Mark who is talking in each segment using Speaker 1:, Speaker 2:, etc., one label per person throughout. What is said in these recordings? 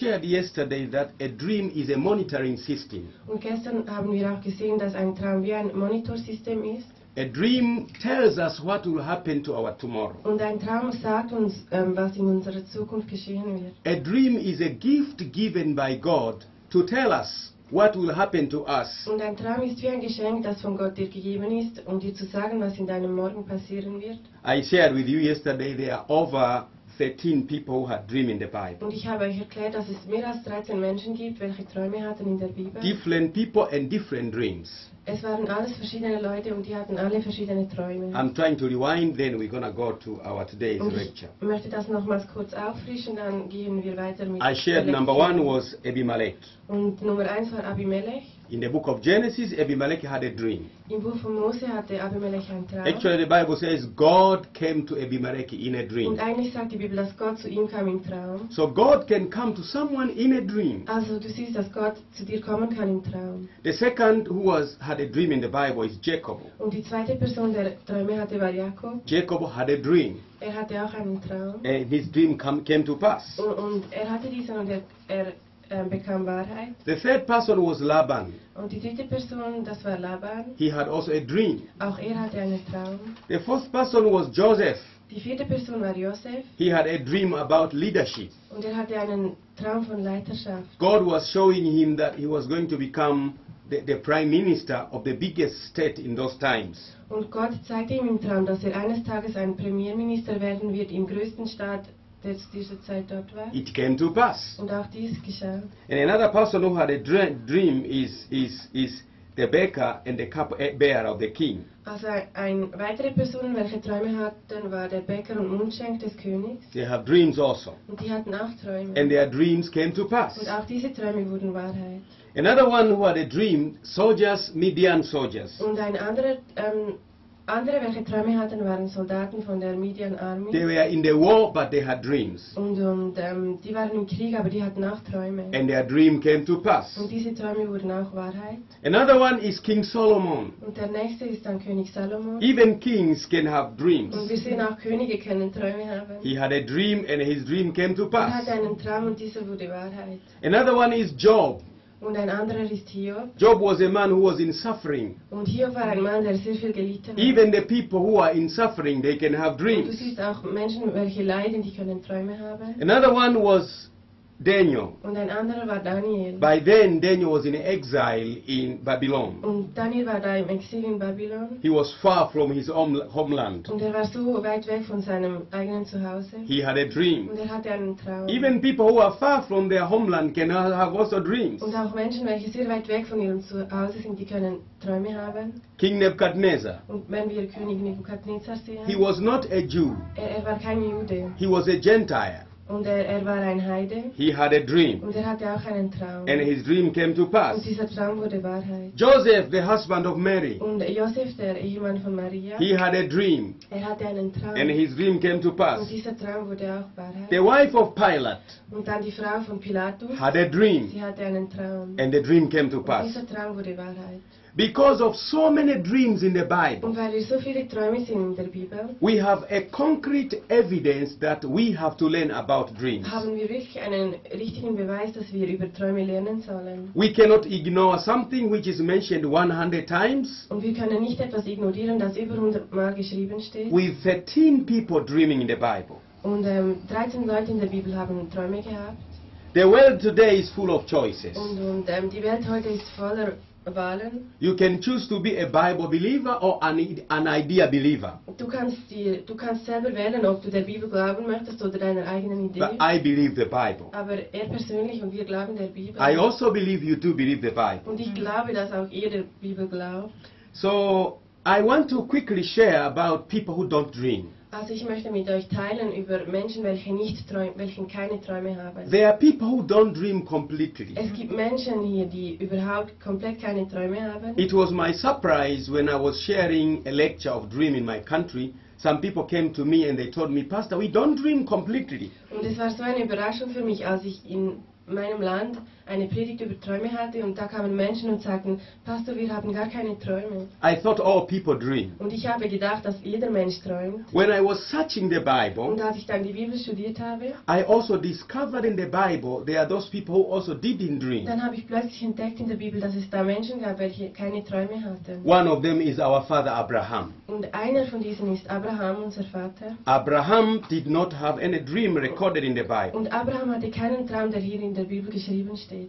Speaker 1: shared yesterday that a dream is a monitoring system.
Speaker 2: Und gestern haben wir auch gesehen, dass ein Traum wie ein Monitorsystem ist.
Speaker 1: A dream tells us what will happen to our tomorrow.
Speaker 2: Und ein Traum sagt uns, ähm, was in unserer Zukunft geschehen wird.
Speaker 1: A dream is a gift given by God to tell us what will happen to us.
Speaker 2: Und ein Traum ist wie ein Geschenk, das von Gott dir gegeben ist, um dir zu sagen, was in deinem Morgen passieren wird.
Speaker 1: I shared with you yesterday there are over 13 people who had dream in the Bible.
Speaker 2: Und ich habe euch erklärt, dass es mehr als 13 Menschen gibt, welche Träume hatten in der Bibel.
Speaker 1: Different people and different dreams.
Speaker 2: Es waren alles verschiedene Leute und die hatten alle verschiedene Träume.
Speaker 1: I'm trying to rewind, then we're going to go to our today's
Speaker 2: Und ich
Speaker 1: lecture.
Speaker 2: möchte das nochmals kurz auffrischen, dann gehen wir weiter mit
Speaker 1: I shared
Speaker 2: der
Speaker 1: number
Speaker 2: Lektion.
Speaker 1: one was Abimelech.
Speaker 2: Und Nummer eins war Abimelech.
Speaker 1: In the book of Genesis, Abimelech had a dream.
Speaker 2: Im Buch von Mose hatte Abimelech einen Traum.
Speaker 1: Actually, the Bible says God came to Abimelech in a dream.
Speaker 2: und eigentlich sagt die Bibel, dass Gott zu ihm kam im Traum.
Speaker 1: So God can come to someone in a dream.
Speaker 2: Also du siehst, dass Gott zu dir kommen kann im Traum.
Speaker 1: The second who was had a dream in the Bible is Jacob.
Speaker 2: Und die zweite Person, der Träume hatte, war Jakob.
Speaker 1: Jacob had a dream,
Speaker 2: Er hatte auch einen Traum.
Speaker 1: and his dream come, came to pass.
Speaker 2: Und, und er hatte diesen und er, er äh, bekam Wahrheit.
Speaker 1: The third person was Laban.
Speaker 2: Und die dritte Person, das war Laban.
Speaker 1: He had also a dream.
Speaker 2: Auch er hatte einen Traum.
Speaker 1: The fourth person was Joseph.
Speaker 2: Die vierte Person war Josef.
Speaker 1: He had a dream about leadership.
Speaker 2: Und er hatte einen Traum von Leiterschaft.
Speaker 1: God was showing him that he was going to become the, the prime minister of the biggest state in those times.
Speaker 2: Und Gott zeigte ihm im Traum, dass er eines Tages ein Premierminister werden wird im größten Staat, der zu dieser Zeit dort war.
Speaker 1: It came to pass.
Speaker 2: Und auch dies geschah.
Speaker 1: And another person who had a dre- dream is, is, is the baker and the cup eh, bearer of the king.
Speaker 2: Also eine weitere Person, welche Träume hatten, war der Bäcker und Mundschenk des Königs.
Speaker 1: They have dreams also.
Speaker 2: Und die hatten auch Träume.
Speaker 1: And their dreams came to pass.
Speaker 2: Und auch diese Träume wurden Wahrheit.
Speaker 1: Another one who had a dream, soldiers, Midian soldiers.
Speaker 2: Und ein anderer, ähm, andere, welche Träume hatten, waren Soldaten von der Midian
Speaker 1: They
Speaker 2: Army.
Speaker 1: were in the war, but they had dreams.
Speaker 2: Und, und ähm, die waren im Krieg, aber die hatten auch Träume.
Speaker 1: And their dream came to pass.
Speaker 2: Und diese Träume wurden auch Wahrheit.
Speaker 1: Another one is King Solomon.
Speaker 2: Und der nächste ist dann König Salomo.
Speaker 1: Even kings can have
Speaker 2: Und
Speaker 1: dreams.
Speaker 2: wir sehen auch Könige können Träume haben.
Speaker 1: He had a dream and his dream came to
Speaker 2: Er
Speaker 1: pass.
Speaker 2: hatte einen Traum und dieser wurde Wahrheit.
Speaker 1: Another one is Job.
Speaker 2: Und ein anderer ist Hiob.
Speaker 1: Job was a man who was in suffering.
Speaker 2: Und Hiob war ein Mann, der sehr viel gelitten hat.
Speaker 1: Even the people who are in suffering, they can have
Speaker 2: Und du
Speaker 1: dreams.
Speaker 2: siehst auch Menschen, welche leiden, die können Träume haben.
Speaker 1: Another one was Daniel.
Speaker 2: Und ein anderer war Daniel.
Speaker 1: By then, Daniel was in exile in Babylon.
Speaker 2: Und Daniel war da im Exil in Babylon.
Speaker 1: He was far from his home, homeland.
Speaker 2: Und er war so weit weg von seinem eigenen Zuhause.
Speaker 1: He had a
Speaker 2: Und
Speaker 1: dream.
Speaker 2: er hatte einen Traum.
Speaker 1: Even people who are far from their homeland can ha- have also dreams.
Speaker 2: Und auch Menschen, welche sehr weit weg von ihrem Zuhause sind, die können Träume haben.
Speaker 1: King Nebuchadnezzar,
Speaker 2: Und wenn wir König Nebukadnezar sehen,
Speaker 1: he was not a Jew,
Speaker 2: er, er war kein Jude.
Speaker 1: he was a Gentile.
Speaker 2: Und er, er war ein Heide.
Speaker 1: He had a dream,
Speaker 2: Und er hatte auch einen Traum.
Speaker 1: and his dream came to pass.
Speaker 2: Und dieser Traum wurde Wahrheit.
Speaker 1: Joseph, the husband of Mary,
Speaker 2: Und Josef, der Ehemann von Maria,
Speaker 1: he had a dream,
Speaker 2: er hatte einen Traum.
Speaker 1: and his dream came to pass.
Speaker 2: Und dieser Traum wurde auch Wahrheit.
Speaker 1: The wife of Pilate
Speaker 2: Und dann die Frau von Pilatus,
Speaker 1: had a dream,
Speaker 2: sie hatte einen Traum.
Speaker 1: and the dream came to
Speaker 2: Und
Speaker 1: pass.
Speaker 2: dieser Traum wurde Wahrheit.
Speaker 1: Because of so many dreams in the
Speaker 2: Und
Speaker 1: Bible,
Speaker 2: weil wir so viele Träume sehen in der Bibel,
Speaker 1: we have a concrete evidence that we have to learn about dreams.
Speaker 2: haben wir wirklich einen richtigen Beweis, dass wir über Träume lernen sollen.
Speaker 1: We cannot ignore something which is mentioned 100 times
Speaker 2: Und wir können nicht etwas ignorieren, das über 100 Mal geschrieben steht.
Speaker 1: with 13 people dreaming in the Bible.
Speaker 2: Und ähm, 13 Leute in der Bibel haben Träume gehabt.
Speaker 1: The world today is full of choices.
Speaker 2: Und, und ähm, die Welt heute ist voller Wahlen.
Speaker 1: You can choose to be a Bible believer or an, an idea believer.
Speaker 2: Du kannst, dir, du kannst selber wählen, ob du der Bibel glauben möchtest oder deiner eigenen Idee.
Speaker 1: But I believe the Bible.
Speaker 2: Aber er persönlich und wir glauben der Bibel.
Speaker 1: I also believe you do believe the Bible.
Speaker 2: Und ich glaube, dass auch ihr der Bibel glaubt.
Speaker 1: So I want to quickly share about people who don't dream.
Speaker 2: Also ich möchte mit euch teilen über Menschen, welche nicht träum, welchen keine Träume haben.
Speaker 1: There are people who don't dream completely.
Speaker 2: Es gibt Menschen hier, die überhaupt komplett keine Träume haben.
Speaker 1: It was my surprise when I was sharing a lecture of dream in my country. Some people came to me and they told me, Pastor, we don't dream completely.
Speaker 2: Und es war so eine Überraschung für mich, als ich in meinem Land eine Predigt über Träume hatte und da kamen Menschen und sagten, Pastor, wir haben gar keine Träume.
Speaker 1: I thought all people dream.
Speaker 2: Und ich habe gedacht, dass jeder Mensch träumt.
Speaker 1: When I was searching the Bible,
Speaker 2: Und als ich dann die Bibel studiert habe,
Speaker 1: I also discovered in the Bible there are those people who also didn't dream.
Speaker 2: dann habe ich plötzlich entdeckt in der Bibel, dass es da Menschen gab, welche keine Träume hatten.
Speaker 1: One of them is our father Abraham.
Speaker 2: Und einer von diesen ist Abraham, unser Vater.
Speaker 1: Abraham did not have any dream recorded in the Bible.
Speaker 2: Und Abraham hatte keinen Traum, der hier in der Bibel geschrieben steht.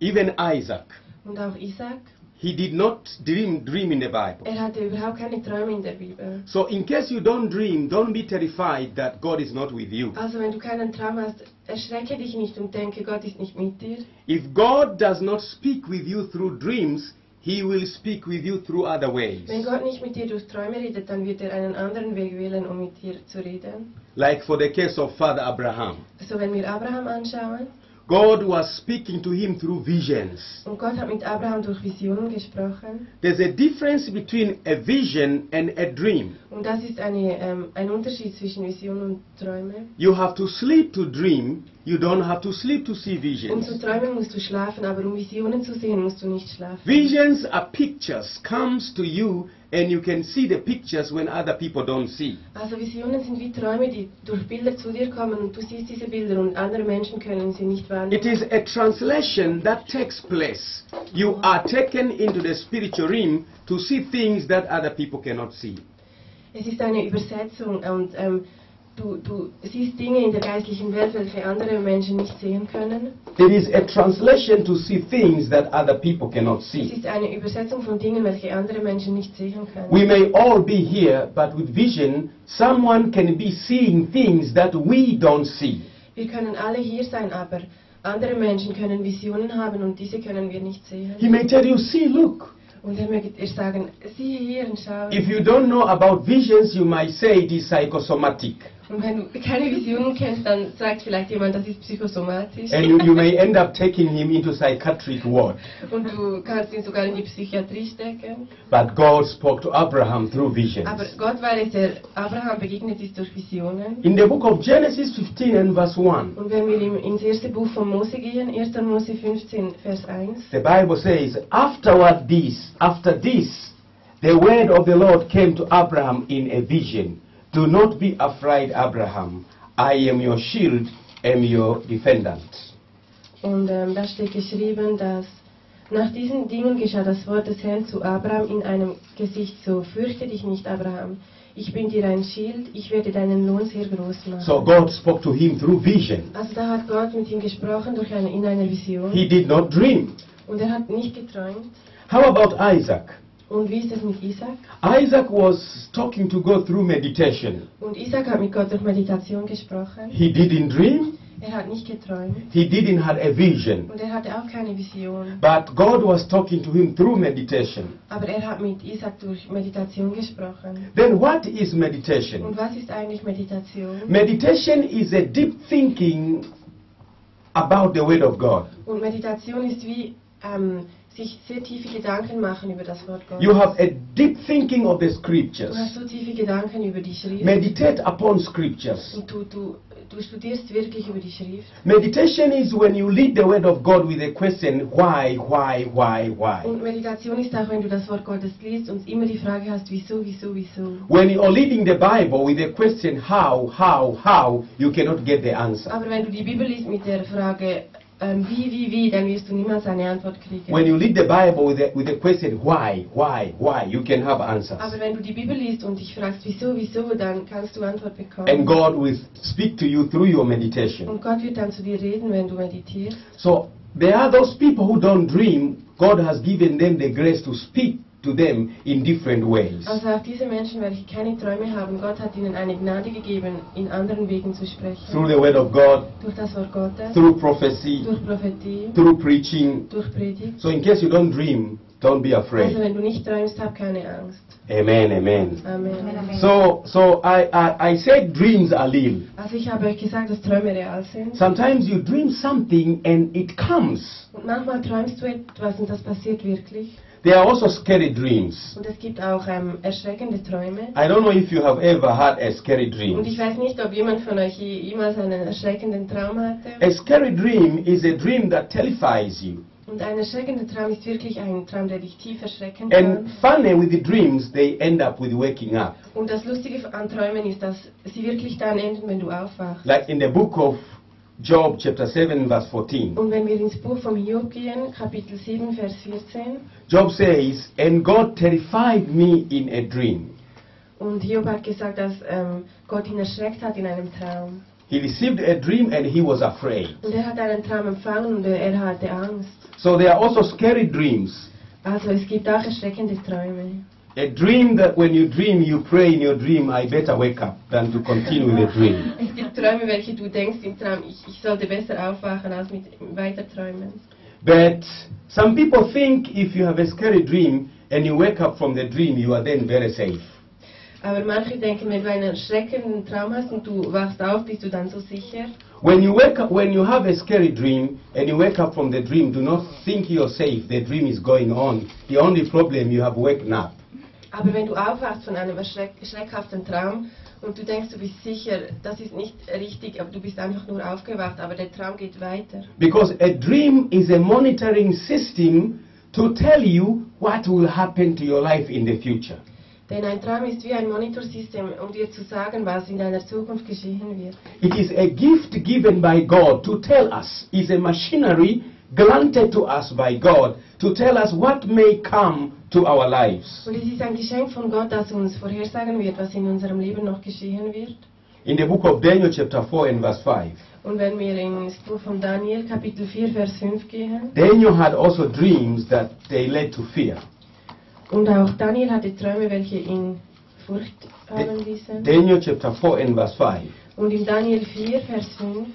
Speaker 1: Even Isaac,
Speaker 2: Und auch Isaac,
Speaker 1: he did not dream dream in the Bible.
Speaker 2: er hatte überhaupt keine Träume in der Bibel.
Speaker 1: So in case you don't dream, don't be terrified that God is not with you.
Speaker 2: Also wenn du keinen Traum hast, erschrecke dich nicht und denke, Gott ist nicht mit dir.
Speaker 1: If God does not speak with you through dreams, he will speak with you through other ways.
Speaker 2: Wenn Gott nicht mit dir durch Träume redet, dann wird er einen anderen Weg wählen, um mit dir zu reden.
Speaker 1: Like for the case of Father Abraham.
Speaker 2: So wenn wir Abraham anschauen,
Speaker 1: God was speaking to him through visions.
Speaker 2: und Gott hat mit Abraham durch Visionen gesprochen,
Speaker 1: There's a difference between a vision and a dream.
Speaker 2: und das ist eine, ähm, ein Unterschied zwischen Vision und Träume.
Speaker 1: You have to sleep to dream, you don't have to sleep to see
Speaker 2: Um zu
Speaker 1: visions.
Speaker 2: träumen musst du schlafen, aber um Visionen zu sehen, musst du nicht schlafen.
Speaker 1: Visions are pictures comes to you and you can see the pictures when other people don't see.
Speaker 2: Also Visionen sind wie Träume, die durch Bilder zu dir kommen und du siehst diese Bilder und andere Menschen können sie nicht wahrnehmen.
Speaker 1: It is a translation that takes place. You are taken into the spiritual realm to see things that other people cannot see.
Speaker 2: Es ist eine Übersetzung und ähm, du, du siehst Dinge in der geistlichen Welt, welche andere Menschen nicht sehen können.
Speaker 1: It is a translation to see things that other people cannot
Speaker 2: Es
Speaker 1: see.
Speaker 2: ist eine Übersetzung von Dingen, welche andere Menschen nicht sehen können.
Speaker 1: We may all be here, but with vision, someone can be seeing things that we don't see.
Speaker 2: Wir können alle hier sein, aber andere Menschen können Visionen haben und diese können wir nicht
Speaker 1: He
Speaker 2: sehen.
Speaker 1: may tell you, see, look.
Speaker 2: Und er möchte ihr sagen, sieh hier und schau.
Speaker 1: If you don't know about visions, you might say it is psychosomatic.
Speaker 2: Und wenn du keine Visionen kennst, dann sagt vielleicht jemand, das ist psychosomatisch.
Speaker 1: And you, you may end up taking him into psychiatric ward.
Speaker 2: Und du kannst ihn sogar in die Psychiatrie stecken.
Speaker 1: But God spoke to Abraham through
Speaker 2: Aber
Speaker 1: visions.
Speaker 2: Gott, weil es der Abraham begegnet ist durch Visionen.
Speaker 1: In the book of Genesis 15 and verse 1,
Speaker 2: Und wenn wir im, ins erste Buch von Mose gehen, 1. Mose 15, Vers 1,
Speaker 1: the Bible says, Afterward this, after this, the word of the Lord came to Abraham in a vision. Do not be afraid, Abraham. I am your shield, am your defendant.
Speaker 2: und ähm, da steht geschrieben, dass nach diesen Dingen geschah das Wort des Herrn zu Abraham in einem Gesicht so, fürchte dich nicht, Abraham, ich bin dir ein Schild, ich werde deinen Lohn sehr groß machen.
Speaker 1: So God spoke to him through vision.
Speaker 2: Also da hat Gott mit ihm gesprochen durch eine, in einer Vision
Speaker 1: He did not dream.
Speaker 2: und er hat nicht geträumt.
Speaker 1: How about Isaac?
Speaker 2: Und wie ist es mit Isaac?
Speaker 1: Isaac was talking to God through meditation.
Speaker 2: Und Isaac hat mit Gott durch Meditation gesprochen.
Speaker 1: He didn't dream,
Speaker 2: Er hat nicht geträumt
Speaker 1: he didn't have a vision.
Speaker 2: und er hatte auch keine Vision.
Speaker 1: But God was talking to him through meditation.
Speaker 2: Aber er hat mit Isaac durch Meditation gesprochen.
Speaker 1: Then what is meditation?
Speaker 2: Und was ist eigentlich Meditation?
Speaker 1: Meditation is a deep thinking about the Word of God.
Speaker 2: Und Meditation ist wie ähm, sich sehr tiefe Gedanken machen über das Wort Gottes.
Speaker 1: You have a deep thinking of the
Speaker 2: Du hast
Speaker 1: Scriptures.
Speaker 2: so tiefe Gedanken über die Schrift.
Speaker 1: Meditate upon Scriptures.
Speaker 2: und du, du, du studierst wirklich über die Schrift.
Speaker 1: Meditation is when you lead the Word of God with a question why, why, why, why.
Speaker 2: Und Meditation ist auch, wenn du das Wort Gottes liest und immer die Frage hast, wieso, wieso, wieso.
Speaker 1: When you are leading the Bible with a question how, how, how, you cannot get the answer.
Speaker 2: Aber wenn du die Bibel liest mit der Frage ähm, wie, wie, wie, dann wirst du niemals eine Antwort kriegen.
Speaker 1: When you read the Bible with a, with a question, why, why, why, you can have
Speaker 2: Aber
Speaker 1: answers.
Speaker 2: wenn du die Bibel liest und dich fragst, wieso, wieso, dann kannst du Antwort bekommen.
Speaker 1: And God will speak to you through your meditation.
Speaker 2: Und Gott wird dann zu dir reden, wenn du meditierst.
Speaker 1: So there are those people who don't dream. God has given them the grace to speak to them in different ways.
Speaker 2: Also auch diese Menschen, welche keine Träume haben, Gott hat ihnen eine Gnade gegeben, in anderen Wegen zu sprechen.
Speaker 1: Through the Word of God,
Speaker 2: durch das Wort Gottes,
Speaker 1: through prophecy,
Speaker 2: durch Prophetie,
Speaker 1: through preaching.
Speaker 2: durch Predigt.
Speaker 1: So in case you don't dream, don't be
Speaker 2: Also
Speaker 1: afraid.
Speaker 2: wenn du nicht träumst, hab keine Angst.
Speaker 1: Amen, amen.
Speaker 2: Amen.
Speaker 1: So, so I, I, I said dreams are real.
Speaker 2: Also ich habe euch gesagt, dass Träume real sind.
Speaker 1: Sometimes you dream something and it comes.
Speaker 2: Und manchmal träumst du etwas und das passiert wirklich.
Speaker 1: There are also scary dreams.
Speaker 2: Und es gibt auch ähm, erschreckende Träume.
Speaker 1: I don't know if you have ever had a scary
Speaker 2: Und
Speaker 1: dream.
Speaker 2: ich weiß nicht, ob jemand von euch je- jemals einen erschreckenden Traum hatte.
Speaker 1: A scary dream is a dream that terrifies you.
Speaker 2: Und ein erschreckender Traum ist wirklich ein Traum, der dich tief erschrecken
Speaker 1: And
Speaker 2: kann.
Speaker 1: funny with the dreams, they end up with waking up.
Speaker 2: Und das Lustige an Träumen ist, dass sie wirklich dann enden, wenn du aufwachst.
Speaker 1: Like in the book of Job, chapter 7, verse 14,
Speaker 2: Und wenn wir ins Buch vom Hiob gehen, Kapitel 7, Vers 14,
Speaker 1: Job says, And God terrified me in a dream.
Speaker 2: und Hiob hat gesagt, dass ähm, Gott ihn erschreckt hat in einem Traum.
Speaker 1: He received a dream and he was afraid.
Speaker 2: Und er hat einen Traum empfangen und er hatte Angst.
Speaker 1: So there are also scary dreams.
Speaker 2: Also es gibt auch erschreckende Träume.
Speaker 1: A dream that when you dream, you pray in your dream, I better wake up than to continue the dream.
Speaker 2: Es gibt Träume, welche du denkst im Traum, ich, ich sollte besser aufwachen als mit weiter träumen.
Speaker 1: But some people think if you have a scary dream and you wake up from the dream, you are then very safe.
Speaker 2: Aber manche denken, wenn du einen erschreckenden Traum hast und du wachst auf, bist du dann so sicher.
Speaker 1: When you wake up, when you have a scary dream and you wake up from the dream, do not think you're safe. The dream is going on. The only problem you have waken up.
Speaker 2: Aber wenn du aufwachst von einem erschreck schreckhaften Traum und du denkst, du bist sicher, das ist nicht richtig, aber du bist einfach nur aufgewacht, aber der Traum geht weiter.
Speaker 1: Because a dream is a monitoring system to tell you what will happen to your life in the future.
Speaker 2: Denn ein Traum ist wie ein Monitorsystem, um dir zu sagen, was in deiner Zukunft geschehen wird.
Speaker 1: It is a gift given by God to tell us, is a machinery granted to us by God to tell us what may come to our lives.
Speaker 2: Und es ist ein Geschenk von Gott, das uns vorhersagen wird, was in unserem Leben noch geschehen wird.
Speaker 1: In the book of Daniel, chapter 4, and verse 5,
Speaker 2: Und wenn wir ins Buch von Daniel, Kapitel 4, Vers 5 gehen,
Speaker 1: Daniel had also dreams that they led to fear.
Speaker 2: und auch Daniel hatte Träume, welche ihn Furcht haben ließen.
Speaker 1: Daniel, chapter 4, and verse 5.
Speaker 2: Und in Daniel 4, Vers 5,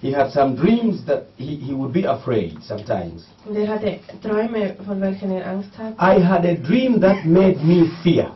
Speaker 1: He had some dreams that he, he would be afraid sometimes.
Speaker 2: und er hatte Träume, von welchen er Angst hatte.
Speaker 1: I had a dream that made me fear.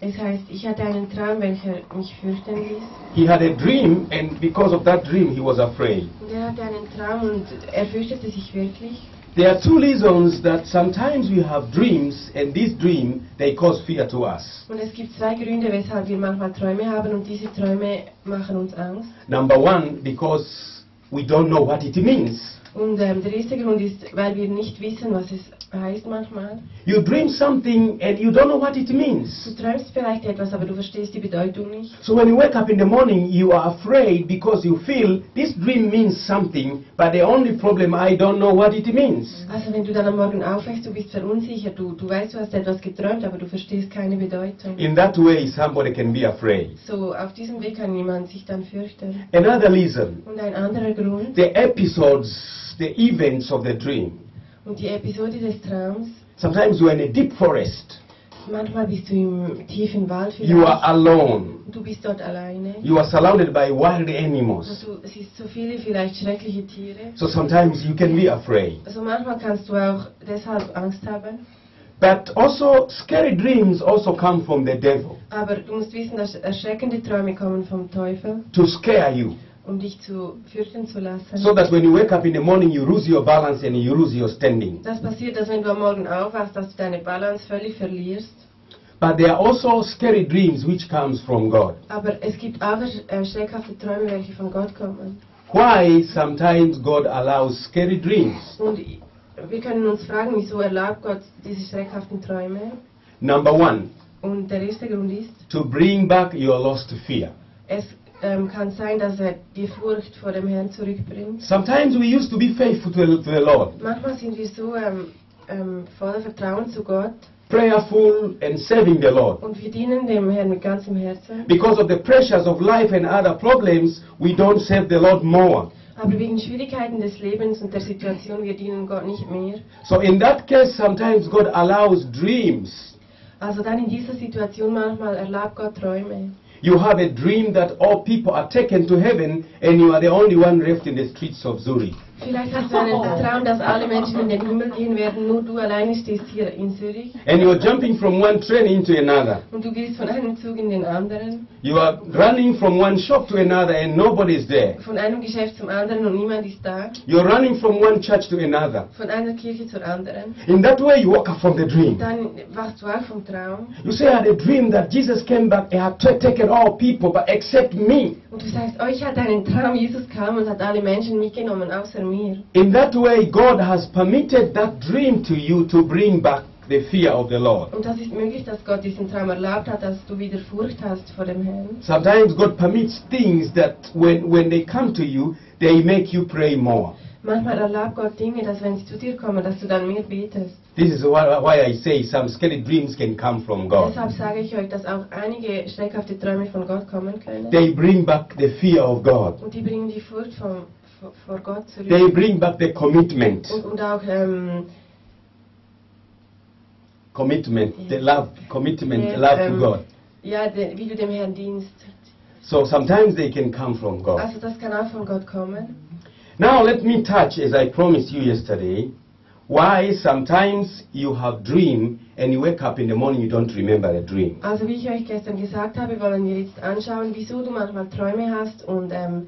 Speaker 2: Es heißt, ich hatte einen Traum, welcher mich fürchten ließ.
Speaker 1: He had a dream, and because of that dream, he was afraid.
Speaker 2: Und er hatte einen Traum und er fürchtete sich wirklich.
Speaker 1: There are two reasons that sometimes we have dreams, and these dreams they cause fear to us.
Speaker 2: Und es gibt zwei Gründe, weshalb wir manchmal Träume haben und diese Träume machen uns Angst.
Speaker 1: Number one, because we don't know what it means.
Speaker 2: Und ähm, der erste Grund ist, weil wir nicht wissen, was es heißt manchmal.
Speaker 1: You dream something and you don't know what it
Speaker 2: Du
Speaker 1: means.
Speaker 2: träumst vielleicht etwas, aber du verstehst die Bedeutung nicht.
Speaker 1: So when you wake up in the morning, you are afraid because you feel this dream means something, but the only problem I don't know what it means.
Speaker 2: Also wenn du dann am Morgen aufwächst, du bist verunsichert, du, du weißt, du hast etwas geträumt, aber du verstehst keine Bedeutung.
Speaker 1: In that way, somebody can be afraid.
Speaker 2: So, auf diesem Weg kann jemand sich dann fürchten.
Speaker 1: Another reason,
Speaker 2: Und ein anderer Grund,
Speaker 1: the episodes, the events of the dream.
Speaker 2: und die Episode des Traums,
Speaker 1: Sometimes you are in a deep forest,
Speaker 2: manchmal bist du im tiefen Wald
Speaker 1: you are
Speaker 2: vielleicht,
Speaker 1: alone.
Speaker 2: und du bist dort alleine.
Speaker 1: You are surrounded by wild
Speaker 2: Und
Speaker 1: animals.
Speaker 2: du siehst so viele vielleicht schreckliche Tiere.
Speaker 1: So sometimes you can be afraid.
Speaker 2: Also manchmal kannst du auch deshalb Angst haben.
Speaker 1: But also, scary dreams also come from the devil
Speaker 2: Aber du musst wissen, dass erschreckende Träume kommen vom Teufel,
Speaker 1: to scare you.
Speaker 2: um dich zu fürchten zu lassen.
Speaker 1: So that when you wake up in the morning, you lose your balance and you lose your standing.
Speaker 2: Das passiert, dass wenn du am Morgen aufwachst, dass du deine Balance völlig verlierst.
Speaker 1: But there are also scary dreams which comes from God.
Speaker 2: Aber es gibt auch ersch- äh, schreckhafte Träume, welche von Gott kommen.
Speaker 1: Why sometimes God allows scary dreams?
Speaker 2: Und i- wir können uns fragen, wieso erlaubt Gott diese schreckhaften Träume?
Speaker 1: Number one,
Speaker 2: Und der erste Grund ist,
Speaker 1: to bring back your lost fear.
Speaker 2: es ähm, kann sein, dass er die Furcht vor dem Herrn zurückbringt.
Speaker 1: Sometimes we used to be faithful to to the Lord,
Speaker 2: Manchmal sind wir so ähm, ähm, voller Vertrauen zu Gott
Speaker 1: prayerful and serving the Lord.
Speaker 2: und wir dienen dem Herrn mit ganzem Herzen.
Speaker 1: Because of the pressures of life and other problems, we don't serve the Lord more.
Speaker 2: Aber wegen Schwierigkeiten des Lebens und der Situation, wir dienen Gott nicht mehr.
Speaker 1: So in that case, sometimes God allows dreams.
Speaker 2: Also dann in dieser Situation manchmal erlaubt Gott Träume.
Speaker 1: You have a dream that all people are taken to heaven and you are the only one left in the streets of Zurich.
Speaker 2: Vielleicht hast du einen Traum, dass alle Menschen in den Himmel gehen werden, nur du alleine stehst hier in Zürich
Speaker 1: And you're jumping from one train into another.
Speaker 2: und du gehst von einem Zug in den anderen,
Speaker 1: You are running from one shop to another and nobody's there.
Speaker 2: von einem Geschäft zum anderen und niemand ist da,
Speaker 1: You're running from one church to another.
Speaker 2: von einer Kirche zur anderen.
Speaker 1: In that way, you wake up from the dream.
Speaker 2: Dann wachst du auf vom Traum
Speaker 1: You say, I had a dream that Jesus came back and had t- taken all people but except me.
Speaker 2: und du sagst, oh, ich hatte einen Traum, Jesus kam und hat alle Menschen mitgenommen, außer mir.
Speaker 1: In that way, God has permitted that dream to you to bring back the fear of the Lord.
Speaker 2: Und das ist möglich, dass Gott diesen Traum erlaubt hat, dass du wieder Furcht hast vor dem Herrn.
Speaker 1: Sometimes God permits things that when, when they come to you, they make you pray more.
Speaker 2: Manchmal erlaubt Gott Dinge, dass wenn sie zu dir kommen, dass du dann mehr betest.
Speaker 1: This is why, why I say some scary dreams can come from God.
Speaker 2: Deshalb sage ich euch, dass auch einige schreckhafte Träume von Gott kommen können.
Speaker 1: They bring back the fear of God.
Speaker 2: Und die bringen die Furcht vor, vor, vor Gott
Speaker 1: They
Speaker 2: zurück.
Speaker 1: bring back the commitment.
Speaker 2: Und, und auch ähm,
Speaker 1: Commitment, the love, commitment,
Speaker 2: Yeah,
Speaker 1: the love to
Speaker 2: um,
Speaker 1: God.
Speaker 2: ja, de, wie du dem Herrn dienst.
Speaker 1: So sometimes they can come from God.
Speaker 2: Also das kann auch von Gott kommen.
Speaker 1: Now let me touch, as I promised you yesterday, why sometimes you have dream and you wake up in the morning you don't remember the dream.
Speaker 2: Also wie ich euch gestern gesagt habe, wollen wir jetzt anschauen, wieso du manchmal Träume hast und ähm,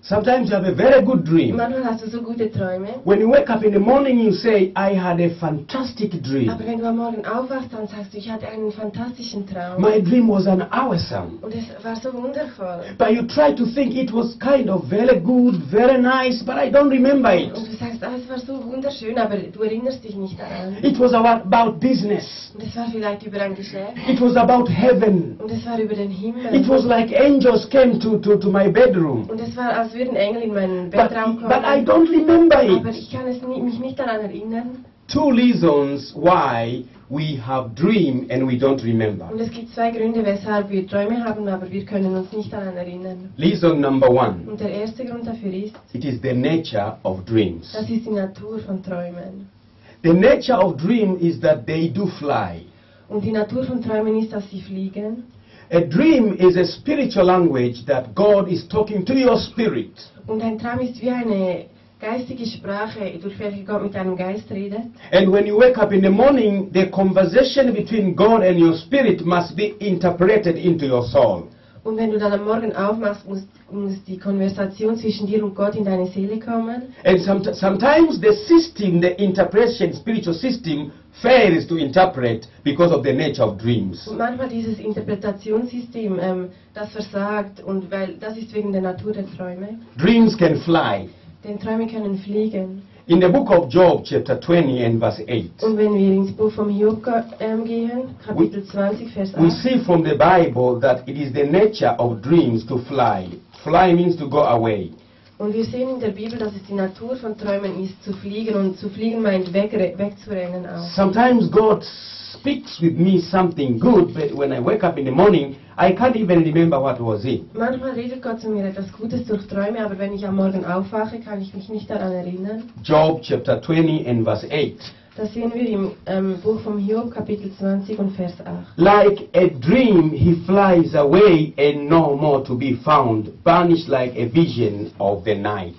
Speaker 1: Sometimes you have a very good dream.
Speaker 2: manchmal hast du so gute Träume.
Speaker 1: When you wake up in the morning you say, I had a fantastic
Speaker 2: Aber
Speaker 1: dream.
Speaker 2: wenn du am Morgen aufwachst, dann sagst du, ich hatte einen fantastischen Traum.
Speaker 1: My dream was an awesome.
Speaker 2: Und es war so wundervoll.
Speaker 1: But you try to think it was kind of very good, very nice, but I don't remember it.
Speaker 2: Und du sagst, ah, es war so wunderschön, aber du erinnerst dich nicht daran.
Speaker 1: It was about, about business.
Speaker 2: Und es war vielleicht über ein Geschäft.
Speaker 1: It was about heaven.
Speaker 2: Und es war über den
Speaker 1: It
Speaker 2: Himmel.
Speaker 1: was like angels came to, to, to my bedroom.
Speaker 2: Und es war, als würden Engel in meinen
Speaker 1: But,
Speaker 2: Bettraum kommen.
Speaker 1: but I don't remember
Speaker 2: aber
Speaker 1: it.
Speaker 2: ich kann es nie, mich nicht daran erinnern.
Speaker 1: Two reasons why we have dream and we don't
Speaker 2: Und
Speaker 1: remember.
Speaker 2: es gibt zwei Gründe, weshalb wir Träume haben, aber wir können uns nicht daran erinnern.
Speaker 1: Reason number one,
Speaker 2: Und der erste Grund dafür ist,
Speaker 1: it is the nature of dreams.
Speaker 2: das ist die Natur von Träumen.
Speaker 1: The nature of dream is that they do fly.
Speaker 2: Und die Natur von Träumen ist, dass sie fliegen.
Speaker 1: A dream is a spiritual language that God is talking to your spirit.
Speaker 2: Und ein Traum ist wie eine geistige Sprache, durch welche Gott mit deinem Geist redet.
Speaker 1: And when you wake up in the morning, the conversation between God and your spirit must be interpreted into your soul.
Speaker 2: Und wenn du dann am Morgen aufmachst, muss, muss die Konversation zwischen dir und Gott in deine Seele kommen.
Speaker 1: And somet sometimes the system, the interpretation, spiritual system, fails to interpret because of the nature of dreams.
Speaker 2: Und manchmal dieses Interpretationssystem, ähm, das versagt und weil das ist wegen der Natur der Träume.
Speaker 1: Dreams can fly.
Speaker 2: Denn Träume können fliegen.
Speaker 1: In the book of Job, chapter 20 and verse 8,
Speaker 2: Und wenn wir ins Buch vom Hiob ge- ähm, gehen, Kapitel 20, Vers
Speaker 1: we
Speaker 2: 8,
Speaker 1: see from the Bible that it is the nature of dreams to fly. Fly means to go away.
Speaker 2: und wir sehen in der Bibel, dass es die Natur von Träumen ist, zu fliegen. Und zu fliegen meint wegre- wegzurennen auch.
Speaker 1: Sometimes God speaks with me something good, but when I wake up in the morning, I can't even remember what was it.
Speaker 2: Manchmal redet Gott zu mir etwas Gutes durch Träume, aber wenn ich am Morgen aufwache, kann ich mich nicht daran erinnern.
Speaker 1: Job chapter 20 and verse 8.
Speaker 2: Das sehen wir im ähm, Buch vom Hiob, Kapitel 20 und Vers 8.
Speaker 1: Like a dream, he flies away and no more to be found, vanished like a vision of the night.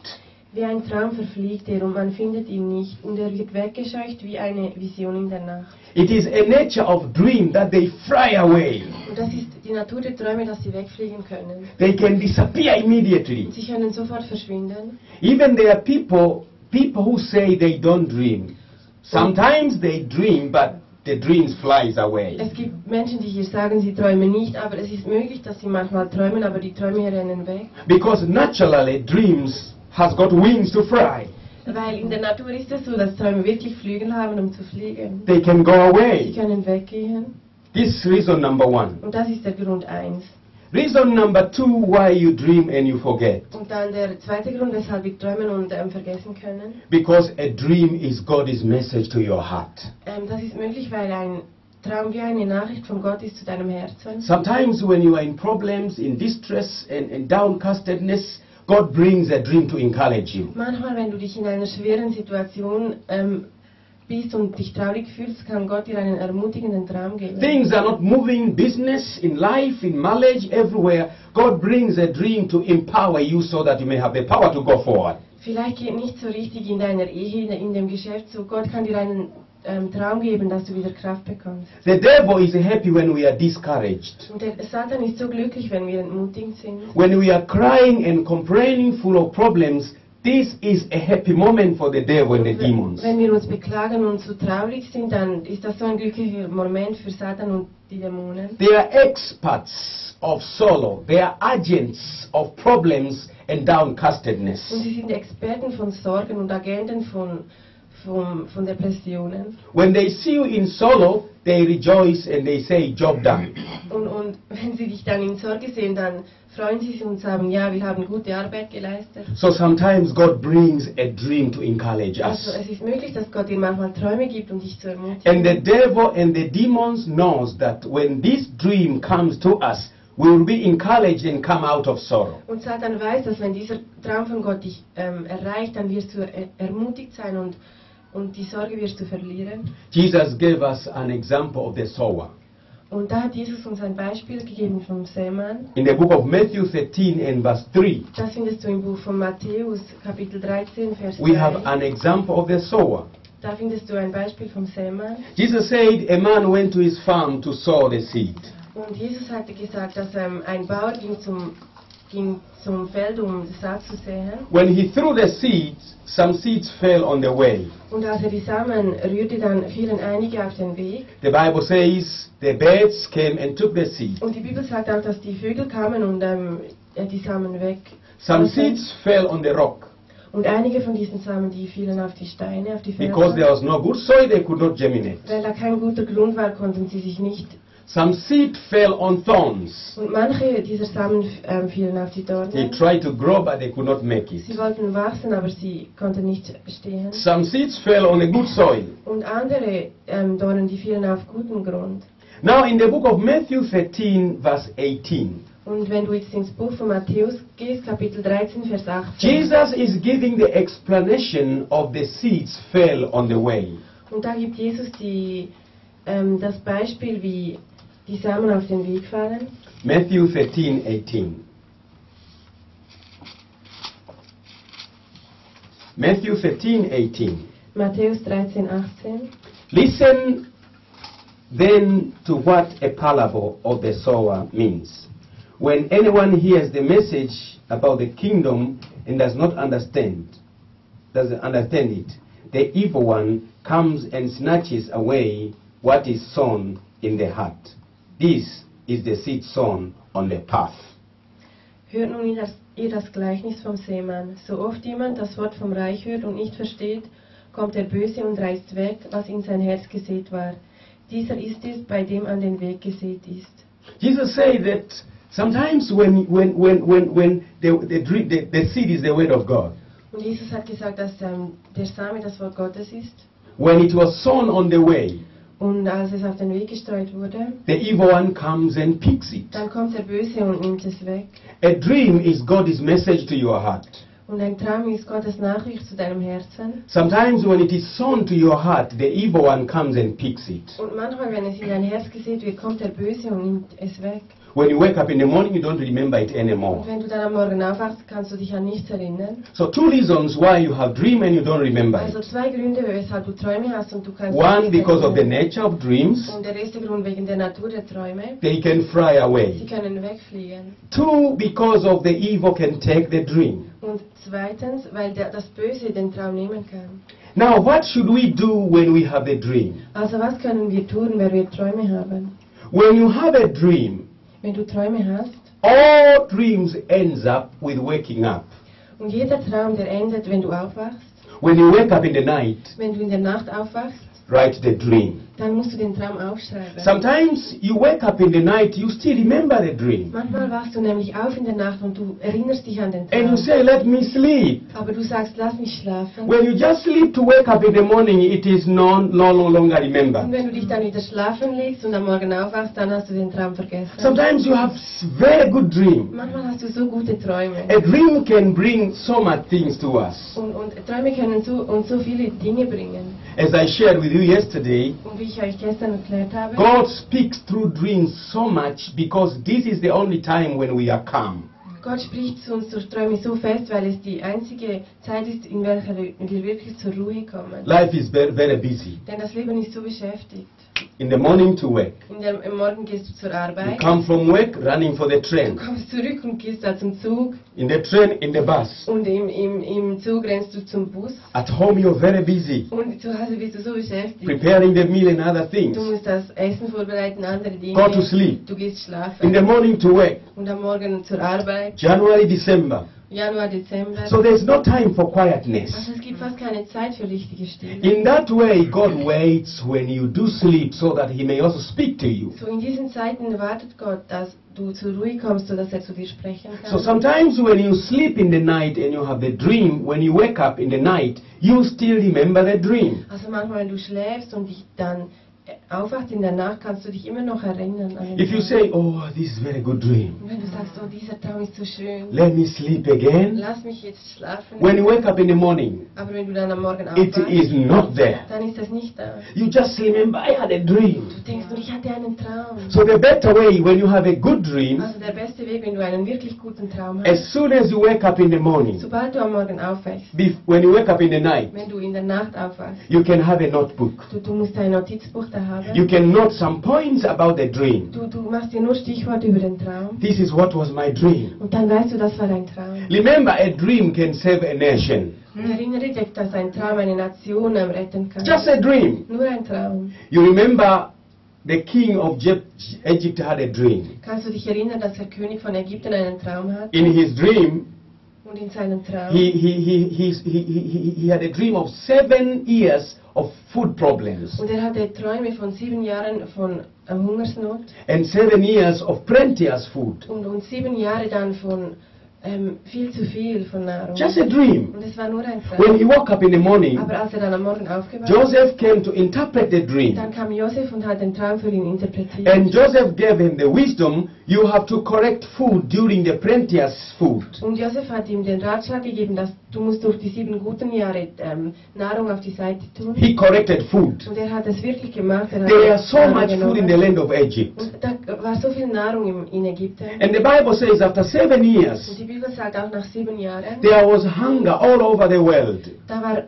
Speaker 2: Wie ein Traum verfliegt er und man findet ihn nicht und er wird weggescheucht wie eine Vision in der Nacht.
Speaker 1: It is a nature of dream that they fly away.
Speaker 2: Und das ist die Natur der Träume, dass sie wegfliegen können.
Speaker 1: They can disappear immediately.
Speaker 2: Sie können sofort verschwinden.
Speaker 1: Even there are people, people who say they don't dream. Sometimes they dream, but the dreams flies away.
Speaker 2: Es gibt Menschen, die hier sagen, sie träumen nicht, aber es ist möglich, dass sie manchmal träumen, aber die Träume rennen weg.
Speaker 1: Because naturally, dreams has got wings to fly.
Speaker 2: Weil in der Natur ist es so, dass Träume wirklich Flügel haben, um zu fliegen.
Speaker 1: They can go
Speaker 2: Sie
Speaker 1: away.
Speaker 2: können weggehen.
Speaker 1: This is reason number one.
Speaker 2: Und das ist der Grund 1.
Speaker 1: Reason number two why you dream and you forget.
Speaker 2: Und dann der zweite Grund, weshalb wir träumen und ähm, vergessen können.
Speaker 1: Because a dream is God's message to your heart.
Speaker 2: Ähm, das ist möglich, weil ein Traum wie eine Nachricht von Gott ist zu deinem Herzen.
Speaker 1: Sometimes when you are in problems, in distress, and, and downcastedness, God brings a dream to encourage you.
Speaker 2: Manchmal, wenn du dich in einer schweren Situation ähm, bist und dich traurig fühlst, kann Gott dir einen ermutigenden Traum geben.
Speaker 1: Things are not moving in business, in life, in marriage, everywhere. God brings a dream to empower you so that you may have the power to go forward.
Speaker 2: Vielleicht geht nicht so richtig in deiner Ehe, in dem Geschäft so. Gott kann dir einen ähm, Traum geben, dass du wieder Kraft bekommst.
Speaker 1: The devil is happy when we are discouraged,
Speaker 2: Und der Satan ist so glücklich, wenn wir entmutigt sind.
Speaker 1: when we are crying and complaining, full of problems. This is a happy moment for the devil and the demons.
Speaker 2: Wenn wir uns beklagen und so traurig sind, dann ist das so ein glücklicher Moment für Satan und die Dämonen.
Speaker 1: They are experts of sorrow. They are agents of problems and
Speaker 2: Und
Speaker 1: downcastedness.
Speaker 2: sie sind Experten von Sorgen und Agenten von, von, von Depressionen.
Speaker 1: When they see you in sorrow, they rejoice and they say, Job done.
Speaker 2: Und, und wenn sie dich dann in Sorge sehen, dann freuen sie sich und sagen, ja, wir haben gute Arbeit geleistet.
Speaker 1: So sometimes God brings a dream to encourage
Speaker 2: Also
Speaker 1: us.
Speaker 2: es ist möglich, dass Gott dir manchmal Träume gibt, um dich zu
Speaker 1: And the
Speaker 2: ermutigen.
Speaker 1: devil and the demons knows that when this dream comes to us, we will be encouraged and come out of sorrow.
Speaker 2: Und Satan weiß, dass wenn dieser Traum von Gott dich ähm, erreicht, dann wirst du er ermutigt sein und, und die Sorge wirst du verlieren.
Speaker 1: Jesus gave us an example of the sower.
Speaker 2: Und da hat Jesus uns ein Beispiel gegeben vom Sämann.
Speaker 1: In the book of Matthew 13 and verse 3,
Speaker 2: Das findest du im Buch von Matthäus, Kapitel 13, Vers
Speaker 1: we have
Speaker 2: 3.
Speaker 1: an example of the sower.
Speaker 2: Da findest du ein Beispiel vom Sämann.
Speaker 1: Jesus said, A man went to his farm to sow the seed.
Speaker 2: Und Jesus hatte gesagt, dass ähm, ein Bauer ging zum, ging zum Feld, um das Saat zu säen.
Speaker 1: When he threw the seeds, some seeds fell on the way.
Speaker 2: Und als er die Samen rührte, dann fielen einige auf den Weg.
Speaker 1: The Bible says the birds came and took the seed.
Speaker 2: Und die Bibel sagt auch, dass die Vögel kamen und ähm, äh, die Samen weg.
Speaker 1: Some seeds fell on the rock.
Speaker 2: Und einige von diesen Samen, die fielen auf die Steine, auf die
Speaker 1: Because there
Speaker 2: Felder.
Speaker 1: was no good soil, they could not germinate.
Speaker 2: Weil da kein guter Grund war, konnten sie sich nicht.
Speaker 1: Some seed fell on thorns.
Speaker 2: Und manche dieser Samen ähm, fielen auf die
Speaker 1: They
Speaker 2: Dornen.
Speaker 1: tried to grow, but they could not make
Speaker 2: Sie
Speaker 1: it.
Speaker 2: wollten wachsen, aber sie konnten nicht stehen.
Speaker 1: Some seeds fell on a good soil.
Speaker 2: Und andere ähm, Dornen, die fielen auf guten Grund.
Speaker 1: Now, in the book of Matthew 13, verse 18,
Speaker 2: Und wenn du jetzt ins Buch von Matthäus gehst, Kapitel 13, Vers 18,
Speaker 1: Jesus is giving the explanation of the seeds fell on the way.
Speaker 2: und da gibt Jesus die, ähm, das Beispiel, wie die Samen auf den Weg fallen.
Speaker 1: Matthew 13, 18. Matthew 13, 18.
Speaker 2: Matthäus 13, 18.
Speaker 1: Listen then to what a parable of the sower means. When anyone hears the message about the kingdom and does not understand, doesn't understand it, the evil one comes and snatches away what is sown in the heart. This is the seed sown on the path.
Speaker 2: Hört nun ihr das, ihr das Gleichnis vom Seemann. So oft jemand das Wort vom Reich hört und nicht versteht, kommt der Böse und reißt weg, was in sein Herz gesät war. Dieser ist es, bei dem an den Weg gesät ist.
Speaker 1: Jesus said that sometimes when, when, when, when, when the, the, dre- the, the seed is the word of God,
Speaker 2: Und Jesus hat gesagt, dass ähm, der Same das Wort Gottes ist.
Speaker 1: when it was sown on the way,
Speaker 2: Und als es auf den Weg gestreut wurde,
Speaker 1: The evil one comes and picks it.
Speaker 2: dann kommt der Böse und nimmt es weg.
Speaker 1: A dream is God's message to your heart.
Speaker 2: Und ein Traum ist Gottes Nachricht zu deinem Herzen.
Speaker 1: Sometimes when it is sown to your heart, the evil one comes and picks it.
Speaker 2: Und manchmal, wenn es in dein Herz gesät wird, kommt der Böse und nimmt es weg.
Speaker 1: When you wake up in the morning, you don't remember it
Speaker 2: Und
Speaker 1: anymore.
Speaker 2: wenn du dann am Morgen aufwachst, kannst du dich an nichts erinnern.
Speaker 1: So two reasons why you have dream and you don't remember
Speaker 2: Also
Speaker 1: it.
Speaker 2: zwei Gründe, weshalb du Träume hast und du kannst
Speaker 1: One,
Speaker 2: dich nicht
Speaker 1: because of the
Speaker 2: erinnern.
Speaker 1: nature of dreams,
Speaker 2: Und der erste Grund wegen der Natur der Träume.
Speaker 1: they can fly
Speaker 2: Sie
Speaker 1: away.
Speaker 2: können wegfliegen.
Speaker 1: Two, because of the evil can take the dream.
Speaker 2: Und zweitens, weil der, das Böse den Traum nehmen kann.
Speaker 1: Now, what should we do when we have a dream?
Speaker 2: Also was können wir tun, wenn wir Träume haben?
Speaker 1: When you have a dream,
Speaker 2: Wenn du Träume hast
Speaker 1: all dreams ends up with waking up.
Speaker 2: und jeder Traum, der endet, wenn du aufwachst,
Speaker 1: When you wake up in the night,
Speaker 2: wenn du in der Nacht aufwachst,
Speaker 1: write the dream.
Speaker 2: Dann musst du den Traum aufschreiben.
Speaker 1: Sometimes you wake up in the night, you still remember the dream.
Speaker 2: Manchmal wachst du nämlich auf in der Nacht und du erinnerst dich an den
Speaker 1: And you
Speaker 2: Traum.
Speaker 1: say, let me sleep.
Speaker 2: Aber du sagst, lass mich schlafen.
Speaker 1: When you just sleep to wake up in the morning, it is no, no longer
Speaker 2: Und
Speaker 1: remembered.
Speaker 2: wenn du dich dann wieder schlafen legst und am Morgen aufwachst, dann hast du den Traum vergessen.
Speaker 1: Sometimes you have s- very good dream.
Speaker 2: Manchmal hast du so gute Träume.
Speaker 1: A dream can bring so much things to us.
Speaker 2: Und, und Träume können so und so viele Dinge bringen.
Speaker 1: As I shared with you yesterday,
Speaker 2: Und wie ich euch gestern erklärt habe,
Speaker 1: God speaks through dreams so much because this is the only time when we are calm.
Speaker 2: Gott spricht zu uns durch Träume so fest, weil es die einzige Zeit ist, in welcher wir wir wirklich zur Ruhe kommen.
Speaker 1: Life is very, very busy.
Speaker 2: Denn das Leben ist so beschäftigt.
Speaker 1: In the morning to work.
Speaker 2: In der, am Morgen gehst du zur
Speaker 1: You
Speaker 2: Arbeit,
Speaker 1: come from work running for the
Speaker 2: du
Speaker 1: train.
Speaker 2: kommst zurück und gehst da zum Zug
Speaker 1: In the train, in the bus.
Speaker 2: und im, im, im Zug rennst du zum Bus
Speaker 1: At home, you're very busy
Speaker 2: und zu Hause bist du so beschäftigt.
Speaker 1: preparing the meal and other things.
Speaker 2: Du musst das Essen vorbereiten, andere Dinge.
Speaker 1: Go to sleep.
Speaker 2: Du gehst
Speaker 1: In the
Speaker 2: schlafen
Speaker 1: morning to work.
Speaker 2: und am Morgen zur Arbeit,
Speaker 1: January, December.
Speaker 2: Januar, Dezember.
Speaker 1: So there's no time for quietness.
Speaker 2: Also es gibt fast keine Zeit für richtige Stille.
Speaker 1: In that way, God waits when you do sleep so that He may also speak to you.
Speaker 2: So in diesen Zeiten wartet Gott, dass du zur Ruhe kommst, sodass er zu dir sprechen kann.
Speaker 1: So sometimes when you sleep in the night and you have the dream, when you wake up in the night, you still remember the dream.
Speaker 2: also manchmal, wenn du schläfst und dich dann äh, aufwachst in der Nacht, kannst du dich immer noch erinnern an den
Speaker 1: If you
Speaker 2: Traum.
Speaker 1: say, Oh, this is a very good dream,
Speaker 2: Und wenn du sagst, oh, dieser Traum ist so schön,
Speaker 1: let me sleep again.
Speaker 2: lass mich jetzt schlafen.
Speaker 1: When you wake up in the morning,
Speaker 2: Aber wenn du dann am Morgen
Speaker 1: it
Speaker 2: aufwachst,
Speaker 1: is not there.
Speaker 2: dann ist das nicht da.
Speaker 1: You just remember, I had a
Speaker 2: Du
Speaker 1: dream.
Speaker 2: denkst nur, ich hatte einen Traum.
Speaker 1: So the better way when you have a good dream,
Speaker 2: Also der beste Weg, wenn du einen wirklich guten Traum hast,
Speaker 1: as soon as you wake up in the morning,
Speaker 2: sobald du am Morgen aufwachst,
Speaker 1: bef- when you wake up in the night,
Speaker 2: wenn du in der Nacht aufwachst,
Speaker 1: you can have a notebook.
Speaker 2: du, du musst dein Notizbuch da haben.
Speaker 1: You can note some points about the dream.
Speaker 2: Du, du machst dir nur Stichworte über den Traum
Speaker 1: This is what was my dream.
Speaker 2: und dann weißt du, das war dein Traum.
Speaker 1: Remember, a dream can save a nation.
Speaker 2: Und erinnere dich, dass ein Traum eine Nation am retten kann.
Speaker 1: Just a dream.
Speaker 2: Nur ein Traum.
Speaker 1: You remember the king of Jep- Egypt had a dream.
Speaker 2: Kannst du dich erinnern, dass der König von Ägypten einen Traum hat?
Speaker 1: In his dream,
Speaker 2: Und in seinem Traum,
Speaker 1: he, he, he, he, he, he, he had a dream of seven years of food problems
Speaker 2: und er hatte Träume von sieben Jahren von äh, Hungersnot
Speaker 1: and seven years of plenteous food.
Speaker 2: und, und sieben Jahre dann von ähm, viel zu viel von Nahrung.
Speaker 1: Just a dream.
Speaker 2: Und es war nur ein
Speaker 1: When
Speaker 2: Traum.
Speaker 1: he woke up in the morning,
Speaker 2: Aber als er dann am Morgen aufgewacht ist,
Speaker 1: Joseph came to interpret the dream.
Speaker 2: dann kam Josef und hat den Traum für ihn interpretiert.
Speaker 1: And Ähm, Joseph gave him the wisdom you have to correct food during the plenteous food.
Speaker 2: Und Josef hat ihm den Ratschlag gegeben, dass du musst durch die sieben guten Jahre ähm, Nahrung auf die Seite tun.
Speaker 1: He corrected food.
Speaker 2: Und er hat es wirklich gemacht. Er hat
Speaker 1: There was so
Speaker 2: Nahrung
Speaker 1: much food in the
Speaker 2: genommen.
Speaker 1: land of Egypt.
Speaker 2: Und da war so viel Nahrung im, in Ägypten.
Speaker 1: And the Bible says after seven
Speaker 2: Und
Speaker 1: years,
Speaker 2: die Bibel sagt auch nach sieben Jahren,
Speaker 1: there was hunger all over the world,
Speaker 2: da war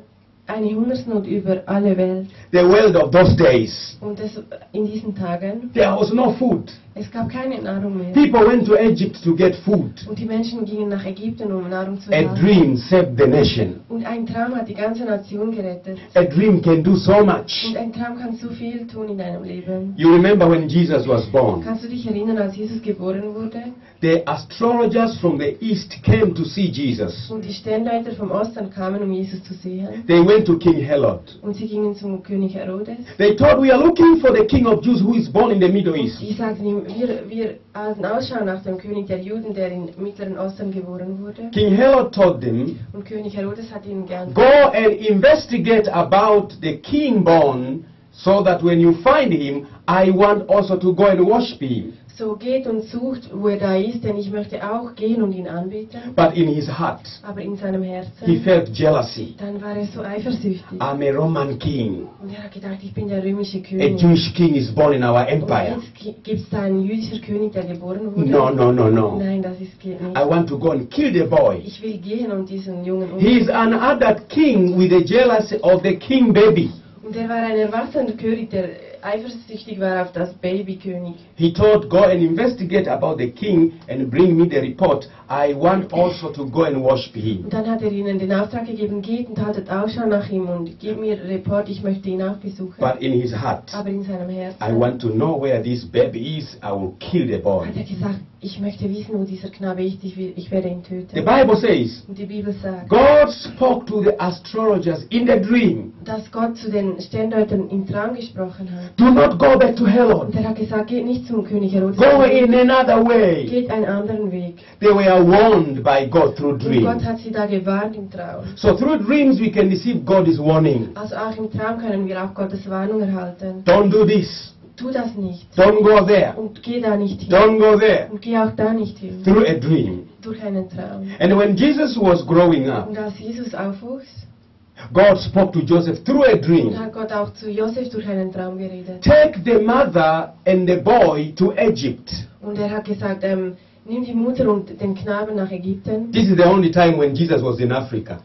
Speaker 2: eine Hungersnot über alle Welt.
Speaker 1: the world of those days.
Speaker 2: Und das in diesen Tagen,
Speaker 1: There was no food.
Speaker 2: es gab keine Nahrung mehr.
Speaker 1: People went to Egypt to get food.
Speaker 2: Und die Menschen gingen nach Ägypten, um Nahrung zu
Speaker 1: A
Speaker 2: haben.
Speaker 1: dream saved the nation.
Speaker 2: Und ein Traum hat die ganze Nation gerettet.
Speaker 1: A dream can do so much.
Speaker 2: Und ein Traum kann so viel tun in deinem Leben.
Speaker 1: You remember when Jesus was born,
Speaker 2: Kannst du dich erinnern, als Jesus geboren wurde?
Speaker 1: the astrologers from the east came to see Jesus.
Speaker 2: Und die Sternleiter vom Osten kamen, um Jesus zu sehen.
Speaker 1: They went to King Herod.
Speaker 2: Und sie gingen zum König Herodes.
Speaker 1: They thought we are looking for the king of Jews who is born in the Middle East.
Speaker 2: Die sagten ihm, wir, wir halten Ausschau nach dem König der Juden, der im Mittleren Osten geboren wurde.
Speaker 1: King Herod told them,
Speaker 2: Und König Herodes hat ihnen gern
Speaker 1: Go and investigate about the king born, so that when you find him, I want also to go and worship him.
Speaker 2: so geht und sucht, wo er da ist, denn ich möchte auch gehen und ihn anbeten.
Speaker 1: But in his heart,
Speaker 2: Aber in seinem
Speaker 1: he
Speaker 2: Herzen,
Speaker 1: felt jealousy.
Speaker 2: dann war er so eifersüchtig.
Speaker 1: I'm a Roman king.
Speaker 2: Und er hat gedacht, ich bin der römische
Speaker 1: A
Speaker 2: König.
Speaker 1: Jewish king is born in our
Speaker 2: Und
Speaker 1: empire.
Speaker 2: jetzt gibt es da einen jüdischen König, der geboren wurde.
Speaker 1: No, no, no, no.
Speaker 2: Nein, das ist geht nicht.
Speaker 1: I want to go and kill the boy.
Speaker 2: Ich will gehen und diesen Jungen
Speaker 1: He is an
Speaker 2: umbringen.
Speaker 1: adult king with the jealousy of the king baby.
Speaker 2: Und er war ein erwachsener König, der eifersüchtig war auf das Babykönig.
Speaker 1: He told, Go and investigate about the king and bring me the report. I want also to go and worship him.
Speaker 2: Und dann hat er ihnen den Auftrag gegeben, geht und haltet Ausschau nach ihm und gebt mir Report, ich möchte ihn auch besuchen.
Speaker 1: But in his heart,
Speaker 2: Aber in seinem Herzen
Speaker 1: I want to know where this baby is. I will kill the
Speaker 2: hat er
Speaker 1: boy.
Speaker 2: gesagt, ich möchte wissen, wo dieser Knabe ist, ich, will, ich werde ihn
Speaker 1: The
Speaker 2: töten.
Speaker 1: Bible says,
Speaker 2: Und die Bibel sagt,
Speaker 1: God spoke to the astrologers in the dream.
Speaker 2: dass Gott zu den Sterndeutern im Traum gesprochen hat.
Speaker 1: Do not go back to Herod.
Speaker 2: Und er hat gesagt, geht nicht zum König Herodes,
Speaker 1: Go in another way.
Speaker 2: geht einen anderen Weg.
Speaker 1: They were warned by God through
Speaker 2: Und Gott
Speaker 1: dreams.
Speaker 2: hat sie da gewarnt im Traum.
Speaker 1: So through dreams we can receive God's warning.
Speaker 2: Also auch im Traum können wir auch Gottes Warnung erhalten.
Speaker 1: Don't do this.
Speaker 2: Tu das nicht
Speaker 1: Don't go there.
Speaker 2: und geh da nicht hin.
Speaker 1: Don't go there.
Speaker 2: Und geh auch da nicht hin,
Speaker 1: Through a dream.
Speaker 2: durch einen Traum.
Speaker 1: And when Jesus was growing up,
Speaker 2: Und als Jesus aufwuchs,
Speaker 1: God spoke to Joseph through a
Speaker 2: Und
Speaker 1: dream.
Speaker 2: hat Gott auch zu Josef durch einen Traum geredet.
Speaker 1: Take the mother and the boy to Egypt.
Speaker 2: Und er hat gesagt, ähm, nimm die Mutter und den Knaben nach Ägypten.
Speaker 1: This is the only time when Jesus was in Africa.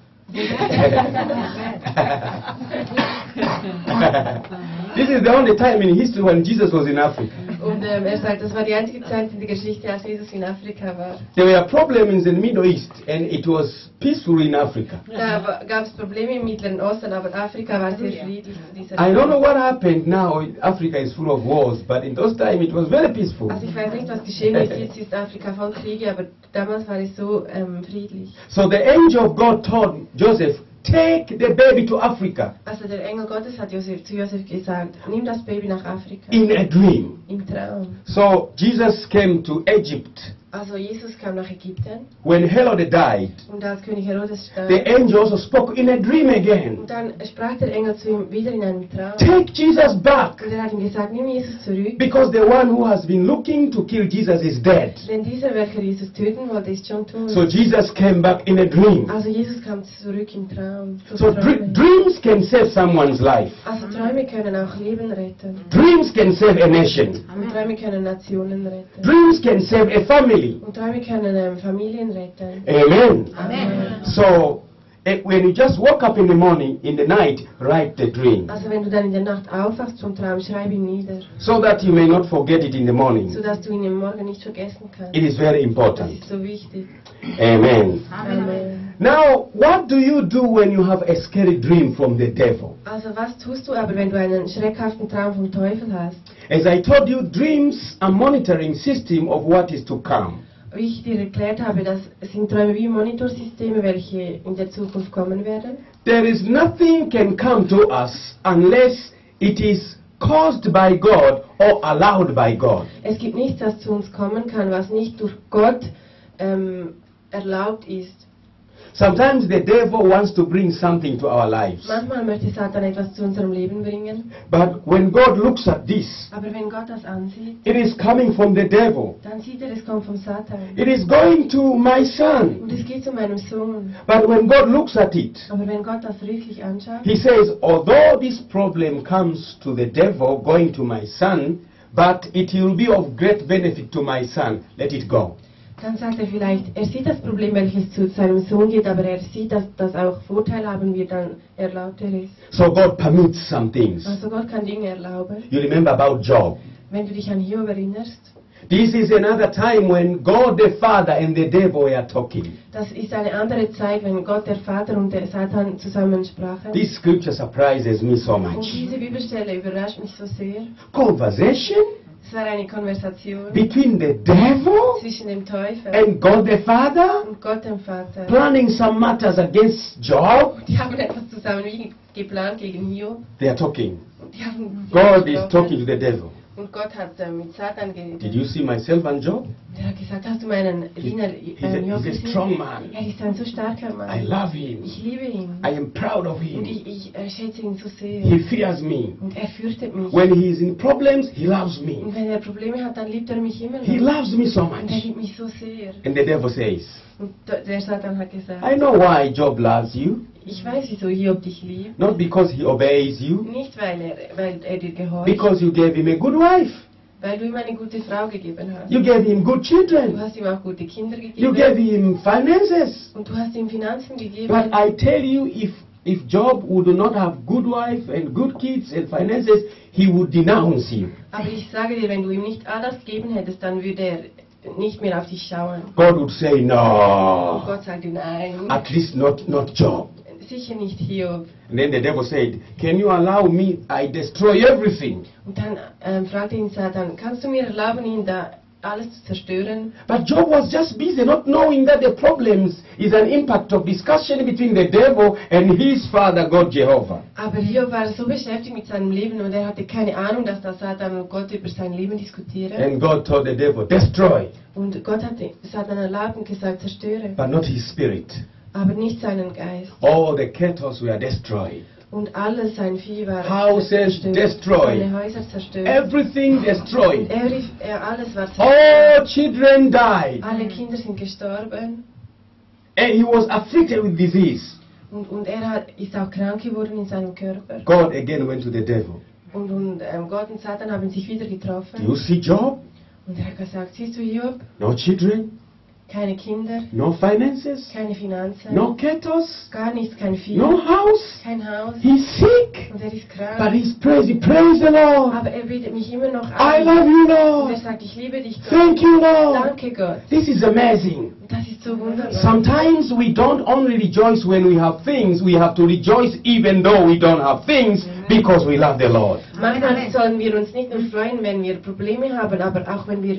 Speaker 1: this is the only time in history when Jesus was in Africa.
Speaker 2: Und ähm, er sagt, das war die einzige Zeit in der Geschichte, als Jesus in Afrika war.
Speaker 1: There were problems in the Middle East, and it was peaceful in Africa.
Speaker 2: Da gab es Probleme im Mittleren Osten, aber Afrika war sehr friedlich zu dieser
Speaker 1: I don't know
Speaker 2: Zeit.
Speaker 1: what happened now. Africa is full of wars, but in those time it was very peaceful.
Speaker 2: Also ich weiß nicht, was geschehen ist. Jetzt ist Afrika voll Kriege, aber damals war es so ähm, friedlich.
Speaker 1: So the angel of God told Joseph, take the baby to Africa
Speaker 2: Also der Engel Gottes hat Josef, zu Josef gesagt, nimm das Baby nach Afrika.
Speaker 1: in a dream.
Speaker 2: Im Traum.
Speaker 1: So Jesus came to Egypt.
Speaker 2: Also Jesus kam nach Ägypten
Speaker 1: When Herod died,
Speaker 2: und als König Herodes starb,
Speaker 1: the angel also spoke in a dream
Speaker 2: Und
Speaker 1: again.
Speaker 2: dann sprach der Engel zu ihm wieder in einem Traum.
Speaker 1: Take Jesus back.
Speaker 2: Und er hat ihm gesagt, nimm Jesus zurück,
Speaker 1: Because the one who has been looking to kill Jesus is dead.
Speaker 2: denn dieser, welcher Jesus töten wollte, ist schon tot.
Speaker 1: So Jesus came back in a dream.
Speaker 2: also Jesus kam zurück im Traum. zu
Speaker 1: So dr-
Speaker 2: Träumen.
Speaker 1: dreams can save someone's life.
Speaker 2: also Träume können auch Leben retten.
Speaker 1: Dreams can save a nation.
Speaker 2: Und Träume können Nationen retten.
Speaker 1: Dreams can save a family.
Speaker 2: Und Träume können ähm, Familien
Speaker 1: Äh.
Speaker 2: retten.
Speaker 1: Amen.
Speaker 2: Amen.
Speaker 1: So eh, when you just wake up in the morning, in the night, write the dream.
Speaker 2: Also wenn du dann in der Nacht aufwachst zum Traum, schreib ihn nieder,
Speaker 1: So that you may not forget it in the morning.
Speaker 2: sodass du ihn am Morgen nicht vergessen kannst.
Speaker 1: It is very
Speaker 2: Das
Speaker 1: important.
Speaker 2: ist so wichtig.
Speaker 1: Amen.
Speaker 2: Amen.
Speaker 1: Now, what do you do when you have a scary dream from the devil?
Speaker 2: Also was tust du aber, wenn du einen schreckhaften Traum vom Teufel hast?
Speaker 1: As I told you, dreams are monitoring system of what is to come.
Speaker 2: Wie ich dir erklärt habe, das sind Träume wie Monitorsysteme, welche in der Zukunft kommen werden.
Speaker 1: There is nothing can come to us unless it is caused by God or allowed by God.
Speaker 2: Es gibt nichts, das zu uns kommen kann, was nicht durch Gott ähm, erlaubt ist.
Speaker 1: Sometimes the devil wants to bring something to our lives.
Speaker 2: Manchmal möchte Satan etwas zu unserem Leben bringen,
Speaker 1: But when God looks at this,
Speaker 2: aber wenn Gott das ansieht,
Speaker 1: it is coming from the devil.
Speaker 2: dann sieht er, es kommt vom Satan.
Speaker 1: It is going to my son.
Speaker 2: Und es geht zu meinem Sohn.
Speaker 1: But when God looks at it,
Speaker 2: Aber wenn Gott das wirklich anschaut,
Speaker 1: he says, although this problem comes to the devil going to my son, but it will be of great benefit to my son. Let it go.
Speaker 2: dann sagt er vielleicht, er sieht das Problem, welches zu seinem Sohn geht, aber er sieht, dass das auch Vorteil haben wird, dann erlaubt er es.
Speaker 1: So God permits some things.
Speaker 2: Also Gott kann Dinge erlauben.
Speaker 1: You remember about Job.
Speaker 2: Wenn du dich an Hiob erinnerst,
Speaker 1: This is another time when God the Father and the devil were talking.
Speaker 2: das ist eine andere Zeit, wenn Gott, der Vater und der Satan zusammen sprachen.
Speaker 1: This scripture surprises me so
Speaker 2: Und
Speaker 1: much.
Speaker 2: diese Bibelstelle überrascht mich so sehr.
Speaker 1: Conversation
Speaker 2: Es war eine Konversation
Speaker 1: between the devil
Speaker 2: zwischen dem Teufel
Speaker 1: and God the Father,
Speaker 2: und Gott, dem Vater.
Speaker 1: planning some matters against Job.
Speaker 2: Die haben etwas zusammen wie geplant gegen Hiob.
Speaker 1: They are talking.
Speaker 2: Und die haben
Speaker 1: God is
Speaker 2: gesprochen.
Speaker 1: talking to the devil.
Speaker 2: Und Gott hat äh, mit Satan geredet.
Speaker 1: Did you see myself and Job?
Speaker 2: Und er hat gesagt, hast du meinen Diener
Speaker 1: he's
Speaker 2: äh,
Speaker 1: a-
Speaker 2: Hiob
Speaker 1: he's a
Speaker 2: gesehen?
Speaker 1: strong man.
Speaker 2: Er ist ein so starker
Speaker 1: I
Speaker 2: Mann.
Speaker 1: love him.
Speaker 2: Ich liebe ihn.
Speaker 1: I am proud of him.
Speaker 2: Und ich, ich äh, schätze ihn so sehr.
Speaker 1: He fears me.
Speaker 2: Und er fürchtet mich.
Speaker 1: When he is in problems, he loves
Speaker 2: Und
Speaker 1: me.
Speaker 2: wenn er Probleme hat, dann liebt er mich immer noch.
Speaker 1: He loves me so
Speaker 2: Und er
Speaker 1: much.
Speaker 2: liebt mich so sehr.
Speaker 1: And the devil says,
Speaker 2: Und d- der Satan hat gesagt,
Speaker 1: I know why Job loves you.
Speaker 2: ich weiß, wieso Hiob dich liebt.
Speaker 1: Not because he obeys you,
Speaker 2: Nicht, weil er, weil er dir gehorcht,
Speaker 1: because you gave him a good wife.
Speaker 2: weil du ihm eine gute Frau gegeben hast.
Speaker 1: You gave him good
Speaker 2: Du
Speaker 1: children.
Speaker 2: hast ihm auch gute Kinder
Speaker 1: You gave
Speaker 2: gegeben.
Speaker 1: him finances.
Speaker 2: Und du hast ihm Finanzen gegeben.
Speaker 1: But I tell you, if, if Job would not have good wife and good kids and finances, he would denounce you.
Speaker 2: Aber ich sage dir, wenn du ihm nicht all das gegeben hättest, dann würde er nicht mehr auf dich schauen.
Speaker 1: God would say,
Speaker 2: Und
Speaker 1: no,
Speaker 2: Gott sagt ihm, nein,
Speaker 1: at least not, not Job.
Speaker 2: sicher nicht Hiob.
Speaker 1: And then the devil said, can you allow me? I destroy everything.
Speaker 2: Und dann ähm, fragte ihn Satan, kannst du mir erlauben, ihn da alles zu zerstören.
Speaker 1: But Job was just busy, not knowing that the problems is an impact of discussion between the devil and his father, God Jehovah.
Speaker 2: Aber Hiob war so beschäftigt mit seinem Leben und er hatte keine Ahnung, dass da Satan und Gott über sein Leben diskutieren.
Speaker 1: And God told the devil, destroy,
Speaker 2: Und Gott hat Satan erlaubt und gesagt, zerstöre,
Speaker 1: but not his spirit.
Speaker 2: aber nicht seinen Geist.
Speaker 1: All the kettles were destroyed.
Speaker 2: Und alles sein Vieh war
Speaker 1: Houses destroyed.
Speaker 2: Seine Häuser zerstört.
Speaker 1: Everything destroyed.
Speaker 2: er rief, er, alles war zerstört.
Speaker 1: All children died.
Speaker 2: Alle Kinder sind gestorben
Speaker 1: And he was afflicted with disease.
Speaker 2: und, und er hat, ist auch krank geworden in seinem Körper.
Speaker 1: God again went to the devil.
Speaker 2: Und, und ähm, Gott und Satan haben sich wieder getroffen.
Speaker 1: You see Job?
Speaker 2: Und er hat gesagt, siehst du Job,
Speaker 1: No children,
Speaker 2: keine Kinder,
Speaker 1: no finances,
Speaker 2: keine Finanzen,
Speaker 1: no kettles,
Speaker 2: gar nichts, kein Vieh,
Speaker 1: no house.
Speaker 2: kein Haus.
Speaker 1: He's sick.
Speaker 2: Und er ist
Speaker 1: But
Speaker 2: krank.
Speaker 1: he's praising. Praise the Lord.
Speaker 2: Aber er bietet mich immer noch
Speaker 1: I
Speaker 2: an.
Speaker 1: love you,
Speaker 2: Und er
Speaker 1: Lord.
Speaker 2: sagt, ich liebe dich, Gott.
Speaker 1: Thank you, Lord.
Speaker 2: Danke, Gott.
Speaker 1: This is amazing.
Speaker 2: Das ist so wunderbar.
Speaker 1: Sometimes we don't only rejoice when we have things, we have to rejoice even though we don't have things because we love the Lord.
Speaker 2: Manchmal sollen wir uns nicht nur freuen, wenn wir Probleme haben, aber auch wenn wir,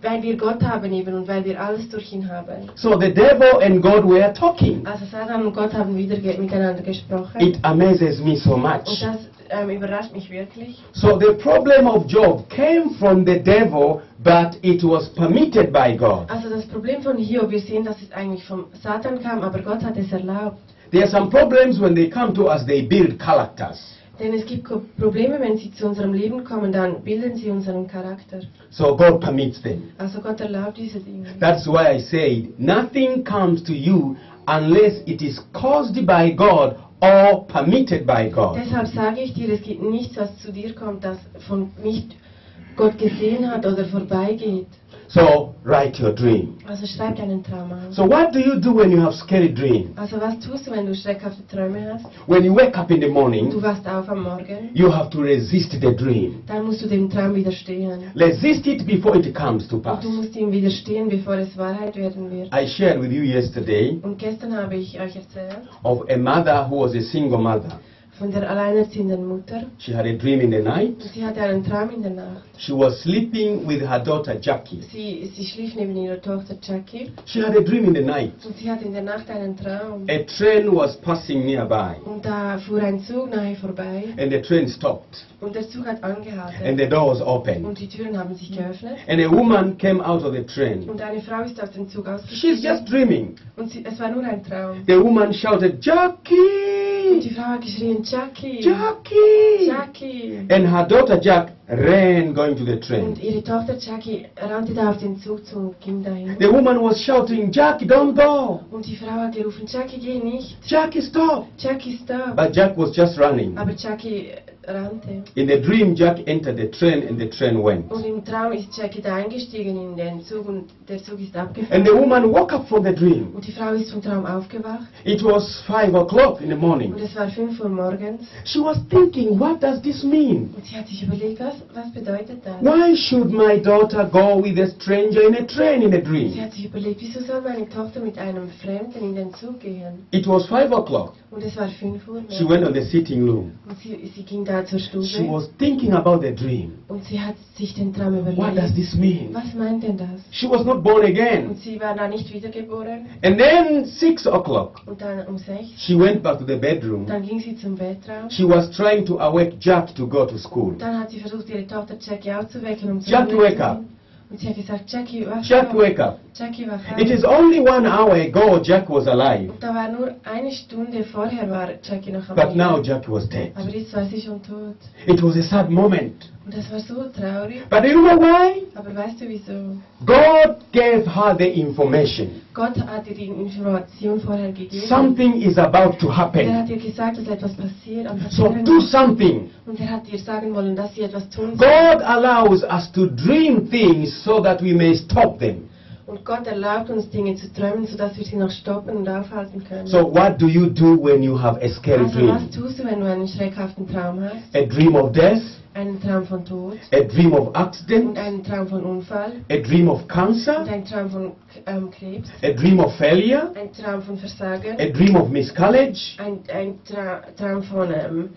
Speaker 2: weil wir Gott haben eben und weil wir alles durch ihn haben.
Speaker 1: So the devil and God were talking.
Speaker 2: Also Satan und Gott haben wieder ge miteinander gesprochen.
Speaker 1: It amazes me so much.
Speaker 2: und das ähm, überrascht mich wirklich.
Speaker 1: So the problem of Job came from the devil, but it was permitted by God.
Speaker 2: Also das Problem von Hiob, wir sehen, dass es eigentlich vom Satan kam, aber Gott hat es erlaubt.
Speaker 1: There are some problems when they come to us, they build characters.
Speaker 2: Denn es gibt Ko- Probleme, wenn sie zu unserem Leben kommen, dann bilden sie unseren Charakter.
Speaker 1: So God permits them.
Speaker 2: Also Gott erlaubt diese Dinge.
Speaker 1: That's why I said nothing comes to you unless it is caused by God or permitted by God.
Speaker 2: Deshalb sage ich dir, es gibt nichts, was zu dir kommt, das von nicht Gott gesehen hat oder vorbeigeht.
Speaker 1: So write your dream.
Speaker 2: Also schreib deinen Traum auf.
Speaker 1: So what do you do when you have scary dream?
Speaker 2: Also was tust du, wenn du schreckhafte Träume hast?
Speaker 1: When you wake up in the
Speaker 2: Du
Speaker 1: morning,
Speaker 2: wachst auf am Morgen,
Speaker 1: you have to resist the dream.
Speaker 2: dann musst du dem Traum widerstehen.
Speaker 1: Resist it before it comes to
Speaker 2: Und
Speaker 1: pass.
Speaker 2: du musst ihm widerstehen, bevor es Wahrheit werden wird.
Speaker 1: I shared with you yesterday
Speaker 2: Und gestern habe ich euch erzählt
Speaker 1: of a mother who was a single mother.
Speaker 2: von der alleinerziehenden Mutter.
Speaker 1: She had a dream in the night.
Speaker 2: Und Sie hatte einen Traum in der Nacht.
Speaker 1: She was sleeping with her daughter Jackie.
Speaker 2: Sie, sie schlief neben ihrer Tochter Jackie
Speaker 1: She had a dream in the night.
Speaker 2: und sie hatte in der Nacht einen Traum.
Speaker 1: A train was passing nearby
Speaker 2: Und da fuhr ein Zug nahe vorbei
Speaker 1: and the train stopped
Speaker 2: und der Zug hat angehalten.
Speaker 1: and the door was open.
Speaker 2: Und die Türen haben sich geöffnet.
Speaker 1: And a woman came out of the train.
Speaker 2: Und eine Frau ist aus dem Zug ausgestiegen.
Speaker 1: She's just dreaming.
Speaker 2: Und sie, es war nur ein Traum.
Speaker 1: The woman shouted,
Speaker 2: Und die
Speaker 1: Jackie!
Speaker 2: Frau hat geschrien, Jackie!
Speaker 1: Jackie!
Speaker 2: Jackie!
Speaker 1: And her daughter Jack ran going to the
Speaker 2: Und
Speaker 1: train.
Speaker 2: ihre Tochter Jackie rannte da auf den Zug zu und ging dahin.
Speaker 1: The woman was shouting, Jackie, don't go!
Speaker 2: Und die Frau hat gerufen, Jackie, geh nicht!
Speaker 1: Jackie, stop!
Speaker 2: Jackie, stop!
Speaker 1: But Jack was just running.
Speaker 2: Aber Jackie rannte.
Speaker 1: In the dream, Jack entered the train and the train went.
Speaker 2: Und im Traum ist Jackie da eingestiegen in den Zug und der Zug ist
Speaker 1: And
Speaker 2: abgefahren.
Speaker 1: the woman woke up from the dream.
Speaker 2: Und die Frau ist vom Traum aufgewacht
Speaker 1: It was five o'clock in the
Speaker 2: und
Speaker 1: morning.
Speaker 2: es war 5 Uhr morgens.
Speaker 1: She was thinking, what does this mean?
Speaker 2: Und sie hat sich überlegt, was, was bedeutet das?
Speaker 1: Why should my daughter go with a stranger in a train in a
Speaker 2: Sie
Speaker 1: dream?
Speaker 2: hat sich überlegt, wieso soll meine Tochter mit einem Fremden in den Zug gehen?
Speaker 1: It was five o'clock.
Speaker 2: Und es war 5 Uhr
Speaker 1: She
Speaker 2: morgens.
Speaker 1: went on the sitting room.
Speaker 2: Und sie, sie ging da zur
Speaker 1: She
Speaker 2: Stube
Speaker 1: was thinking about the dream.
Speaker 2: und sie hat sich den Traum
Speaker 1: What does
Speaker 2: überlegt.
Speaker 1: this mean?
Speaker 2: Was meint denn das?
Speaker 1: She was not born
Speaker 2: Und
Speaker 1: again.
Speaker 2: sie war da nicht wiedergeboren.
Speaker 1: And then six o'clock,
Speaker 2: Und dann um 6,
Speaker 1: she went back to the bedroom.
Speaker 2: dann ging sie zum Bett raus.
Speaker 1: She was trying to awake Jack to go to school.
Speaker 2: Dann hat sie versucht, ihre Tochter Jackie aufzuwecken, um zu
Speaker 1: Jackie,
Speaker 2: Ruhe zu
Speaker 1: wake up.
Speaker 2: bringen. Und sie hat gesagt, Jackie, wach
Speaker 1: Jack,
Speaker 2: auf.
Speaker 1: wake up.
Speaker 2: Jackie, wach auf.
Speaker 1: It is only one hour ago Jack was alive,
Speaker 2: Und da war nur eine Stunde vorher war Jackie noch am
Speaker 1: but
Speaker 2: Leben.
Speaker 1: now Jack was dead.
Speaker 2: Aber jetzt war sie schon tot.
Speaker 1: It was a sad moment.
Speaker 2: Und das war so traurig.
Speaker 1: But do you know why?
Speaker 2: Aber weißt du wieso?
Speaker 1: God gave her the information.
Speaker 2: Gott hat dir die Information vorher gegeben.
Speaker 1: Something is about to
Speaker 2: Er hat
Speaker 1: happen.
Speaker 2: dir gesagt, dass etwas passiert. am
Speaker 1: So
Speaker 2: passieren
Speaker 1: do
Speaker 2: wird.
Speaker 1: something.
Speaker 2: Und er hat dir sagen wollen, dass sie etwas tun sollen.
Speaker 1: God allows us to dream things so that we may stop them.
Speaker 2: Und Gott erlaubt uns Dinge zu träumen, sodass wir sie noch stoppen und aufhalten können.
Speaker 1: So what do you do when you have a scary
Speaker 2: also was
Speaker 1: dream?
Speaker 2: tust du, wenn du einen schreckhaften Traum hast?
Speaker 1: A dream of death,
Speaker 2: Einen Traum von Tod
Speaker 1: a dream of
Speaker 2: und
Speaker 1: accident,
Speaker 2: einen Traum von Unfall
Speaker 1: a dream of
Speaker 2: und
Speaker 1: cancer,
Speaker 2: einen Traum von ähm, Krebs,
Speaker 1: a dream of failure,
Speaker 2: ein Traum von Versagen,
Speaker 1: a dream of miscarriage,
Speaker 2: ein, ein Tra Traum von ähm,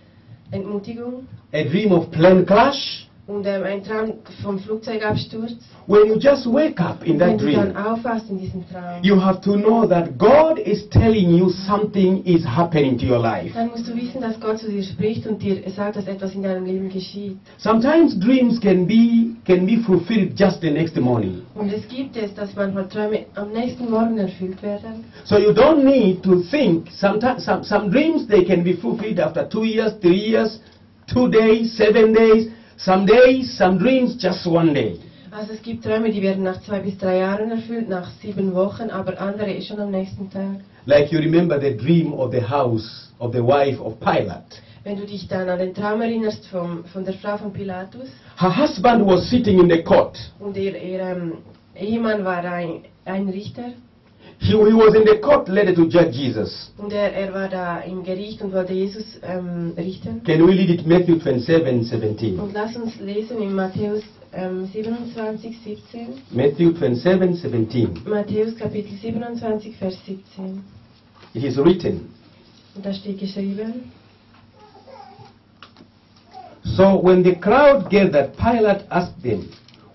Speaker 2: Entmutigung,
Speaker 1: a dream of plane crash,
Speaker 2: Und ähm, ein Traum vom Flugzeugabsturz.
Speaker 1: When you just wake up in
Speaker 2: Wenn
Speaker 1: that
Speaker 2: du dann
Speaker 1: dream,
Speaker 2: aufwachst in diesem Traum,
Speaker 1: you have to know that God is telling you something is happening to your life.
Speaker 2: dann musst du wissen, dass Gott zu dir spricht und dir sagt, dass etwas in deinem Leben geschieht.
Speaker 1: Sometimes dreams can be can be fulfilled just the next morning.
Speaker 2: Und es gibt es, dass manchmal Träume am nächsten Morgen erfüllt werden.
Speaker 1: So you don't need to think. Sometimes some, some dreams they can be fulfilled after two years, three years, two days, seven days, some days, some dreams just one day.
Speaker 2: Also es gibt Träume, die werden nach zwei bis drei Jahren erfüllt, nach sieben Wochen, aber andere eh schon am nächsten Tag.
Speaker 1: Like you remember the dream of the house of the wife of Pilate.
Speaker 2: Wenn du dich dann an den Traum erinnerst vom, von der Frau von Pilatus
Speaker 1: Her husband was sitting in the court.
Speaker 2: und ihr, ihr ähm, Ehemann war ein, ein Richter
Speaker 1: He, he was in the court later to judge Jesus.
Speaker 2: und er, er war da im Gericht und wollte Jesus ähm, richten.
Speaker 1: Can we read it Matthew 27, 17?
Speaker 2: Und lass uns lesen in Matthäus ähm, 27, 17.
Speaker 1: Matthew 27, 17.
Speaker 2: Matthäus Kapitel 27, Vers 17.
Speaker 1: It is written,
Speaker 2: Und da steht geschrieben,
Speaker 1: So when the crowd gathered, Pilate asked them,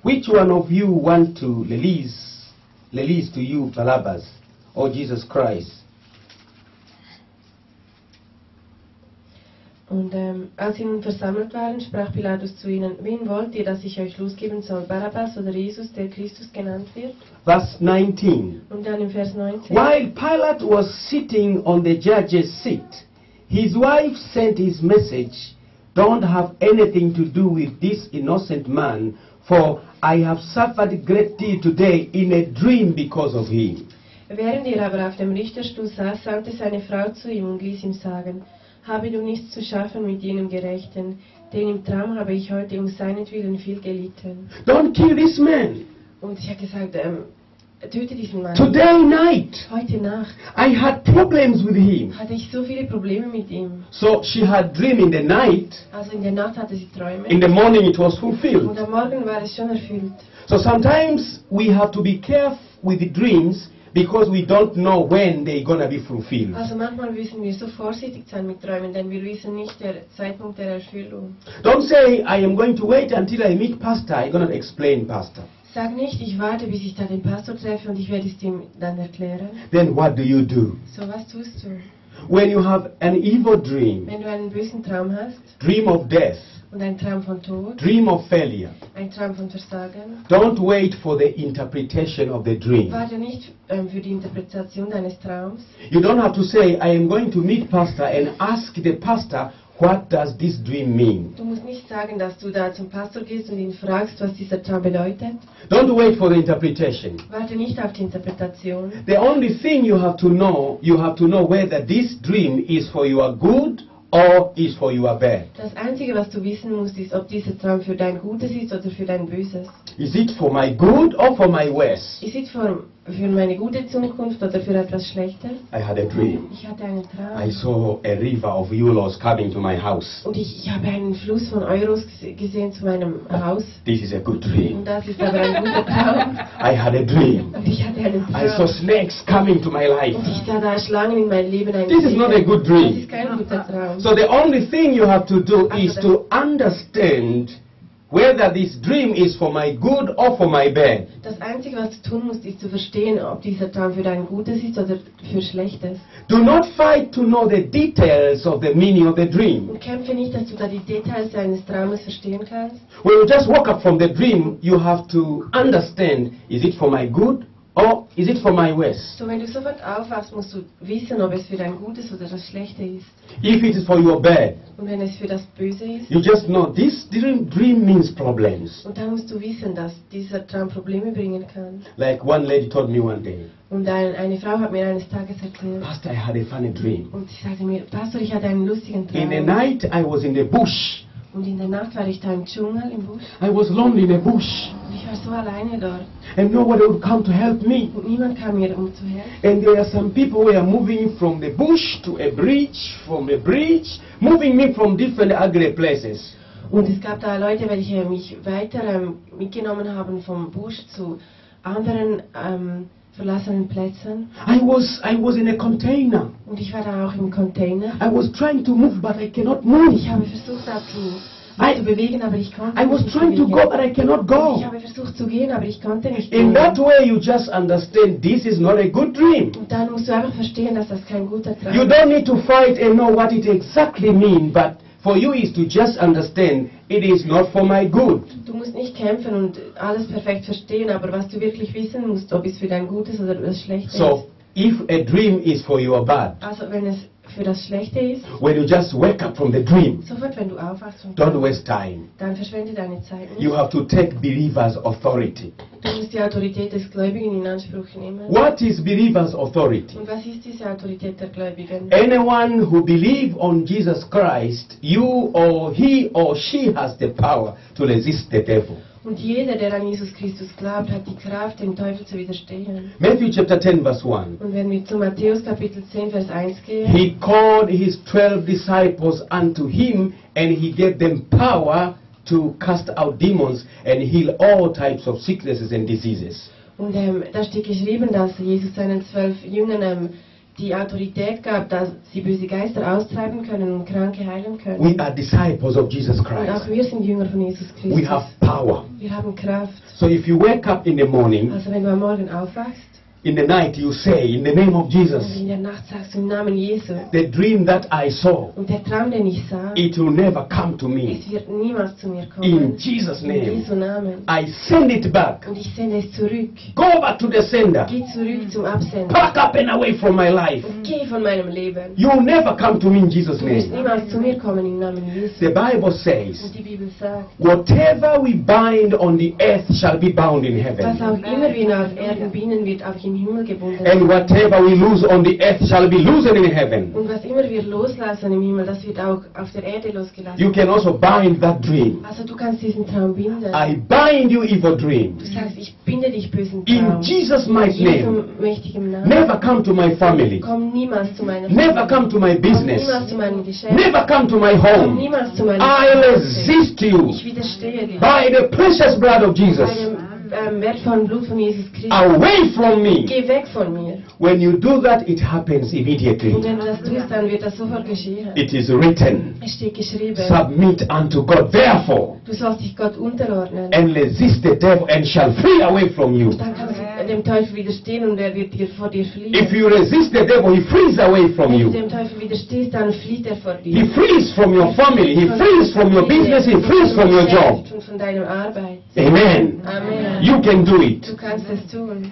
Speaker 1: Which one of you want to release, release to you Barabbas or Jesus Christ?
Speaker 2: Und ähm, als sie nun versammelt waren, sprach Pilatus zu ihnen, wen wollt ihr, dass ich euch losgeben soll, Barabbas oder Jesus, der Christus genannt wird?
Speaker 1: Verse 19.
Speaker 2: Und dann im Vers 19.
Speaker 1: While Pilate was sitting on the judge's seat, his wife sent his message, Don't have anything to do with this innocent man, for I have suffered great deal today in a dream because of him.
Speaker 2: Während er aber auf dem Richterstuhl saß, sagte seine Frau zu ihm und ließ ihm sagen, habe du nichts zu schaffen mit jenem Gerechten, denn im Traum habe ich heute um seinetwillen viel gelitten.
Speaker 1: Don't kill this man.
Speaker 2: Und sie hat gesagt, ähm, töte diesen Mann.
Speaker 1: Today night,
Speaker 2: Heute Nacht
Speaker 1: I had problems with him.
Speaker 2: hatte ich so viele Probleme mit ihm.
Speaker 1: So she had dream in the night.
Speaker 2: Also in der Nacht hatte sie Träume
Speaker 1: In the morning it was
Speaker 2: und
Speaker 1: fulfilled.
Speaker 2: am Morgen war es schon erfüllt.
Speaker 1: So sometimes we have to be careful with the dreams because we don't know when they're gonna be fulfilled.
Speaker 2: Also manchmal müssen wir so vorsichtig sein mit Träumen, denn wir wissen nicht der Zeitpunkt der Erfüllung.
Speaker 1: Don't say I am going to wait until I meet pastor. I'm gonna explain pastor.
Speaker 2: Sag nicht, ich warte, bis ich da den Pastor treffe und ich werde es ihm dann erklären.
Speaker 1: Then what do you do
Speaker 2: So was tust du?
Speaker 1: when you have an evil dream,
Speaker 2: Wenn du einen bösen Traum hast
Speaker 1: dream of death,
Speaker 2: und einen Traum von Tod,
Speaker 1: dream of failure?
Speaker 2: einen Traum von Versagen,
Speaker 1: Don't wait for the interpretation of the dream.
Speaker 2: warte nicht ähm, für die Interpretation deines Traums.
Speaker 1: You don't have to say, I am going to meet pastor and ask the pastor, what does this dream mean?
Speaker 2: Du musst nicht sagen, dass du da zum Pastor gehst und ihn fragst, was dieser Traum bedeutet.
Speaker 1: Don't wait for the interpretation.
Speaker 2: Warte nicht auf die Interpretation.
Speaker 1: The only thing you have to know, you have to know whether this dream is for your good or is for your bad.
Speaker 2: Das Einzige, was du wissen musst, ist, ob dieser Traum für dein Gutes ist oder für dein Böses.
Speaker 1: Is it for my good or for my worse?
Speaker 2: Ist es für, für meine gute Zukunft oder für etwas Schlechtes?
Speaker 1: I had a dream.
Speaker 2: Ich hatte einen Traum.
Speaker 1: I saw a river of euros coming to my house.
Speaker 2: Und ich, ich habe einen Fluss von Euros gese- gesehen zu meinem Haus.
Speaker 1: This is a good
Speaker 2: Und
Speaker 1: dream.
Speaker 2: das ist aber ein guter Traum.
Speaker 1: I had a dream.
Speaker 2: Und ich hatte einen
Speaker 1: I saw
Speaker 2: Traum.
Speaker 1: snakes coming to my
Speaker 2: Und
Speaker 1: life.
Speaker 2: ich sah da Schlangen in meinem Leben. Ein
Speaker 1: This is not a good
Speaker 2: Das
Speaker 1: dream.
Speaker 2: ist kein guter Traum.
Speaker 1: So the only thing you have to do is to understand whether this dream is for my good or for my bad.
Speaker 2: Das Einzige, was du tun musst, ist zu verstehen, ob dieser Traum für dein Gutes ist oder für Schlechtes.
Speaker 1: Do not fight to know the details of the meaning of the dream.
Speaker 2: Und kämpfe nicht, dass du da die Details deines Traumes verstehen kannst.
Speaker 1: When you just woke up from the dream, you have to understand is it for my good or is it for my worse?
Speaker 2: So, wenn du sofort aufwachst, musst du wissen, ob es für dein Gutes oder das Schlechte ist.
Speaker 1: If it is for your bad,
Speaker 2: Und wenn es für das Böse ist,
Speaker 1: you just know this dream, dream means problems.
Speaker 2: und dann musst du wissen, dass dieser Traum Probleme bringen kann.
Speaker 1: Like one lady told me one day,
Speaker 2: Und ein, eine Frau hat mir eines Tages erzählt,
Speaker 1: Pastor, I had a funny dream.
Speaker 2: und sie sagte mir, Pastor, ich hatte einen lustigen
Speaker 1: In the
Speaker 2: Traum.
Speaker 1: night, I was in the bush.
Speaker 2: Und in der Nacht war ich da im Dschungel, im Busch,
Speaker 1: I was lonely in the bush.
Speaker 2: und ich war so alleine dort.
Speaker 1: and nobody would come to help me.
Speaker 2: Und niemand kam mir um zu helfen.
Speaker 1: And there are some people who are moving from the bush to a bridge, from a bridge, moving me from different ugly places.
Speaker 2: Und es gab da Leute, welche mich weiter ähm, mitgenommen haben vom Busch zu anderen ähm, verlassenen Plätzen.
Speaker 1: I was, I was in a container.
Speaker 2: Und ich war da auch im Container.
Speaker 1: I was trying to move, but I cannot move.
Speaker 2: Ich habe versucht, da zu mich
Speaker 1: I-
Speaker 2: zu bewegen, aber ich konnte
Speaker 1: I was
Speaker 2: mich
Speaker 1: trying
Speaker 2: nicht
Speaker 1: to
Speaker 2: bewegen.
Speaker 1: go, but I cannot
Speaker 2: Ich
Speaker 1: go.
Speaker 2: habe versucht zu gehen, aber ich konnte nicht
Speaker 1: In
Speaker 2: gehen.
Speaker 1: that way, you just understand this is not a good dream.
Speaker 2: Und dann musst du einfach verstehen, dass das kein guter Traum
Speaker 1: You
Speaker 2: ist.
Speaker 1: don't need to fight and know what it exactly means, but for you is to just understand it is not for my good.
Speaker 2: Du musst nicht kämpfen und alles perfekt verstehen, aber was du wirklich wissen musst, ob es für dein Gutes oder das Schlechte ist.
Speaker 1: So if a dream is for your bad,
Speaker 2: Also wenn es für das Schlechte ist,
Speaker 1: when you just wake up from the dream,
Speaker 2: sofort wenn du aufwachst, und
Speaker 1: don't waste time.
Speaker 2: dann verschwende deine Zeit nicht.
Speaker 1: You have to take believer's authority.
Speaker 2: Du musst die Autorität des Gläubigen in Anspruch nehmen.
Speaker 1: What is believer's authority?
Speaker 2: Und was ist diese Autorität der Gläubigen?
Speaker 1: Anyone who believe on Jesus Christ, you or he or she has the power to resist the devil.
Speaker 2: Und jeder, der an Jesus Christus glaubt, hat die Kraft, dem Teufel zu widerstehen.
Speaker 1: Matthew chapter 10 verse 1.
Speaker 2: Und wenn wir zu Matthäus Kapitel 10, Vers 1 gehen,
Speaker 1: He called his 12 disciples unto him and he gave them power to cast out demons and heal all types of sicknesses and diseases.
Speaker 2: und ähm, da steht geschrieben, dass Jesus seinen zwölf Jüngern ähm, die Autorität gab, dass sie böse Geister austreiben können und Kranke heilen können.
Speaker 1: We are disciples of Jesus
Speaker 2: Und auch
Speaker 1: Christ.
Speaker 2: wir sind Jünger von Jesus
Speaker 1: We
Speaker 2: Christus.
Speaker 1: have power.
Speaker 2: Wir haben Kraft.
Speaker 1: So if you wake up in the morning,
Speaker 2: Also wenn du am Morgen aufwachst
Speaker 1: in the night you say, in the name of
Speaker 2: und
Speaker 1: Jesus,
Speaker 2: in der Nacht sagst du im Namen Jesu
Speaker 1: the dream that I saw,
Speaker 2: und der Traum, den ich sah,
Speaker 1: it will never come to me.
Speaker 2: es wird niemals zu mir kommen.
Speaker 1: In Jesus'
Speaker 2: In
Speaker 1: name,
Speaker 2: Jesu Namen.
Speaker 1: I send it back.
Speaker 2: Und ich sende es zurück.
Speaker 1: Go back to the sender.
Speaker 2: Geh
Speaker 1: Mhm.
Speaker 2: zurück zum Absender.
Speaker 1: Pack up and away from my life.
Speaker 2: Und geh von meinem Leben.
Speaker 1: You will never come to me in Jesus'
Speaker 2: Du wirst
Speaker 1: name.
Speaker 2: niemals zu mir kommen im Namen Jesu.
Speaker 1: The Bible says,
Speaker 2: Und die Bibel sagt,
Speaker 1: whatever we bind on the earth shall be bound in
Speaker 2: was
Speaker 1: heaven.
Speaker 2: auch immer wir auf Erden binden, wird auch im Himmel gebunden.
Speaker 1: And whatever we lose on the earth shall be loosened in heaven.
Speaker 2: Und was immer wir loslassen im Himmel, das wird auch auf der Erde losgelassen.
Speaker 1: You can also bind that dream.
Speaker 2: Also du kannst diesen Traum binden.
Speaker 1: I bind you, evil
Speaker 2: Du
Speaker 1: dream.
Speaker 2: sagst, ich binde dich bösen
Speaker 1: In
Speaker 2: Traum.
Speaker 1: Jesus' mighty name.
Speaker 2: Jesu mächtigen Namen.
Speaker 1: Never come to my family.
Speaker 2: Komm niemals zu meiner
Speaker 1: Never come to my
Speaker 2: Komm niemals
Speaker 1: business.
Speaker 2: zu meinem Geschäft.
Speaker 1: Never come to my
Speaker 2: Komm
Speaker 1: home.
Speaker 2: niemals zu meinem
Speaker 1: I resist you.
Speaker 2: Ich widerstehe dir.
Speaker 1: By the precious blood of Jesus.
Speaker 2: Bei dem ähm, wertvollen Blut von Jesus Christus.
Speaker 1: Away from me.
Speaker 2: Geh weg von mir.
Speaker 1: When you do that, it happens
Speaker 2: Und
Speaker 1: immediately.
Speaker 2: wenn du das tust, dann wird das sofort geschehen.
Speaker 1: It is written.
Speaker 2: Es steht geschrieben,
Speaker 1: Submit unto God, therefore,
Speaker 2: du sollst dich Gott unterordnen.
Speaker 1: and resist the devil, and shall flee away from you.
Speaker 2: Dann kannst du dem Teufel widerstehen und er wird dir vor dir
Speaker 1: If
Speaker 2: fliehen.
Speaker 1: you resist the devil, he flees away from
Speaker 2: Wenn du
Speaker 1: you.
Speaker 2: dem Teufel widerstehst, dann flieht er vor dir.
Speaker 1: He flees from your family. He flees from your business. He flees from your job.
Speaker 2: Und von deiner Arbeit.
Speaker 1: Amen.
Speaker 2: Amen.
Speaker 1: You can do it.
Speaker 2: Du kannst es tun.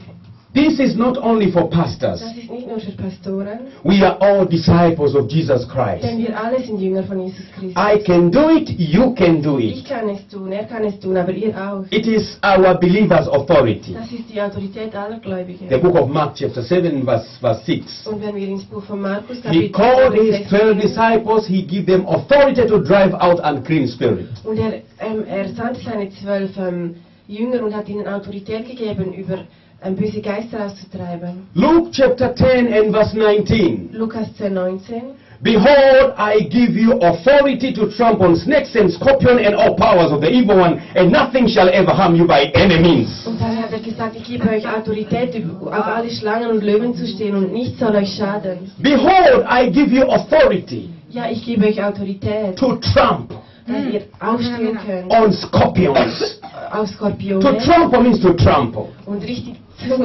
Speaker 1: This is not only for pastors.
Speaker 2: Das ist nicht nur für Pastoren,
Speaker 1: We are all disciples of Jesus
Speaker 2: denn
Speaker 1: Christ.
Speaker 2: wir alle sind Jünger von Jesus Christus.
Speaker 1: I can do it. You can do
Speaker 2: Ich
Speaker 1: it.
Speaker 2: kann es tun, er kann es tun, aber ihr auch.
Speaker 1: It is our believers' authority.
Speaker 2: Das ist die Autorität aller Gläubigen.
Speaker 1: The book of Mark, chapter 7, verse, verse 6.
Speaker 2: Und wenn wir ins Buch von Markus
Speaker 1: He
Speaker 2: Kapitel
Speaker 1: called his
Speaker 2: 16,
Speaker 1: 12 disciples, he gave them authority to drive out unclean spirits.
Speaker 2: und er, ähm, er sandte seine zwölf ähm, Jünger und hat ihnen Autorität gegeben, über ähm, böse Geister auszutreiben.
Speaker 1: Luke chapter 10 and verse 19.
Speaker 2: Lukas 10, 19.
Speaker 1: Behold, I give you authority to trample on snakes and scorpions and all powers of the evil one, and nothing shall ever harm you by any means.
Speaker 2: Und dann hat er gesagt, ich gebe euch Autorität, über- auf alle Schlangen und Löwen zu stehen und nichts soll euch schaden.
Speaker 1: Behold, I give you authority
Speaker 2: Ja, ich gebe euch Autorität,
Speaker 1: to trample
Speaker 2: dass ihr aufstehen könnt
Speaker 1: on scorpions.
Speaker 2: auf
Speaker 1: to
Speaker 2: Skorpione
Speaker 1: trample means to trample,
Speaker 2: und richtig zu,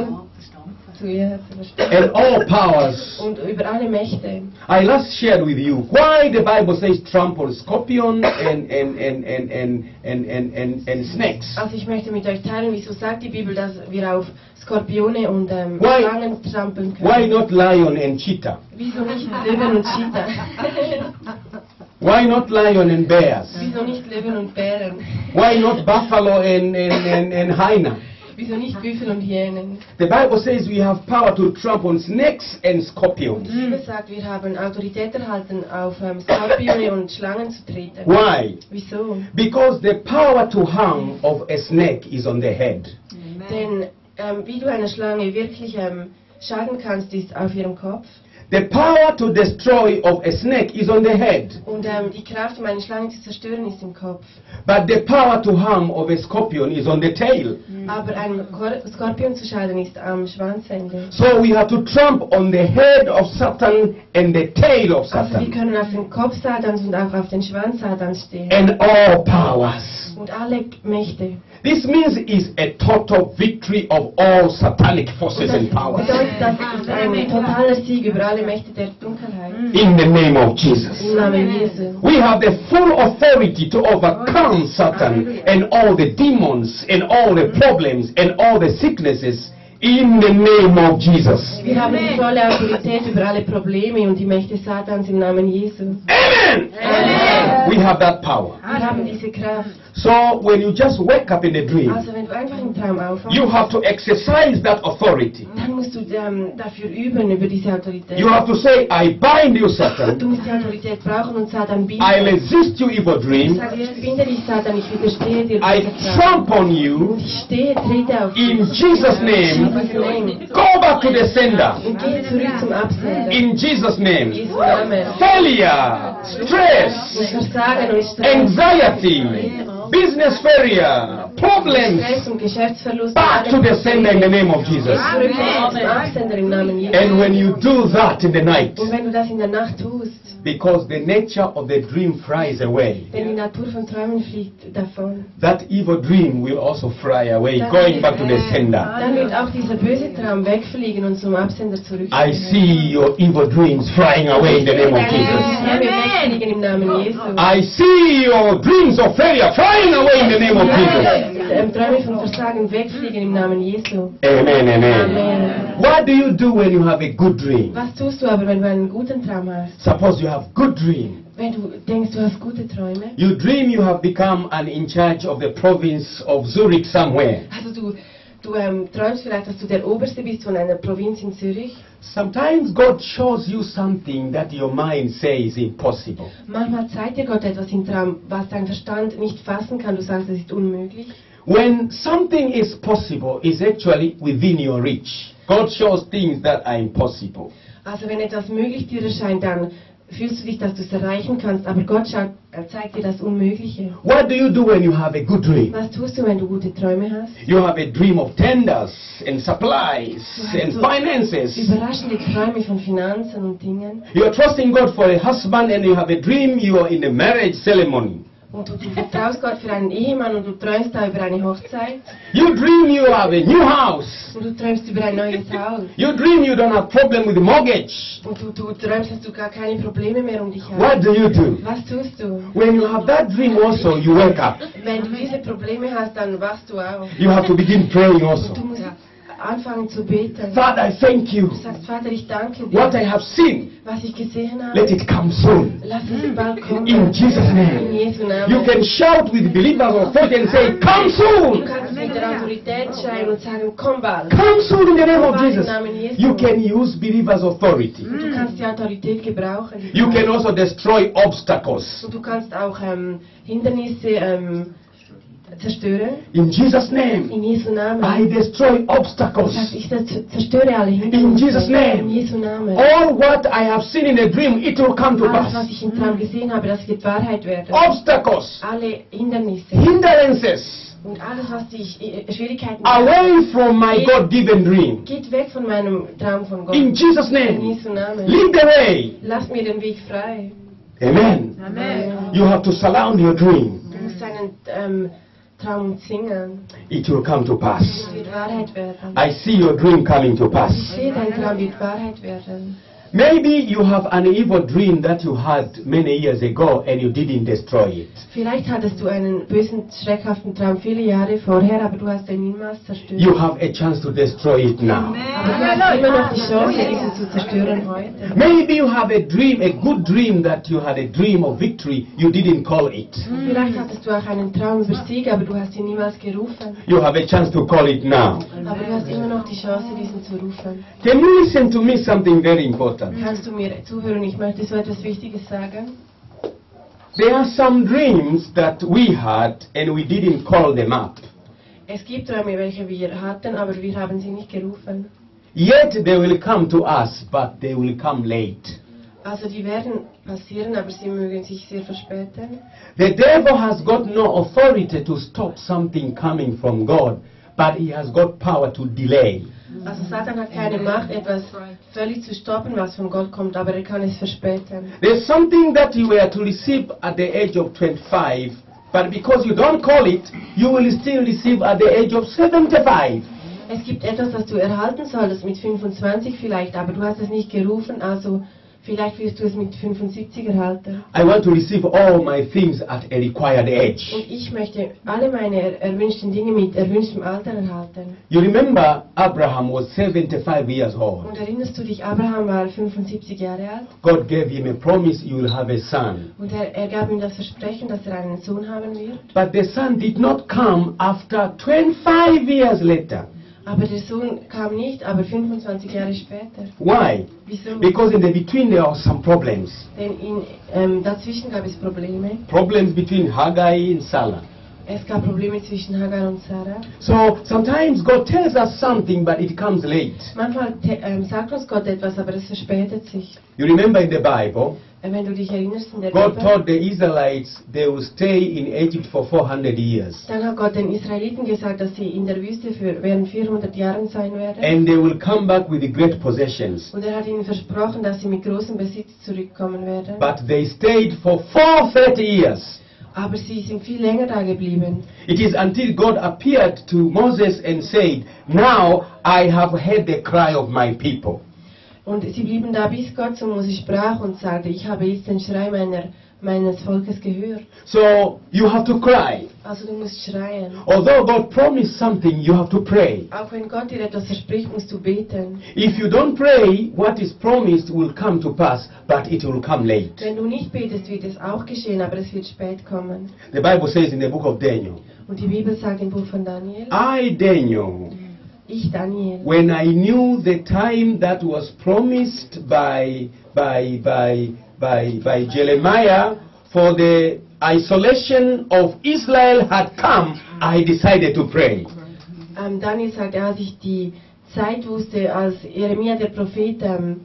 Speaker 2: zu ihr zu verstehen.
Speaker 1: and all powers.
Speaker 2: und über alle Mächte.
Speaker 1: I last shared with you why the Bible says trample scorpions and, and, and, and, and, and, and, and, and snakes.
Speaker 2: Also ich möchte mit euch teilen, wieso sagt die Bibel, dass wir auf Skorpione und ähm,
Speaker 1: Why-
Speaker 2: Schlangen trampeln können.
Speaker 1: Why not lion and cheetah?
Speaker 2: Wieso nicht Löwen und Cheetah?
Speaker 1: Why not lion and bears?
Speaker 2: wieso nicht Löwen und Bären?
Speaker 1: Why not buffalo and, and, and, and hyena?
Speaker 2: Wieso nicht Büffel und Hyänen?
Speaker 1: The Bible says we have power to trample on snakes and
Speaker 2: Und
Speaker 1: scorpions.
Speaker 2: die Bibel sagt, wir haben Autorität erhalten, auf ähm, Skorpione und Schlangen zu treten.
Speaker 1: Why?
Speaker 2: Wieso?
Speaker 1: Because the power to harm of a snake is on the head.
Speaker 2: Denn ähm, wie du einer Schlange wirklich ähm, schaden kannst, ist auf ihrem Kopf.
Speaker 1: The power to destroy of a snake is on the head,
Speaker 2: Und ähm, die Kraft, um eine Schlange zu zerstören, ist im Kopf.
Speaker 1: but the power to harm of a scorpion is on the tail.
Speaker 2: Mhm. Aber einem Kor Skorpion zu schaden, ist am Schwanzende.
Speaker 1: So we have to tramp on the head of Satan and the tail of
Speaker 2: Also wir
Speaker 1: Satan
Speaker 2: können auf den Kopf Satans und auch auf den Schwanz Satans stehen.
Speaker 1: and all powers.
Speaker 2: Und alle Mächte.
Speaker 1: This means it's a total victory of all satanic forces
Speaker 2: Das
Speaker 1: and powers
Speaker 2: bedeutet, das ist ein totaler Sieg über alle Mächte der Dunkelheit.
Speaker 1: in the name of Jesus.
Speaker 2: Im Namen Jesu.
Speaker 1: We have the full authority to overcome Satan and all the demons and all the problems and all the sicknesses in the name of Jesus.
Speaker 2: Wir haben die volle Autorität über alle Probleme und die Mächte Satans im Namen Jesu.
Speaker 1: Amen. We have that power.
Speaker 2: Wir haben diese Kraft.
Speaker 1: So when you just wake up in a dream,
Speaker 2: Also wenn du einfach im Traum aufwachst,
Speaker 1: you have to exercise that authority.
Speaker 2: dann musst du ähm, dafür üben, über diese Autorität.
Speaker 1: You have to say, I bind you,
Speaker 2: Du
Speaker 1: Satan.
Speaker 2: musst die Autorität brauchen und Satan binden.
Speaker 1: I resist you, evil dream.
Speaker 2: Sag, ich binde dich, Satan, ich widerstehe dir.
Speaker 1: I
Speaker 2: dieser Kraft.
Speaker 1: tramp on you
Speaker 2: Ich stehe, trete auf
Speaker 1: in Jesus' name.
Speaker 2: Jesus' Name.
Speaker 1: Go back to the sender
Speaker 2: Und gehe zurück zum Absender.
Speaker 1: in Jesus' name.
Speaker 2: Jesu Name.
Speaker 1: Failure, stress,
Speaker 2: Und Versagen und Stress.
Speaker 1: anxiety, business failure,
Speaker 2: Stress
Speaker 1: problems.
Speaker 2: und Geschäftsverlust.
Speaker 1: Back to the sender in the name of Jesus.
Speaker 2: Zurück zum Absender im Namen
Speaker 1: And
Speaker 2: Jesu.
Speaker 1: when you do that in the night,
Speaker 2: Und wenn du das in der Nacht tust,
Speaker 1: because the nature of the dream flies away,
Speaker 2: denn die Natur von Träumen fliegt davon,
Speaker 1: that evil dream will also fly away, going back to the sender.
Speaker 2: dann wird auch dieser böse Traum wegfliegen und zum Absender
Speaker 1: I
Speaker 2: zurückkehren.
Speaker 1: see your evil dreams flying away in the name of Jesus.
Speaker 2: Amen. wegfliegen im Namen Jesu.
Speaker 1: I see your dreams of failure flying away in the name of Jesus.
Speaker 2: Ähm, Träume von Versagen wegfliegen im Namen Jesu.
Speaker 1: Amen, amen.
Speaker 2: Amen.
Speaker 1: What do you do when you have a good dream?
Speaker 2: Was tust du aber, wenn du einen guten Traum hast?
Speaker 1: Suppose you have good dream.
Speaker 2: Wenn du denkst, du hast gute Träume?
Speaker 1: You dream you have become an in charge of the province of Zurich somewhere.
Speaker 2: Also du, du ähm, träumst vielleicht, dass du der Oberste bist von einer Provinz in Zürich.
Speaker 1: Sometimes God shows you something that your mind says impossible.
Speaker 2: Manchmal zeigt dir Gott etwas im Traum, was dein Verstand nicht fassen kann. Du sagst, es ist unmöglich.
Speaker 1: When something is possible, is actually within your reach. God shows things that are impossible.
Speaker 2: Also wenn etwas möglich dir erscheint, dann fühlst du dich, dass du es erreichen kannst. Aber Gott schaut, er zeigt dir das Unmögliche.
Speaker 1: What do you do when you have a good dream?
Speaker 2: Was tust du, wenn du gute Träume hast?
Speaker 1: You have a dream of tenders and supplies and finances.
Speaker 2: Überraschende Träume von Finanzen und Dingen.
Speaker 1: You are trusting God for a husband and you have a dream you are in a marriage ceremony.
Speaker 2: Und du, du vertraust Gott für einen Ehemann und du träumst da über eine Hochzeit.
Speaker 1: You dream you have a new house.
Speaker 2: Und du träumst über ein neues Haus.
Speaker 1: You dream you don't have problem with mortgage.
Speaker 2: Und du, du träumst, dass du gar keine Probleme mehr um dich hast.
Speaker 1: What do you do?
Speaker 2: Was tust du?
Speaker 1: When you have that dream also, you wake up.
Speaker 2: Wenn du diese Probleme hast, dann wachst du auf.
Speaker 1: You have to begin praying
Speaker 2: Und du
Speaker 1: also.
Speaker 2: musst anfangen zu beten.
Speaker 1: Father, I thank you.
Speaker 2: Du sagst, Vater, ich danke
Speaker 1: What
Speaker 2: dir,
Speaker 1: I have seen,
Speaker 2: was ich gesehen habe.
Speaker 1: let it come soon.
Speaker 2: Lass es bald kommen.
Speaker 1: In Jesus'
Speaker 2: In
Speaker 1: name.
Speaker 2: Jesu Namen.
Speaker 1: You can shout with believers of faith and say, Come
Speaker 2: du
Speaker 1: soon!
Speaker 2: kannst mit der Autorität schreien und sagen, komm bald.
Speaker 1: Come soon in the name of
Speaker 2: Come in the name of
Speaker 1: Jesus.
Speaker 2: Jesus.
Speaker 1: You can use believers' authority.
Speaker 2: Du kannst die Autorität gebrauchen.
Speaker 1: You can also destroy obstacles.
Speaker 2: Und Also du kannst auch ähm, Hindernisse ähm, zerstören.
Speaker 1: In Jesus' name,
Speaker 2: In Jesu Namen.
Speaker 1: I destroy
Speaker 2: Du sagst,
Speaker 1: obstacles.
Speaker 2: ich zer- zerstöre alle Hindernisse.
Speaker 1: In Jesus' name.
Speaker 2: In Jesu Namen.
Speaker 1: All what I have seen in a dream, it will come to
Speaker 2: Alles, was
Speaker 1: pass.
Speaker 2: ich im Traum gesehen habe, das wird Wahrheit werden.
Speaker 1: Obstacles,
Speaker 2: Alle Hindernisse
Speaker 1: hindrances,
Speaker 2: und alles, was dich äh, Schwierigkeiten
Speaker 1: away from my God given dream.
Speaker 2: geht weg von meinem Traum von Gott.
Speaker 1: In Jesus'
Speaker 2: In
Speaker 1: name,
Speaker 2: Jesu Namen.
Speaker 1: lead the way.
Speaker 2: Lass mir den Weg frei.
Speaker 1: Amen.
Speaker 2: Amen.
Speaker 1: You have to surround your dream,
Speaker 2: Du musst deinen ähm, Traum umzingern.
Speaker 1: it will come to pass.
Speaker 2: Es wird Wahrheit werden.
Speaker 1: Mm. I see your dream coming to
Speaker 2: Ich
Speaker 1: pass.
Speaker 2: sehe, dein Traum wird Wahrheit werden.
Speaker 1: Maybe you have an evil dream that you had many years ago and you didn't destroy it.
Speaker 2: Vielleicht hattest du einen bösen, schreckhaften Traum viele Jahre vorher, aber du hast ihn niemals zerstört.
Speaker 1: You have a chance to destroy it now.
Speaker 2: Aber du hast immer noch die Chance, diesen zu zerstören heute.
Speaker 1: Maybe you have a dream, a good dream that you had a dream of victory, you didn't call it.
Speaker 2: Vielleicht hattest du auch einen Traum über Sieg, aber du hast ihn niemals gerufen.
Speaker 1: You have a chance to call it now.
Speaker 2: Aber du hast immer noch die Chance, diesen zu rufen.
Speaker 1: Can you listen to me something very important?
Speaker 2: Kannst du mir zuhören? Ich möchte so etwas Wichtiges sagen.
Speaker 1: There are some dreams that we had and we didn't call them up.
Speaker 2: Es gibt Träume, welche wir hatten, aber wir haben sie nicht gerufen.
Speaker 1: Yet they will come to us, but they will come late.
Speaker 2: Also die werden passieren, aber sie mögen sich sehr verspäten.
Speaker 1: The devil has got no authority to stop something coming from God, but he has got power to delay.
Speaker 2: Also Satan hat keine Macht, etwas völlig zu stoppen, was von Gott kommt, aber er kann es verspäten.
Speaker 1: There's something that you were to receive at the age of 25, but because you don't call it, you will still receive at the age of 75.
Speaker 2: Es gibt etwas, das du erhalten solltest, mit 25 vielleicht, aber du hast es nicht gerufen, also vielleicht wirst du es mit 75 erhalten.
Speaker 1: I want to receive all my things at a required age.
Speaker 2: Und ich möchte alle meine er- erwünschten Dinge mit erwünschtem Alter erhalten.
Speaker 1: You remember Abraham was 75 years old.
Speaker 2: Und erinnerst du dich, Abraham war 75 Jahre alt
Speaker 1: God gave him a promise you will have a son.
Speaker 2: und er, er gab ihm das Versprechen, dass er einen Sohn haben wird.
Speaker 1: But the son did not come after 25 years later.
Speaker 2: Aber der Sohn kam nicht, aber 25 Jahre später.
Speaker 1: Why?
Speaker 2: Wieso?
Speaker 1: Because in the between there are some problems.
Speaker 2: Denn in, ähm, dazwischen gab es Probleme.
Speaker 1: Problems between Haggai and Salah.
Speaker 2: Es gab Probleme zwischen Hagar und Sarah.
Speaker 1: So sometimes God tells us something but it comes late.
Speaker 2: Manchmal te- ähm, sagt uns Gott etwas, aber es verspätet sich.
Speaker 1: You remember in the Bible,
Speaker 2: Äh, wenn du dich erinnerst in der
Speaker 1: God
Speaker 2: Bibel,
Speaker 1: told the Israelites they will stay in Egypt for 400 years
Speaker 2: dann hat Gott den Israeliten gesagt, dass sie in der Wüste für während 400 Jahren sein werden.
Speaker 1: and they will come back with great possessions.
Speaker 2: Und er hat ihnen versprochen, dass sie mit großem Besitz zurückkommen werden.
Speaker 1: But they stayed for 430 years.
Speaker 2: Aber sie sind viel länger da geblieben.
Speaker 1: It is until God appeared to Moses and said, Now I have heard the cry of my people.
Speaker 2: Und sie blieben da, bis Gott zu Mose sprach und sagte, ich habe jetzt den Schrei meiner, meines Volkes gehört.
Speaker 1: So you have to cry.
Speaker 2: Also du musst schreien.
Speaker 1: Although God promised something, you have to pray.
Speaker 2: Auch wenn Gott dir etwas verspricht, musst du beten.
Speaker 1: If you don't pray, what is promised will come to pass, but it will come late.
Speaker 2: Wenn du nicht betest, wird es auch geschehen, aber es wird spät kommen.
Speaker 1: The Bible says in the book of Daniel,
Speaker 2: Und die Bibel sagt im Buch von Daniel,
Speaker 1: I, Daniel,
Speaker 2: ich Daniel,
Speaker 1: when I knew the time that was promised by by by by by Jeremiah for the isolation of Israel had come, I decided to pray.
Speaker 2: ähm, Daniel sagt, als ich die Zeit wusste, als Jeremia der Prophet ähm,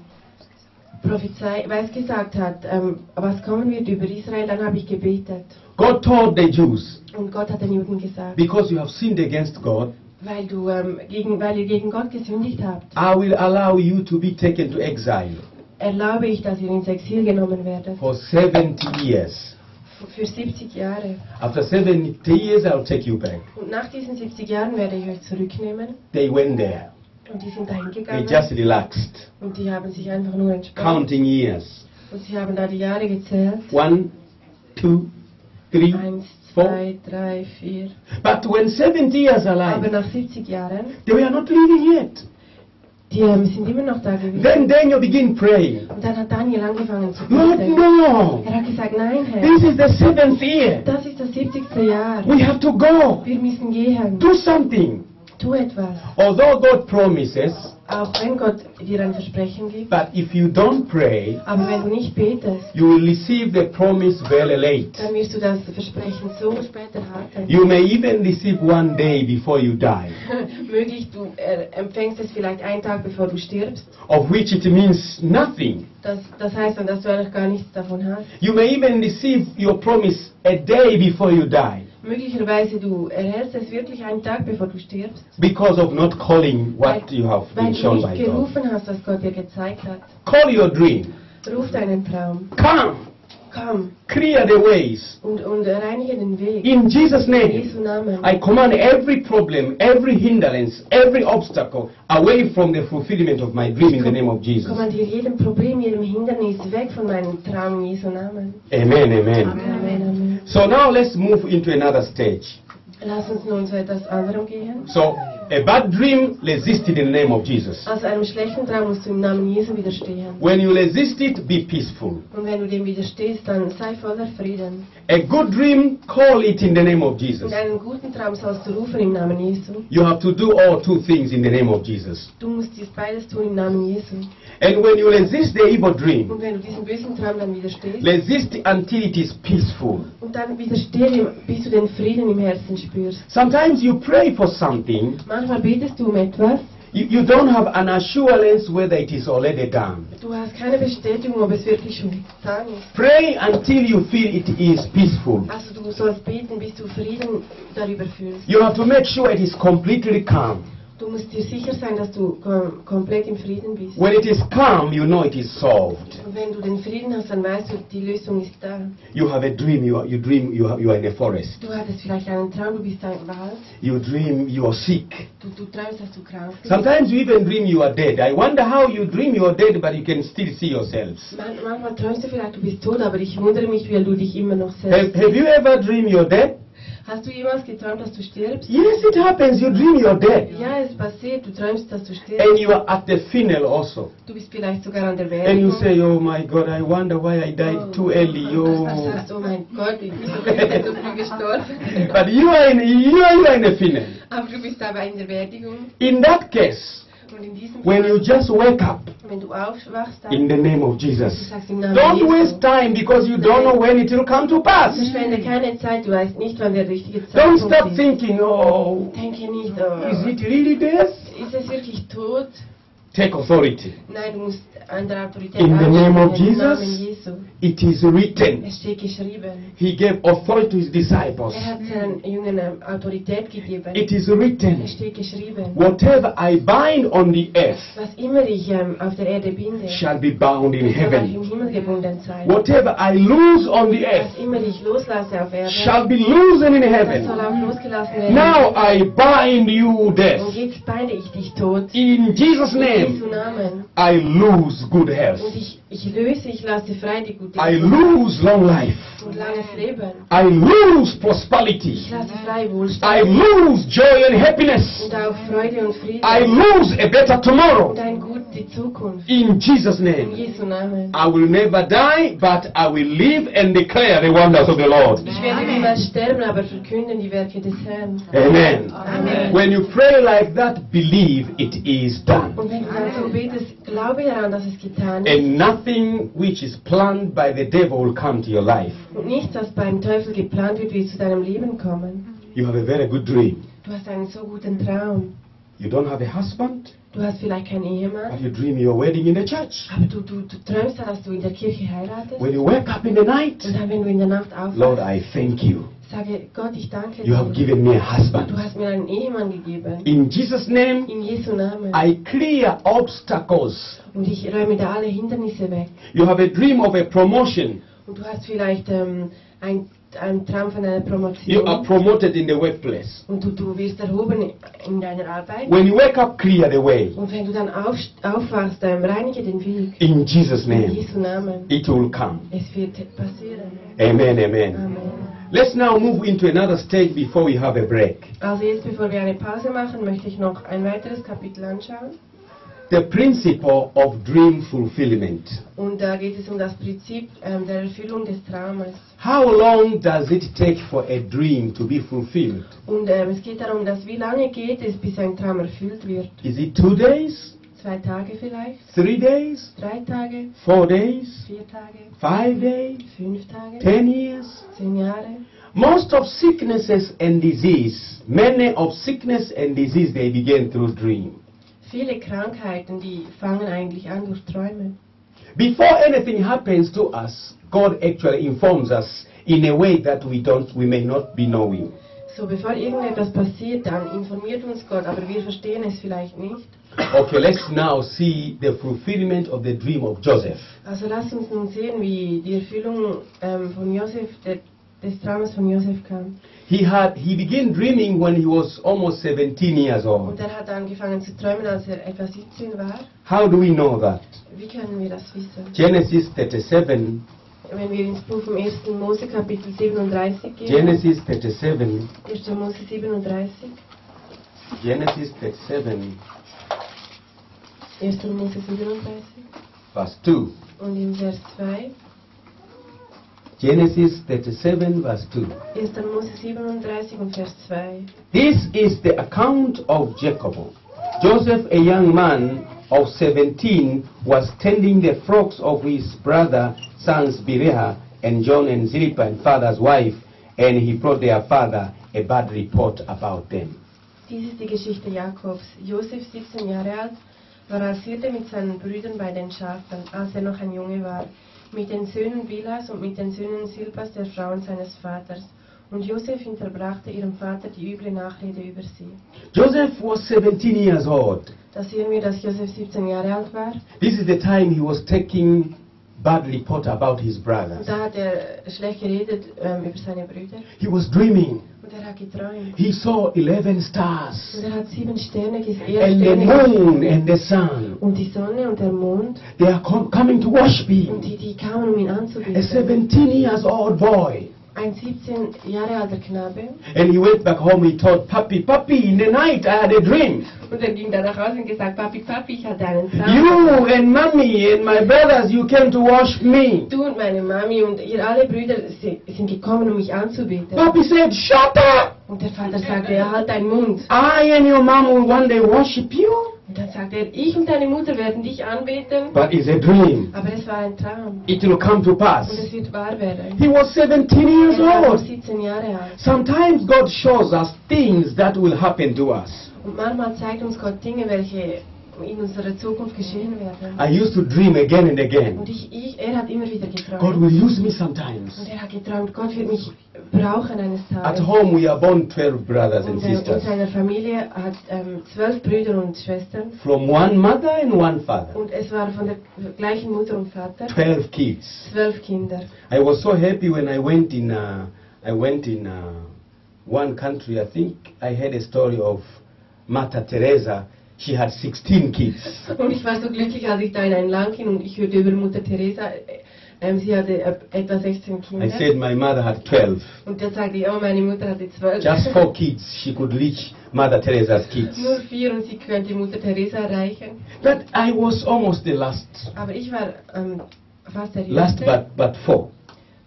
Speaker 2: prophezei, weiß gesagt hat, ähm, was kommen wird über Israel, dann habe ich gebetet.
Speaker 1: God told the Jews,
Speaker 2: Und Gott hat den Juden gesagt,
Speaker 1: because you have sinned against God,
Speaker 2: weil, du, ähm, gegen, weil ihr gegen Gott gesündigt habt,
Speaker 1: I will allow you to be taken to exile
Speaker 2: erlaube ich, dass ihr ins Exil genommen werdet.
Speaker 1: for 70 years.
Speaker 2: Für 70 Jahre.
Speaker 1: After 70 years, I'll take you back.
Speaker 2: Und nach diesen 70 Jahren werde ich euch zurücknehmen.
Speaker 1: They went there.
Speaker 2: Und die sind dahin
Speaker 1: They
Speaker 2: gegangen.
Speaker 1: just relaxed,
Speaker 2: Und die haben sich einfach nur entspannt.
Speaker 1: counting years.
Speaker 2: Und sie haben da die Jahre gezählt.
Speaker 1: One, two, three,
Speaker 2: Eins,
Speaker 1: four.
Speaker 2: zwei, drei, vier.
Speaker 1: But when 70 years
Speaker 2: Aber
Speaker 1: alive,
Speaker 2: nach 70 Jahren,
Speaker 1: they were not living yet.
Speaker 2: die ähm, sind immer noch da gewesen.
Speaker 1: Then Daniel began praying.
Speaker 2: Und dann hat Daniel angefangen zu
Speaker 1: Lord,
Speaker 2: beten.
Speaker 1: no!
Speaker 2: Er hat gesagt, nein, Herr,
Speaker 1: This is the seventh year.
Speaker 2: das ist das 70. Jahr.
Speaker 1: We have to go.
Speaker 2: Wir müssen gehen.
Speaker 1: Do something.
Speaker 2: Tu etwas.
Speaker 1: Although God promises,
Speaker 2: Auch wenn Gott dir ein Versprechen gibt.
Speaker 1: but if you don't pray,
Speaker 2: Aber wenn du nicht betest,
Speaker 1: you will receive the promise very late.
Speaker 2: dann wirst du das Versprechen so spät erhalten.
Speaker 1: You may even receive one day before you die,
Speaker 2: Möglich, du äh, empfängst es vielleicht einen Tag, bevor du stirbst.
Speaker 1: of which it means nothing.
Speaker 2: Das, das heißt dann, dass du eigentlich gar nichts davon hast.
Speaker 1: You may even receive your promise a day before you die
Speaker 2: Möglicherweise du erhältst es wirklich einen Tag, bevor du stirbst,
Speaker 1: because of not calling what you have
Speaker 2: weil
Speaker 1: been
Speaker 2: du
Speaker 1: shown by
Speaker 2: nicht
Speaker 1: God.
Speaker 2: gerufen hast, was Gott dir gezeigt hat.
Speaker 1: Call your dream.
Speaker 2: Ruf deinen Traum.
Speaker 1: Come,
Speaker 2: Komm
Speaker 1: clear the ways.
Speaker 2: und, und reinige den Weg.
Speaker 1: In Jesus'
Speaker 2: In
Speaker 1: name,
Speaker 2: Jesu Namen.
Speaker 1: I command every problem, every hindrance, every obstacle away from the fulfillment of my dream in the name of Jesus.
Speaker 2: Kommandiere jedem Problem, jedem Hindernis weg von meinem Traum in Jesu Namen.
Speaker 1: Amen, amen.
Speaker 2: Amen, Amen.
Speaker 1: So now let's move into another stage.
Speaker 2: Lass uns nun zu etwas anderem gehen.
Speaker 1: So, a bad dream resist it in the name of Jesus.
Speaker 2: Also einem schlechten Traum musst du im Namen Jesu widerstehen.
Speaker 1: When you resist it, be peaceful.
Speaker 2: Und wenn du dem widerstehst, dann sei voller Frieden.
Speaker 1: A good dream, call it in the name of Jesus.
Speaker 2: Und einen guten Traum sollst du rufen im Namen Jesu.
Speaker 1: You have to do all two things in the name of Jesus.
Speaker 2: Du musst dies beides tun im Namen Jesu.
Speaker 1: And when you resist the evil dream,
Speaker 2: Und wenn du diesem bösen Traum dann widerstehst,
Speaker 1: resist until it is peaceful.
Speaker 2: und dann widersteh dem, bis du den Frieden im Herzen spürst.
Speaker 1: Sometimes you pray for something
Speaker 2: Manchmal betest du um etwas
Speaker 1: You, you don't have an assurance whether it is already done.
Speaker 2: Du hast keine Bestätigung, ob es wirklich um schon getan ist.
Speaker 1: Pray until you feel it is peaceful.
Speaker 2: Also du sollst beten, bis du Frieden darüber fühlst.
Speaker 1: You have to make sure it is completely calm.
Speaker 2: Du musst dir sicher sein, dass du kom komplett im Frieden bist.
Speaker 1: When it is calm, you know it is solved.
Speaker 2: Und wenn du den Frieden hast, dann weißt du, die Lösung ist da.
Speaker 1: You have a dream, you, are, you dream you are, you are in a forest.
Speaker 2: Du hattest vielleicht einen Traum, du bist da im Wald.
Speaker 1: You dream you are sick.
Speaker 2: Du, du träumst, dass du krank bist.
Speaker 1: Sometimes you even dream you are dead. I wonder how you dream you are dead but you can still see yourselves.
Speaker 2: Man, manchmal träumst du vielleicht, du bist tot, aber ich wundere mich, weil du dich immer noch
Speaker 1: Have,
Speaker 2: selbst.
Speaker 1: have you ever dreamed you're dead?
Speaker 2: Hast du jemals geträumt, dass du stirbst?
Speaker 1: Yes, it happens. You dream you're dead.
Speaker 2: Ja, es passiert, du träumst, dass du stirbst.
Speaker 1: And you are at the funeral also.
Speaker 2: Du bist vielleicht sogar an der
Speaker 1: And you
Speaker 2: Beerdigung.
Speaker 1: say, oh my God, I wonder why I
Speaker 2: Oh.
Speaker 1: died too early.
Speaker 2: Das
Speaker 1: Oh.
Speaker 2: sagst, du, oh mein Gott, ich bin so früh, ich bin so früh gestorben.
Speaker 1: But you are in, you are, you are in a funeral.
Speaker 2: Aber du bist aber in der Beerdigung.
Speaker 1: In that case,
Speaker 2: Und in diesem
Speaker 1: when you just wake up
Speaker 2: wenn du aufwachst, dann
Speaker 1: in the name of
Speaker 2: du
Speaker 1: Jesus,
Speaker 2: sagst im Namen
Speaker 1: don't
Speaker 2: Jesu.
Speaker 1: waste time because you don't know when it will come to pass.
Speaker 2: Verschwende keine Zeit, du weißt nicht, wann der richtige
Speaker 1: Don't
Speaker 2: Zeitpunkt
Speaker 1: stop
Speaker 2: ist.
Speaker 1: thinking, oh,
Speaker 2: Denke nicht,
Speaker 1: is
Speaker 2: oh,
Speaker 1: it really this?
Speaker 2: ist es wirklich tot?
Speaker 1: Take authority.
Speaker 2: Nein, du musst an der Autorität
Speaker 1: In the name of
Speaker 2: anstehen, im Namen
Speaker 1: Jesus.
Speaker 2: Jesu.
Speaker 1: It is written.
Speaker 2: Es steht geschrieben.
Speaker 1: He gave authority to his disciples.
Speaker 2: Er hat seinen Jüngern ähm, Autorität gegeben.
Speaker 1: It is
Speaker 2: Es
Speaker 1: written.
Speaker 2: steht geschrieben.
Speaker 1: Whatever I bind on the earth
Speaker 2: Was immer ich ähm, auf der Erde binde, soll
Speaker 1: shall be bound in
Speaker 2: auch im
Speaker 1: heaven.
Speaker 2: Himmel gebunden sein.
Speaker 1: Whatever I lose on the
Speaker 2: Was
Speaker 1: earth
Speaker 2: immer ich loslasse auf Erden,
Speaker 1: shall be loosened in
Speaker 2: das soll
Speaker 1: heaven.
Speaker 2: auch losgelassen werden.
Speaker 1: Now I bind you,
Speaker 2: Und
Speaker 1: death.
Speaker 2: jetzt beide ich dich tot.
Speaker 1: In Jesus'
Speaker 2: In Jesu
Speaker 1: name,
Speaker 2: Namen.
Speaker 1: I lose good health.
Speaker 2: Und ich, ich löse, ich lasse frei die gute
Speaker 1: I lose long life.
Speaker 2: und langes Leben.
Speaker 1: I lose
Speaker 2: Ich
Speaker 1: prosperity.
Speaker 2: lasse frei
Speaker 1: I
Speaker 2: Wohlstand
Speaker 1: lose joy and happiness.
Speaker 2: und auch Freude und Frieden
Speaker 1: I lose a better
Speaker 2: und
Speaker 1: tomorrow.
Speaker 2: ein Gut die Zukunft.
Speaker 1: In Jesus'
Speaker 2: In
Speaker 1: name.
Speaker 2: Jesu Namen.
Speaker 1: I will never die, but I will live and declare the wonders of the Lord.
Speaker 2: Ich werde niemals sterben, aber verkünden die Werke des Herrn.
Speaker 1: Amen.
Speaker 2: Amen.
Speaker 1: When you pray like that, believe it is done.
Speaker 2: Und wenn du dann so betest, glaube daran, dass es getan ist.
Speaker 1: And nothing which is planned by the devil will come to your life.
Speaker 2: Und nichts, was beim Teufel geplant wird, wird zu deinem Leben kommen.
Speaker 1: You have a very good dream.
Speaker 2: Du hast einen so guten Traum.
Speaker 1: You don't have a husband,
Speaker 2: Du hast vielleicht keinen
Speaker 1: but
Speaker 2: Ehemann,
Speaker 1: you dream your wedding in the church.
Speaker 2: aber du, du, du träumst, dass du in der Kirche heiratest.
Speaker 1: When you wake up in the night,
Speaker 2: Und dann, wenn du in der Nacht
Speaker 1: Lord, I
Speaker 2: aufwachst,
Speaker 1: thank you.
Speaker 2: sage Gott, ich danke
Speaker 1: You have
Speaker 2: dir.
Speaker 1: given me a
Speaker 2: Du
Speaker 1: husband.
Speaker 2: hast mir einen Ehemann gegeben.
Speaker 1: In Jesus' name,
Speaker 2: In Jesu Namen.
Speaker 1: I clear obstacles.
Speaker 2: Und ich räume da alle Hindernisse weg.
Speaker 1: You have a dream of a promotion.
Speaker 2: Und du hast vielleicht ähm, ein- einen Traum von einer
Speaker 1: You are
Speaker 2: Promotion.
Speaker 1: promoted in the workplace.
Speaker 2: Und du, du wirst erhoben in deiner Arbeit.
Speaker 1: When you wake up, clear the way.
Speaker 2: Und wenn du dann auf, aufwachst, ähm, reinige den Weg.
Speaker 1: In Jesus'
Speaker 2: In
Speaker 1: name,
Speaker 2: Jesu Namen.
Speaker 1: it will come.
Speaker 2: Es wird passieren.
Speaker 1: Amen, amen.
Speaker 2: Amen.
Speaker 1: Let's now move into another stage before we have a break.
Speaker 2: Also jetzt, bevor wir eine Pause machen, möchte ich noch ein weiteres Kapitel anschauen.
Speaker 1: The principle of dream fulfillment.
Speaker 2: Und da geht es um das Prinzip ähm, der Erfüllung des Traumes.
Speaker 1: How long does it take for a dream to be fulfilled?
Speaker 2: Und ähm, es geht darum, dass wie lange geht es, bis ein Traum erfüllt wird.
Speaker 1: Is it two days,
Speaker 2: Zwei Tage vielleicht,
Speaker 1: three days,
Speaker 2: drei Tage,
Speaker 1: four days,
Speaker 2: vier Tage,
Speaker 1: five days,
Speaker 2: fünf Tage,
Speaker 1: ten years?
Speaker 2: zehn Jahre.
Speaker 1: Most of sicknesses and disease, many of sickness and disease, they begin through dream.
Speaker 2: Viele Krankheiten, die fangen eigentlich an durch Träume.
Speaker 1: Before anything happens to us, God actually informs us in a way that we don't, we may not be knowing.
Speaker 2: So, bevor irgendetwas passiert, dann informiert uns Gott, aber wir verstehen es vielleicht nicht.
Speaker 1: Okay, let's now see the fulfillment of the dream of Joseph.
Speaker 2: Also lasst uns nun sehen, wie die Erfüllung ähm, von Josef, der, des Traumes von Josef kam.
Speaker 1: He had he began dreaming when he was almost 17 years
Speaker 2: Und
Speaker 1: old.
Speaker 2: er hat angefangen zu träumen, als er etwa 17 war.
Speaker 1: How do we know that?
Speaker 2: Wie können wir das wissen?
Speaker 1: Genesis 37,
Speaker 2: Wenn wir ins Buch vom 1. Mose Kapitel 37 gehen,
Speaker 1: Genesis 37,
Speaker 2: 1. Mose 37,
Speaker 1: Genesis 37,
Speaker 2: 1. Mose 37
Speaker 1: verse 2.
Speaker 2: und in Vers 2,
Speaker 1: Genesis 37, verse 2.
Speaker 2: 1. Mose 37 und Vers 2.
Speaker 1: This is the account of Jacob. Joseph, a young man of 17, was tending the flocks of his brother sons Beriah and John and Zilpah and father's wife, and he brought their father a bad report about them.
Speaker 2: Dies ist die Geschichte Jakobs. Josef, 17 Jahre alt, war als Hirte mit seinen Brüdern bei den Schafen, als er noch ein Junge war, mit den Söhnen Bilas und mit den Söhnen Silpas, der Frauen seines Vaters. Und Josef hinterbrachte ihrem Vater die üble Nachrede über sie.
Speaker 1: Joseph was 17 years old.
Speaker 2: Da sehen wir, dass Josef 17 Jahre alt war.
Speaker 1: This is the time he was taking bad report about his
Speaker 2: Und
Speaker 1: brothers.
Speaker 2: da hat er schlecht geredet ähm, über seine Brüder.
Speaker 1: He was dreaming.
Speaker 2: Und er hat geträumt.
Speaker 1: He saw 11
Speaker 2: Und
Speaker 1: stars
Speaker 2: er hat sieben Sterne
Speaker 1: and the
Speaker 2: gesehen.
Speaker 1: moon and the sun.
Speaker 2: Und die Sonne und der Mond.
Speaker 1: They are com- coming to worship him.
Speaker 2: Und die, die kamen, um ihn
Speaker 1: A
Speaker 2: anzubeten.
Speaker 1: 17 years old boy.
Speaker 2: Ein 17 Jahre alter Knabe.
Speaker 1: And he went back home. He told Papi, Papi, in the night I had a dream.
Speaker 2: Und er ging da nach Hause und gesagt, Papi, Papi, ich hatte einen Traum.
Speaker 1: You and mommy and my brothers, you came to worship me.
Speaker 2: Du und meine Mami und ihr alle Brüder si- sind gekommen, um mich anzubeten.
Speaker 1: Papi said, shut up.
Speaker 2: Und der Vater sagte, ja, halt deinen Mund.
Speaker 1: I and your mom will one day worship you.
Speaker 2: Und dann sagte er, ich und deine Mutter werden dich anbeten.
Speaker 1: But it's a dream.
Speaker 2: Aber es war ein Traum.
Speaker 1: It will come to pass.
Speaker 2: Und es wird wahr werden.
Speaker 1: He was 17 years
Speaker 2: Er war nur
Speaker 1: old.
Speaker 2: 17 Jahre alt.
Speaker 1: Sometimes God shows us things that will happen to us.
Speaker 2: Und manchmal zeigt uns Gott Dinge, welche in unserer Zukunft geschehen werden.
Speaker 1: I used to dream again and
Speaker 2: Und
Speaker 1: again.
Speaker 2: ich, ich, er hat immer wieder geträumt.
Speaker 1: God will use me sometimes.
Speaker 2: Und er hat geträumt, Gott wird mich brauchen eines
Speaker 1: At
Speaker 2: Tages.
Speaker 1: home, we are born 12 brothers and
Speaker 2: Und ähm, in
Speaker 1: sisters
Speaker 2: seiner Familie hat ähm, zwölf Brüder und Schwestern.
Speaker 1: from one mother and one father.
Speaker 2: Und es waren von der gleichen Mutter und Vater
Speaker 1: 12 kids.
Speaker 2: zwölf Kinder.
Speaker 1: I was so happy when I went in, uh, I went in uh, one country. I think I heard a story of Mata Teresa. She had 16 kids.
Speaker 2: Und ich war so glücklich, als ich da in ein Land ging und ich hörte über Mutter Teresa. äh, Ähm, sie hatte äh, etwa 16
Speaker 1: I
Speaker 2: Kinder.
Speaker 1: said my mother had 12.
Speaker 2: Und da sagte ich, oh, meine Mutter hatte zwölf.
Speaker 1: Just four kids, she could reach Mother Teresa's kids.
Speaker 2: Nur vier und sie könnte Mutter Teresa erreichen.
Speaker 1: But I was almost the last,
Speaker 2: Aber ich war ähm, fast der
Speaker 1: last
Speaker 2: Jüngste.
Speaker 1: but, but four.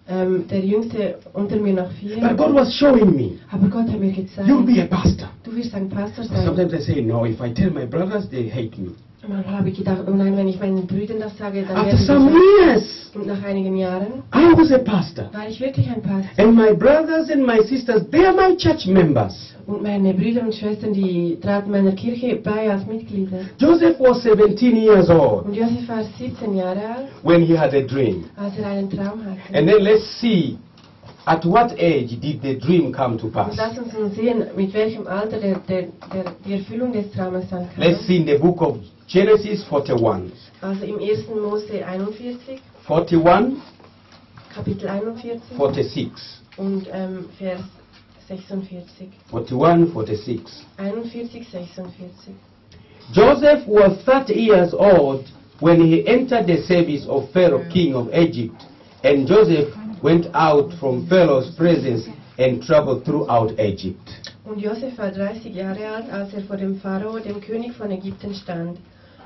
Speaker 2: ähm, der Jüngste unter mir noch vier.
Speaker 1: But God was showing me,
Speaker 2: Aber Gott hat mir gezeigt,
Speaker 1: you'll be a pastor.
Speaker 2: du wirst ein Pastor sein.
Speaker 1: Sometimes I say, no, if I tell my brothers, they hate me.
Speaker 2: Manchmal habe ich gedacht, oh nein, wenn ich meinen Brüdern das sage, dann
Speaker 1: After
Speaker 2: werden sie
Speaker 1: some
Speaker 2: sagen.
Speaker 1: years,
Speaker 2: Und nach einigen Jahren
Speaker 1: I was a pastor.
Speaker 2: war ich wirklich ein Pastor.
Speaker 1: And my brothers and my sisters, they are my church members.
Speaker 2: Und meine Brüder und Schwestern, die traten meiner Kirche bei als Mitglieder.
Speaker 1: Joseph was 17 years old
Speaker 2: Und Josef war 17 Jahre alt,
Speaker 1: when he had a dream.
Speaker 2: als er einen Traum hatte.
Speaker 1: And then let's see, at what age did the dream come to
Speaker 2: Und
Speaker 1: pass?
Speaker 2: lass uns nun sehen, mit welchem Alter der, der, der, die Erfüllung des Traumes dann kam.
Speaker 1: Let's see in the book of Genesis 41.
Speaker 2: Also im 1. Mose 41,
Speaker 1: 41,
Speaker 2: Kapitel 41
Speaker 1: 46.
Speaker 2: und ähm, Vers 46.
Speaker 1: 41, 46.
Speaker 2: 41, 46.
Speaker 1: Joseph was 30 years old when he entered the service of Pharaoh, king of Egypt. And Joseph went out from Pharaoh's presence and traveled throughout Egypt.
Speaker 2: Und Josef war 30 Jahre alt, als er vor dem Pharao, dem König von Ägypten, stand.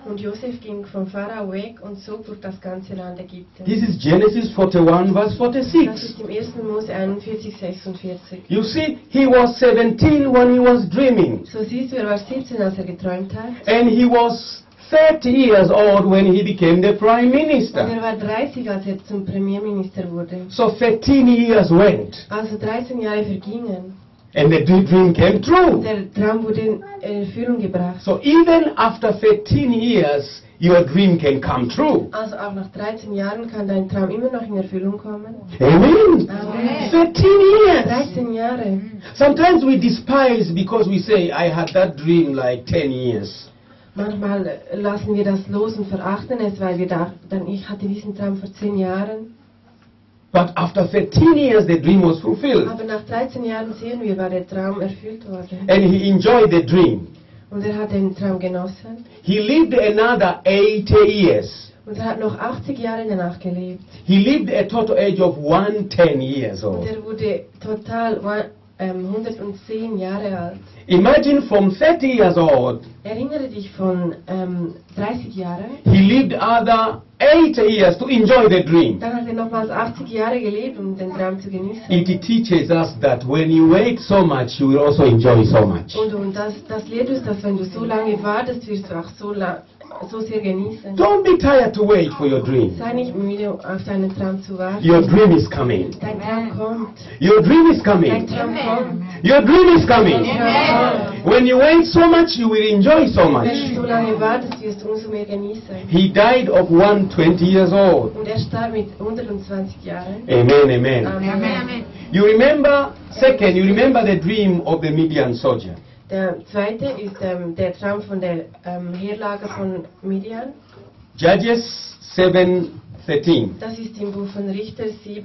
Speaker 2: Und Josef ging vom Pharao weg und zog durch das ganze Land Ägypten.
Speaker 1: This is Genesis 41, verse
Speaker 2: Das
Speaker 1: 46.
Speaker 2: ist im 1. Mose 41, 46.
Speaker 1: You see, he was 17 when he was dreaming,
Speaker 2: So siehst du, er war 17, als er geträumt hat.
Speaker 1: and he was 30 years old when he became the prime
Speaker 2: Und er
Speaker 1: minister.
Speaker 2: war 30, als er zum Premierminister wurde.
Speaker 1: So 13 years went,
Speaker 2: Also 13 Jahre vergingen.
Speaker 1: and the dream came true.
Speaker 2: Der Traum wurde in Erfüllung gebracht.
Speaker 1: So even after 13 years, your dream can come true.
Speaker 2: Also auch nach 13 Jahren kann dein Traum immer noch in Erfüllung kommen.
Speaker 1: Amen.
Speaker 2: Amen.
Speaker 1: 13 years.
Speaker 2: 13 Jahre.
Speaker 1: Sometimes we despise because we say, I had that dream like 10 years.
Speaker 2: Manchmal lassen wir das los und verachten es, weil wir dachten, ich hatte diesen Traum vor zehn Jahren.
Speaker 1: But after 13 years, the dream was fulfilled.
Speaker 2: Aber nach 13 Jahren sehen wir, war der Traum erfüllt worden.
Speaker 1: And he enjoyed the dream.
Speaker 2: Und er hat den Traum genossen.
Speaker 1: He lived another 80 years.
Speaker 2: Und er hat noch 80 Jahre danach gelebt.
Speaker 1: He lived a total age of 110 years
Speaker 2: Und
Speaker 1: old.
Speaker 2: er wurde total wa- ähm, 110 Jahre alt.
Speaker 1: Imagine from 30 years old,
Speaker 2: Erinnere dich von ähm, 30 Jahren.
Speaker 1: he lived other 8 years to enjoy the dream.
Speaker 2: Dann hat er nochmals 80 Jahre gelebt, um den Traum zu genießen.
Speaker 1: It teaches us that when you wait so much, you will also enjoy so much.
Speaker 2: Und, und das, das lehrt uns, dass wenn du so lange wartest, wirst du auch so, la so sehr genießen.
Speaker 1: Don't be tired to wait for your dream.
Speaker 2: Sei nicht müde, auf deinen Traum zu warten.
Speaker 1: Your dream is coming.
Speaker 2: Dein Traum kommt.
Speaker 1: Your dream is
Speaker 2: Dein
Speaker 1: coming.
Speaker 2: Traum kommt.
Speaker 1: Your dream is coming.
Speaker 2: Dein Traum kommt.
Speaker 1: When you wait so much, you will enjoy so
Speaker 2: Wenn du
Speaker 1: much.
Speaker 2: so lange wartest, wirst du umso mehr genießen.
Speaker 1: He died of 120 years old.
Speaker 2: Und er starb mit 120 Jahren.
Speaker 1: Amen, amen.
Speaker 2: Amen.
Speaker 1: You remember, second, you remember the dream of the Midian soldier.
Speaker 2: Der zweite ist ähm, der Traum von der ähm, Heerlager von Midian.
Speaker 1: Judges 7:13.
Speaker 2: Das ist im Buch von Richter 7,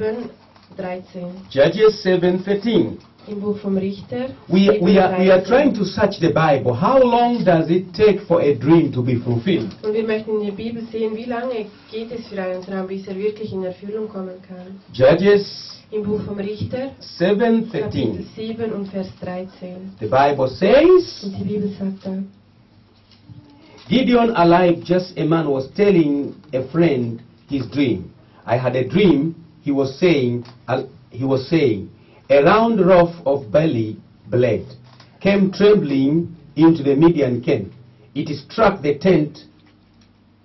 Speaker 2: 13.
Speaker 1: Judges 7:13.
Speaker 2: Im Buch vom Richter.
Speaker 1: We, we, are, we are
Speaker 2: 7:13.
Speaker 1: trying to search the Bible. How long does it take for a dream to be fulfilled?
Speaker 2: Und wir möchten in der Bibel sehen, wie lange geht es für einen Traum, bis er wirklich in Erfüllung kommen kann.
Speaker 1: Judges
Speaker 2: Im Buch vom Richter, Kapitel
Speaker 1: 7:13.
Speaker 2: 7 und Vers 13.
Speaker 1: The Bible says,
Speaker 2: Und die Bibel sagt da,
Speaker 1: Gideon alive, just a man was telling a friend his dream. I had a dream, he was saying, uh, he was saying, a round rough of belly blade came trembling into the Midian camp. It struck the tent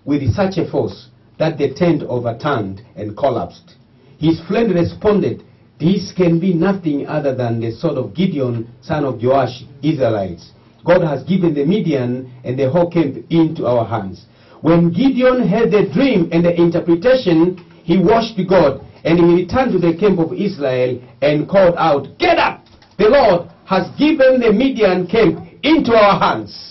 Speaker 1: with such a force that the tent overturned and collapsed. His friend responded, This can be nothing other than the sword of Gideon, son of Joash, Israelites. God has given the Midian and the whole camp into our hands. When Gideon had the dream and the interpretation, he worshiped God, and he returned to the camp of Israel and called out, Get up! The Lord has given the Midian camp into our hands.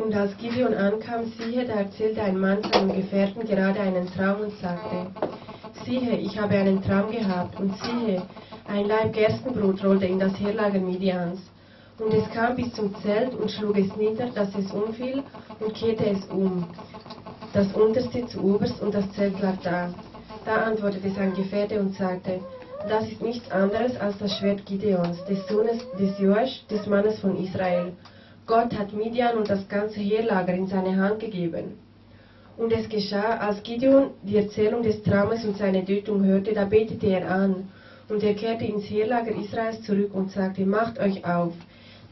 Speaker 2: Und als Gideon ankam, siehe, da erzählte ein Mann seinem Gefährten gerade einen Traum und sagte, siehe, ich habe einen Traum gehabt und siehe, ein Laib Gerstenbrot rollte in das Heerlager Midians. Und es kam bis zum Zelt und schlug es nieder, dass es umfiel und kehrte es um. Das unterste zu oberst und das Zelt lag da. Da antwortete sein Gefährte und sagte, das ist nichts anderes als das Schwert Gideons, des Sohnes des Joasch, des Mannes von Israel. Gott hat Midian und das ganze Heerlager in seine Hand gegeben. Und es geschah, als Gideon die Erzählung des Traumes und seine Tötung hörte, da betete er an. Und er kehrte ins Heerlager Israels zurück und sagte, macht euch auf,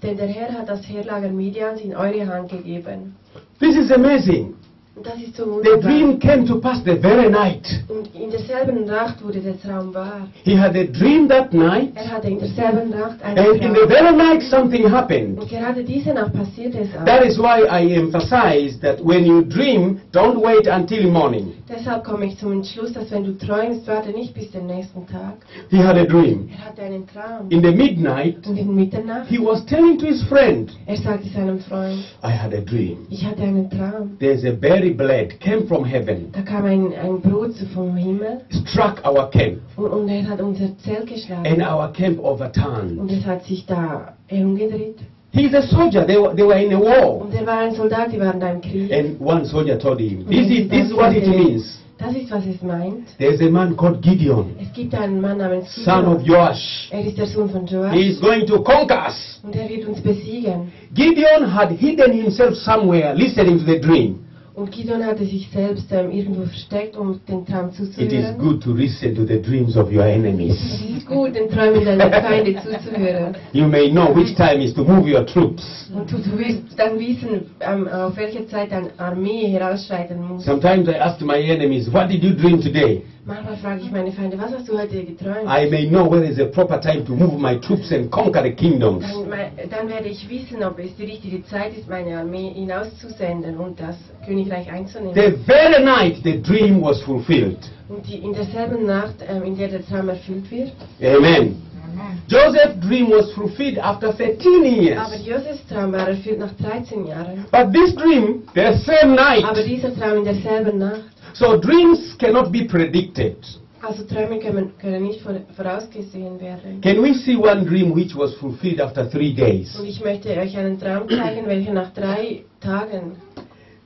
Speaker 2: denn der Herr hat das Heerlager Midians in eure Hand gegeben.
Speaker 1: This is amazing.
Speaker 2: Und das ist so
Speaker 1: The
Speaker 2: wunderbar.
Speaker 1: dream came to pass the very night.
Speaker 2: Und in derselben Nacht wurde der Traum wahr.
Speaker 1: He had a dream that night,
Speaker 2: Er hatte in derselben Nacht einen
Speaker 1: and in the
Speaker 2: Traum.
Speaker 1: very night something happened.
Speaker 2: Und gerade diese Nacht passierte es auch.
Speaker 1: That is why I emphasize that when you dream, don't wait until morning.
Speaker 2: Deshalb komme ich zum Entschluss, dass wenn du träumst, warte nicht bis den nächsten Tag.
Speaker 1: He had a dream.
Speaker 2: Er hatte einen Traum.
Speaker 1: In the midnight,
Speaker 2: Und in Mitternacht,
Speaker 1: he was telling to his friend,
Speaker 2: er sagte seinem Freund,
Speaker 1: I had a dream.
Speaker 2: ich hatte einen Traum.
Speaker 1: There's a berry blade came from heaven,
Speaker 2: Da kam ein, ein Brot so vom Himmel
Speaker 1: struck our camp,
Speaker 2: und, und er hat unser Zelt geschlagen.
Speaker 1: and our camp overturned.
Speaker 2: Und es hat sich da herumgedreht.
Speaker 1: He's a soldier. They were, they were in a war.
Speaker 2: Und er war ein Soldat, die waren da im Krieg.
Speaker 1: And one soldier told him, this is, this is what it means.
Speaker 2: Das ist, was es meint.
Speaker 1: There's a man called Gideon.
Speaker 2: Es gibt einen Mann namens
Speaker 1: son of
Speaker 2: Gideon.
Speaker 1: Joash.
Speaker 2: Er ist der Sohn von
Speaker 1: He
Speaker 2: Joash
Speaker 1: is going to conquer us.
Speaker 2: und er wird uns besiegen.
Speaker 1: Gideon had hidden himself somewhere listening to the dream.
Speaker 2: Und Gideon hatte sich selbst ähm, irgendwo versteckt, um den Traum
Speaker 1: It is
Speaker 2: zuzuhören.
Speaker 1: good to listen to the dreams of your
Speaker 2: Es
Speaker 1: enemies.
Speaker 2: ist gut, den Träumen deiner Feinde zuzuhören.
Speaker 1: You may know which time is to move your troops.
Speaker 2: Und du, du wirst dann wissen, ähm, auf welche Zeit deine Armee herausschreiten muss.
Speaker 1: Sometimes I ask my enemies, What did you dream today?
Speaker 2: Manchmal frage ich meine Feinde, was hast du heute geträumt?
Speaker 1: I may know when is a proper time to move my troops and conquer the kingdoms.
Speaker 2: Dann, mei- dann werde ich wissen, ob es die richtige Zeit ist, meine Armee hinauszusenden und das Königreich einzunehmen.
Speaker 1: The very night the dream was fulfilled.
Speaker 2: Und die, in derselben Nacht, ähm, in der der Traum erfüllt wird,
Speaker 1: Amen. Joseph's dream was fulfilled after 13
Speaker 2: Aber
Speaker 1: years.
Speaker 2: Josefs Traum war erfüllt nach 13 Jahren.
Speaker 1: But this dream, the same night,
Speaker 2: Aber dieser Traum in derselben Nacht.
Speaker 1: So dreams cannot be predicted.
Speaker 2: Also Träume können, können nicht vor- vorausgesehen werden.
Speaker 1: Can we see one dream which was fulfilled after three days?
Speaker 2: Und ich möchte euch einen Traum zeigen, welcher nach drei Tagen.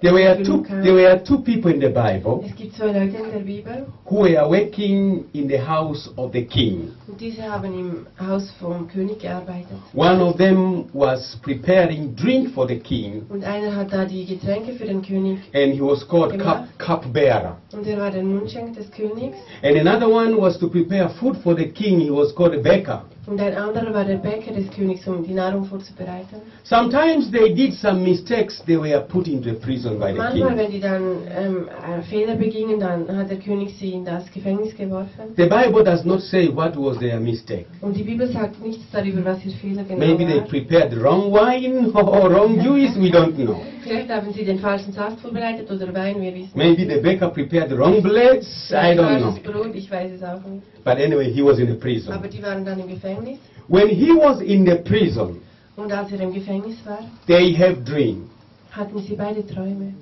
Speaker 1: There were two, there were two people in the Bible
Speaker 2: Es gibt zwei Leute in der Bibel
Speaker 1: who were working in the house of the king.
Speaker 2: und diese haben im Haus vom König gearbeitet.
Speaker 1: One of them was preparing drink for the king,
Speaker 2: Und einer hat da die Getränke für den König
Speaker 1: and he was called cup, cupbearer.
Speaker 2: und er war der Mundschenk des Königs.
Speaker 1: And another one was to prepare food for the king, he was called a baker.
Speaker 2: Und ein anderer war der Bäcker des Königs, um die Nahrung vorzubereiten.
Speaker 1: Sometimes they did some mistakes, they were put into prison by the
Speaker 2: Manchmal,
Speaker 1: king.
Speaker 2: wenn die dann ähm, äh, Fehler begingen, dann hat der König sie in das Gefängnis geworfen.
Speaker 1: The Bible does not say what was their mistake.
Speaker 2: Und die Bibel sagt nichts darüber, was ihr Fehler genau
Speaker 1: Maybe they
Speaker 2: war.
Speaker 1: prepared wrong wine or wrong juice, we don't know.
Speaker 2: Vielleicht haben sie den falschen Saft vorbereitet oder Wein, wir wissen
Speaker 1: Maybe the baker prepared wrong blades, I
Speaker 2: Vielleicht
Speaker 1: don't
Speaker 2: falsches
Speaker 1: know.
Speaker 2: Brot, ich weiß es auch nicht.
Speaker 1: But anyway, he was in a
Speaker 2: Aber
Speaker 1: prison.
Speaker 2: die waren dann im Gefängnis.
Speaker 1: When he was in the prison,
Speaker 2: Und als er im Gefängnis war,
Speaker 1: they have dream.
Speaker 2: hatten sie beide Träume.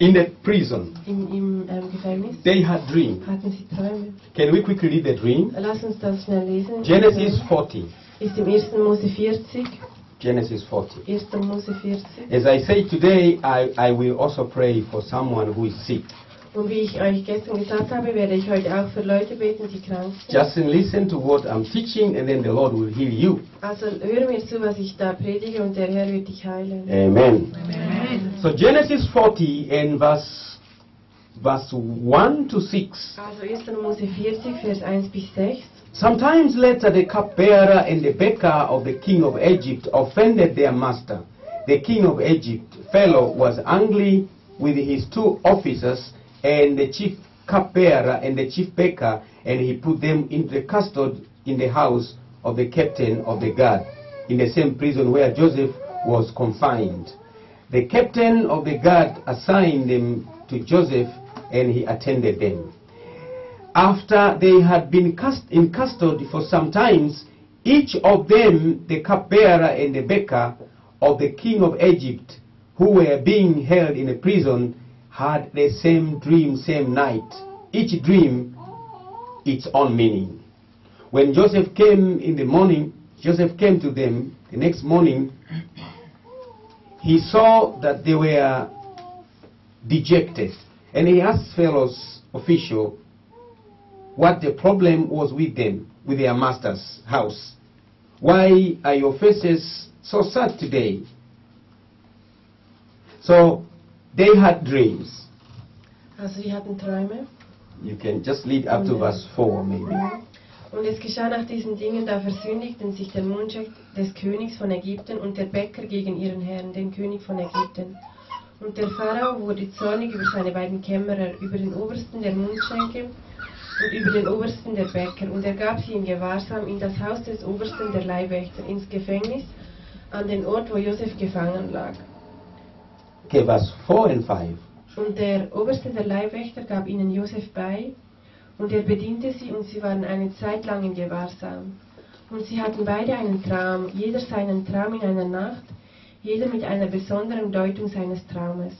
Speaker 1: In the prison,
Speaker 2: Im, im ähm, Gefängnis
Speaker 1: they had dream.
Speaker 2: hatten sie Träume.
Speaker 1: Can we quickly read the dream?
Speaker 2: Lass uns das schnell lesen. Also,
Speaker 1: Genesis 40.
Speaker 2: Ist im 1. Mose 40.
Speaker 1: Genesis 40.
Speaker 2: 1. Mose 40.
Speaker 1: As I say today, I, I will also pray for someone who is sick.
Speaker 2: Und wie ich euch gestern gesagt habe, werde ich heute auch für Leute beten, die krank sind.
Speaker 1: Just listen to what I'm teaching, and then the Lord will heal you.
Speaker 2: Also hör mir zu, was ich da predige und der Herr wird dich heilen.
Speaker 1: Amen. So Genesis 40 and verse verse 1 to 6.
Speaker 2: Also 1. Mose 40, Vers 1 bis 6.
Speaker 1: Sometimes later the cupbearer and the baker of the king of Egypt offended their master. The king of Egypt fellow was angry with his two officers and the chief cupbearer and the chief baker, and he put them into the custody in the house of the captain of the guard, in the same prison where Joseph was confined. The captain of the guard assigned them to Joseph, and he attended them. After they had been cast in custody for some times, each of them, the cupbearer and the baker of the king of Egypt, who were being held in a prison, had the same dream same night. Each dream its own meaning. When Joseph came in the morning, Joseph came to them the next morning. He saw that they were dejected, and he asked Pharaoh's official what the problem was with them, with their master's house. Why are your faces so sad today? So they had dreams.
Speaker 2: Also die hatten Träume.
Speaker 1: You can just lead up to verse 4, maybe.
Speaker 2: Und es geschah nach diesen Dingen, da versündigten sich der Mundschenk des Königs von Ägypten und der Bäcker gegen ihren Herrn, den König von Ägypten. Und der Pharao wurde zornig über seine beiden Kämmerer, über den Obersten der Mundschenke und über den Obersten der Bäcker. Und er gab sie in Gewahrsam in das Haus des Obersten der Leibwächter, ins Gefängnis, an den Ort, wo Josef gefangen lag.
Speaker 1: Okay, verse 4 and 5.
Speaker 2: Und der Oberste der Leibwächter gab ihnen Josef bei, und er bediente sie, und sie waren eine Zeit lang in Gewahrsam. Und sie hatten beide einen Traum, jeder seinen Traum in einer Nacht, jeder mit einer besonderen Deutung seines Traumes.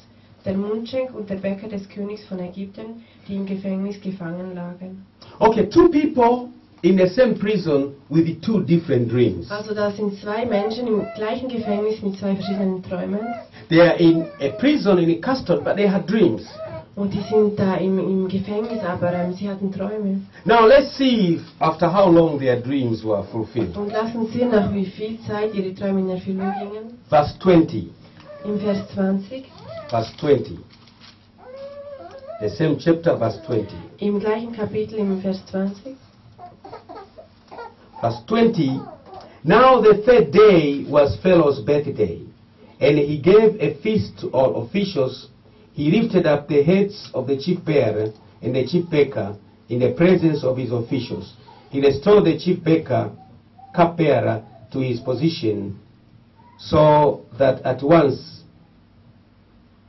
Speaker 2: Der Mundschenk und der Bäcker des Königs von Ägypten, die im Gefängnis gefangen lagen.
Speaker 1: Okay, two people in the same prison with two different dreams.
Speaker 2: Also da sind zwei Menschen im gleichen Gefängnis mit zwei verschiedenen Träumen.
Speaker 1: They are in a prison in a custody, but they had dreams.
Speaker 2: Und die sind da im, im Gefängnis, aber ähm, sie hatten Träume.
Speaker 1: Now let's see if, after how long their dreams were fulfilled.
Speaker 2: Und lassen Sie nach wie viel Zeit Ihre Träume in Erfüllung gingen.
Speaker 1: Verse 20.
Speaker 2: Im Vers 20,
Speaker 1: verse 20. The same chapter, verse 20.
Speaker 2: im gleichen Kapitel, im Vers 20.
Speaker 1: Verse 20. Now the third day was Pharaoh's birthday, and he gave a feast to all officials. He lifted up the heads of the chief bearer and the chief baker in the presence of his officials. He restored the chief baker, cupbearer, to his position, so that at once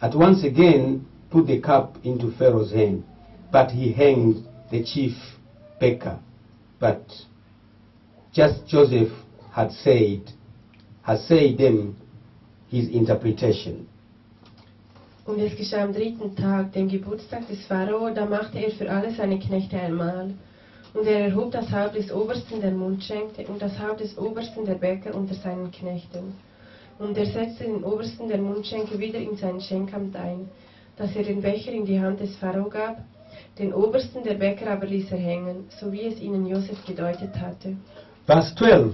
Speaker 1: at once again put the cup into Pharaoh's hand, but he hanged the chief baker. But just Joseph had said, had said them his interpretation.
Speaker 2: Und es geschah am dritten Tag, dem Geburtstag des Pharao, da machte er für alle seine Knechte ein Mahl. Und er erhob das Haupt des Obersten der Mundschenkte und das Haupt des Obersten der Bäcker unter seinen Knechten. Und er setzte den Obersten der Mundschenke wieder in sein Schenkamt ein, dass er den Becher in die Hand des Pharao gab, den Obersten der Bäcker aber ließ er hängen, so wie es ihnen Josef gedeutet hatte.
Speaker 1: Verse 12.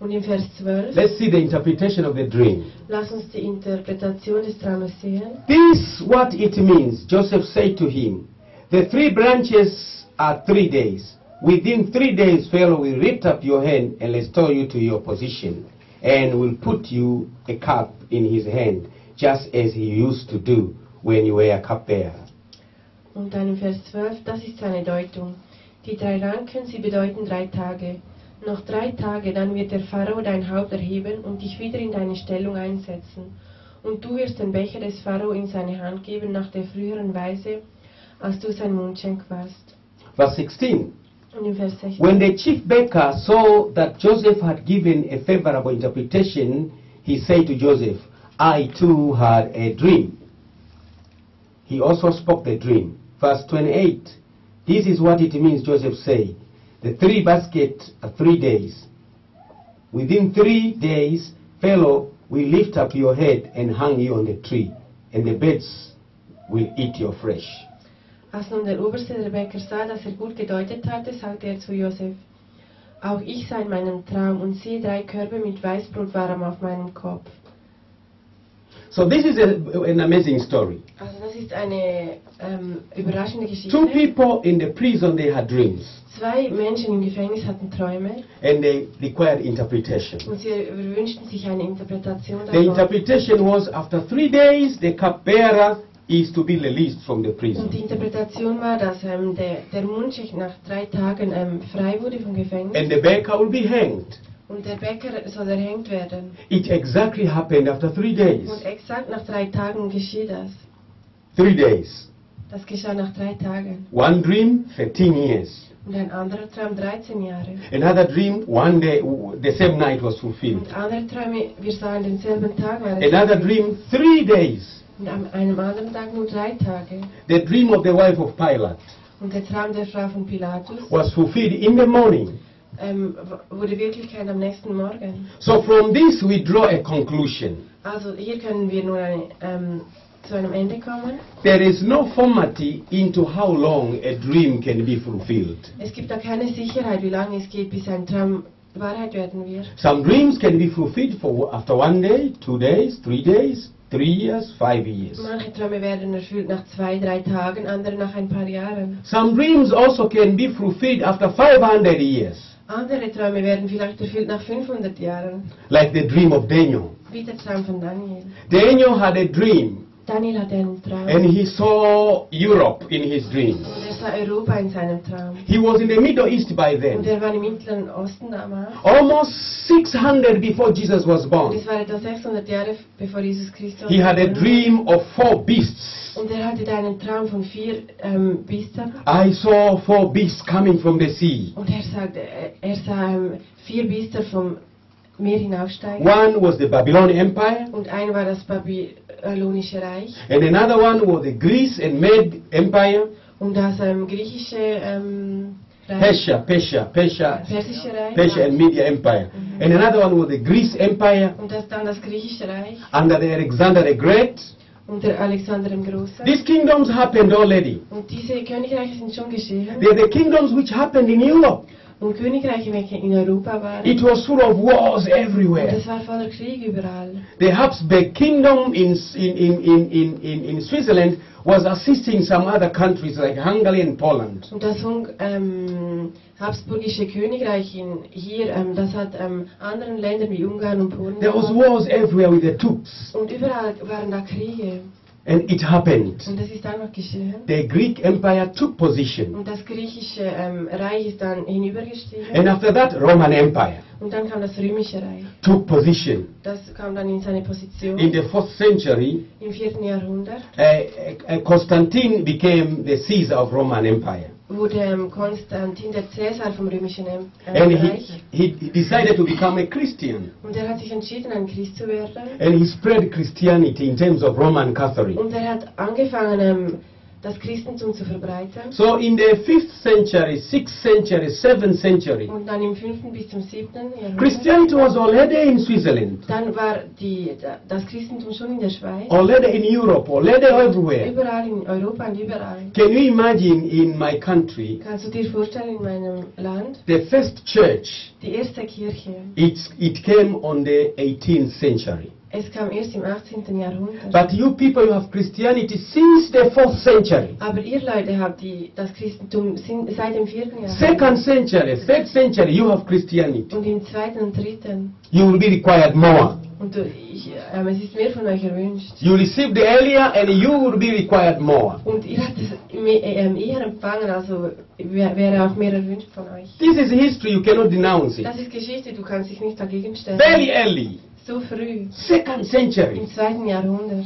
Speaker 2: Und im Vers 12,
Speaker 1: Let's see the interpretation of the dream.
Speaker 2: lass uns die Interpretation des Traumes sehen.
Speaker 1: This what it means. Joseph said to him, The three branches are three days. Within three days, Pharaoh will lift up your hand and restore you to your position, and will put you a cup in his hand, just as he used to do when you were a cupbearer.
Speaker 2: Und dann im Vers 12, das ist seine Deutung. Die drei Ranken, sie bedeuten drei Tage. Noch drei Tage, dann wird der Pharao dein Haupt erheben und dich wieder in deine Stellung einsetzen. Und du wirst den Becher des Pharao in seine Hand geben nach der früheren Weise, als du sein Mundschenk warst.
Speaker 1: Verse 16.
Speaker 2: Und im Vers 16.
Speaker 1: When the chief baker saw that Joseph had given a favorable interpretation, he said to Joseph, I too had a dream. He also spoke the dream. Verse 28. This is what it means, Joseph said. The three baskets are three days. Within three days, fellow, will lift up your head and hang you on the tree, and the birds will eat your flesh.
Speaker 2: Als nun der Oberste der Bäcker sah, dass er gut gedeutet hatte, sagte er zu Josef: Auch ich sah in meinem Traum und siehe drei Körbe mit Weißbrot waren auf meinem Kopf.
Speaker 1: So this is a, an amazing story.
Speaker 2: Also, das ist eine ähm, überraschende Geschichte.
Speaker 1: Two people in the prison, they had dreams,
Speaker 2: Zwei Menschen im Gefängnis hatten Träume
Speaker 1: and they required interpretation.
Speaker 2: und sie wünschten sich eine Interpretation
Speaker 1: The
Speaker 2: davon.
Speaker 1: interpretation was after three days, the cupbearer is to be released from the
Speaker 2: Und die
Speaker 1: prison.
Speaker 2: Interpretation war, dass ähm, der, der Mundschicht nach drei Tagen ähm, frei wurde vom Gefängnis
Speaker 1: And the baker will be hanged.
Speaker 2: und der Bäcker soll erhängt werden.
Speaker 1: It exactly happened after three days.
Speaker 2: Und exakt nach drei Tagen geschieht das.
Speaker 1: Three days.
Speaker 2: Das geschah nach drei Tagen.
Speaker 1: One dream, 13 years.
Speaker 2: Und ein anderer Traum 13 Jahre.
Speaker 1: Another dream, one day, w- the same night was fulfilled.
Speaker 2: Und andere Träume, wir sahen denselben Tag. waren es.
Speaker 1: Another dream, three days.
Speaker 2: Und an einem anderen Tag nur drei Tage.
Speaker 1: The dream of the wife of Pilate
Speaker 2: Und der Traum der Frau von Pilatus
Speaker 1: was fulfilled in the morning.
Speaker 2: ähm, w- wurde Wirklichkeit am nächsten Morgen.
Speaker 1: So from this we draw a conclusion.
Speaker 2: Also hier können wir nur eine, ähm, zu einem Ende kommen.
Speaker 1: There is no formality into how long a dream can be fulfilled.
Speaker 2: Es gibt da keine Sicherheit, wie lange es geht, bis ein Traum Wahrheit werden wird.
Speaker 1: Some dreams can be fulfilled for after one day, two days, three days, three years, five years.
Speaker 2: Manche Träume werden erfüllt nach zwei, drei Tagen, andere nach ein paar Jahren.
Speaker 1: Some dreams also can be fulfilled after 500 years,
Speaker 2: Andere Träume werden vielleicht erfüllt nach 500 Jahren,
Speaker 1: like the dream of Daniel.
Speaker 2: wie der Traum von Daniel.
Speaker 1: Daniel had a dream
Speaker 2: Daniel hatte einen Traum.
Speaker 1: and he saw Europe in his dream.
Speaker 2: Und er sah Europa in seinem Traum.
Speaker 1: He was in the Middle East by
Speaker 2: Und
Speaker 1: then,
Speaker 2: er war im Mittleren Osten damals.
Speaker 1: almost 600 before Jesus was
Speaker 2: Und es
Speaker 1: born.
Speaker 2: war etwa 600 Jahre bevor Jesus Christus.
Speaker 1: He had a
Speaker 2: geboren
Speaker 1: dream of four beasts.
Speaker 2: war. Und er hatte da einen Traum von vier ähm, Biestern.
Speaker 1: I saw four beasts coming from the sea.
Speaker 2: Und er sagte, er, er sah ähm, vier Biester vom Meer hinaufsteigen.
Speaker 1: One was the Babylonian Empire,
Speaker 2: Und ein war das Babylonische Reich.
Speaker 1: and another one was the Greece and Med Empire,
Speaker 2: Und das ähm, griechische ähm, Reich.
Speaker 1: Persia, Persia, Persia,
Speaker 2: Persische Reich.
Speaker 1: Persia and Media Empire. And another one was the Greece Empire
Speaker 2: Und das dann das griechische Reich.
Speaker 1: under the Alexander the Great.
Speaker 2: Und der Alexander dem Großen.
Speaker 1: These kingdoms happened already.
Speaker 2: Und diese Königreiche sind schon geschehen.
Speaker 1: They are the kingdoms which happened in Europe.
Speaker 2: Und Königreiche, welche in Europa waren.
Speaker 1: It was full of wars
Speaker 2: Und
Speaker 1: everywhere.
Speaker 2: es war voller Krieg überall.
Speaker 1: The Habsburg Kingdom in, in, in, in, in, in, in Switzerland was assisting some other countries like Hungary and Poland.
Speaker 2: Und das Hung- ähm, Habsburgische Königreich in, hier, ähm, das hat ähm, anderen Ländern wie Ungarn und Polen.
Speaker 1: There was
Speaker 2: geholfen.
Speaker 1: wars everywhere with the Turks,
Speaker 2: Und überall waren da Kriege.
Speaker 1: and it happened.
Speaker 2: Und das ist einfach geschehen.
Speaker 1: The Greek Empire took position,
Speaker 2: Und das griechische ähm, Reich ist dann hinübergestiegen.
Speaker 1: and after that, Roman Empire
Speaker 2: Und dann kam das römische Reich.
Speaker 1: took position.
Speaker 2: Das kam dann in seine Position
Speaker 1: In the fourth century,
Speaker 2: im vierten Jahrhundert.
Speaker 1: uh, uh, Constantine became the Caesar of Roman Empire,
Speaker 2: Wurde ähm, Konstantin der Cäsar vom römischen Em- ähm,
Speaker 1: and he,
Speaker 2: Reich.
Speaker 1: he he decided to become a Christian,
Speaker 2: Und er hat sich entschieden, ein Christ zu werden.
Speaker 1: and he spread Christianity in terms of Roman Catholic.
Speaker 2: Und er hat angefangen, ähm, das Christentum zu verbreiten.
Speaker 1: So in the 5th century, 6th century, 7th century,
Speaker 2: Und dann im 5. bis zum 7. Jahrhundert.
Speaker 1: Christianity was already in Switzerland,
Speaker 2: Dann war die, da- das Christentum schon in der Schweiz.
Speaker 1: already in Europe, already everywhere.
Speaker 2: Überall in Europa und überall.
Speaker 1: Can you imagine in my country,
Speaker 2: Kannst du dir vorstellen, in meinem Land,
Speaker 1: the first church,
Speaker 2: die erste Kirche
Speaker 1: it's, it came on the 18th century.
Speaker 2: Es kam erst im 18. Jahrhundert.
Speaker 1: But you people, you have Christianity since the 4th century,
Speaker 2: Aber ihr Leute habt die, das Christentum sind seit dem 4. Jahrhundert.
Speaker 1: 2nd century, 3rd century, you have Christianity.
Speaker 2: Und im 2. und 3.
Speaker 1: You will be required more.
Speaker 2: Und du- ich, ähm, es ist mehr von euch erwünscht.
Speaker 1: You received earlier and you will be required more.
Speaker 2: Und ihr habt es me- ähm, eher empfangen, also wär- wäre auch mehr erwünscht von euch.
Speaker 1: This is history, you cannot denounce it.
Speaker 2: Das ist Geschichte, du kannst dich nicht dagegen stellen.
Speaker 1: Very early,
Speaker 2: So früh,
Speaker 1: 2nd
Speaker 2: im
Speaker 1: century.
Speaker 2: 2. Jahrhundert.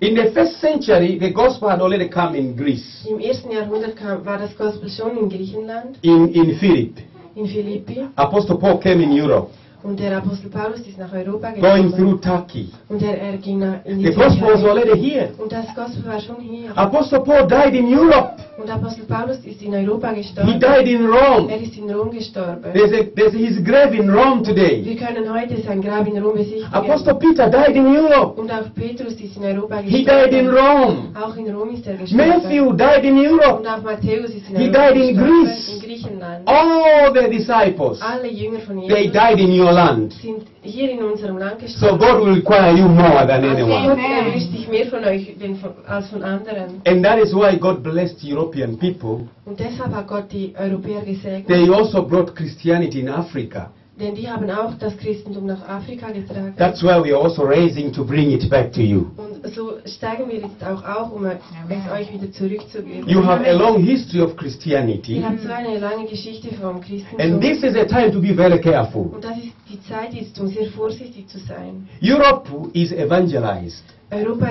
Speaker 1: In the 1st century, the gospel had already come in Greece,
Speaker 2: Im 1. Jahrhundert kam, war das Gospel schon in Griechenland,
Speaker 1: in, in Philip.
Speaker 2: in Philippi.
Speaker 1: Apostle Paul came in Europe,
Speaker 2: Und der Apostel Paulus ist nach Europa
Speaker 1: going
Speaker 2: gekommen.
Speaker 1: through Turkey.
Speaker 2: Und er, er ging nach, in die
Speaker 1: The gospel was
Speaker 2: Türkei.
Speaker 1: already here.
Speaker 2: Und das Gospel war schon hier.
Speaker 1: Apostle Paul died in Europe.
Speaker 2: Und Apostel Paulus ist in Europa
Speaker 1: He
Speaker 2: gestorben.
Speaker 1: died in Rome.
Speaker 2: Er ist in Rom gestorben.
Speaker 1: There's, a, there's his grave in Rome today.
Speaker 2: Wir können heute sein Grab in Rom besichtigen.
Speaker 1: Apostle Peter died in Europe.
Speaker 2: Und auch Petrus ist in Europa gestorben.
Speaker 1: He died in Rome.
Speaker 2: Auch in Rom ist er gestorben.
Speaker 1: Matthew died in
Speaker 2: Und
Speaker 1: Europe.
Speaker 2: auch Matthäus ist in
Speaker 1: He
Speaker 2: Europa
Speaker 1: died in
Speaker 2: gestorben,
Speaker 1: Greece.
Speaker 2: in Griechenland.
Speaker 1: All the disciples,
Speaker 2: Alle Jünger von Jesus
Speaker 1: they died in your land.
Speaker 2: sind hier in unserem Land
Speaker 1: So
Speaker 2: gestorben.
Speaker 1: God will require you more than
Speaker 2: also Gott
Speaker 1: anyone.
Speaker 2: erwischt dich mehr von euch denn von, als von anderen.
Speaker 1: And that is why God blessed European people.
Speaker 2: Und deshalb hat Gott die Europäer gesegnet.
Speaker 1: They also brought Christianity in Africa.
Speaker 2: Denn die haben auch das Christentum nach Afrika getragen.
Speaker 1: That's why we are also raising to bring it back to you.
Speaker 2: und so steigen wir jetzt auch auf, um es euch wieder zurückzugeben.
Speaker 1: You have a long history of
Speaker 2: Ihr
Speaker 1: Christianity.
Speaker 2: habt so eine lange Geschichte vom Christentum.
Speaker 1: And this is a time to be very careful.
Speaker 2: und das ist die Zeit jetzt, um sehr vorsichtig zu sein.
Speaker 1: Europe is evangelized.
Speaker 2: Europa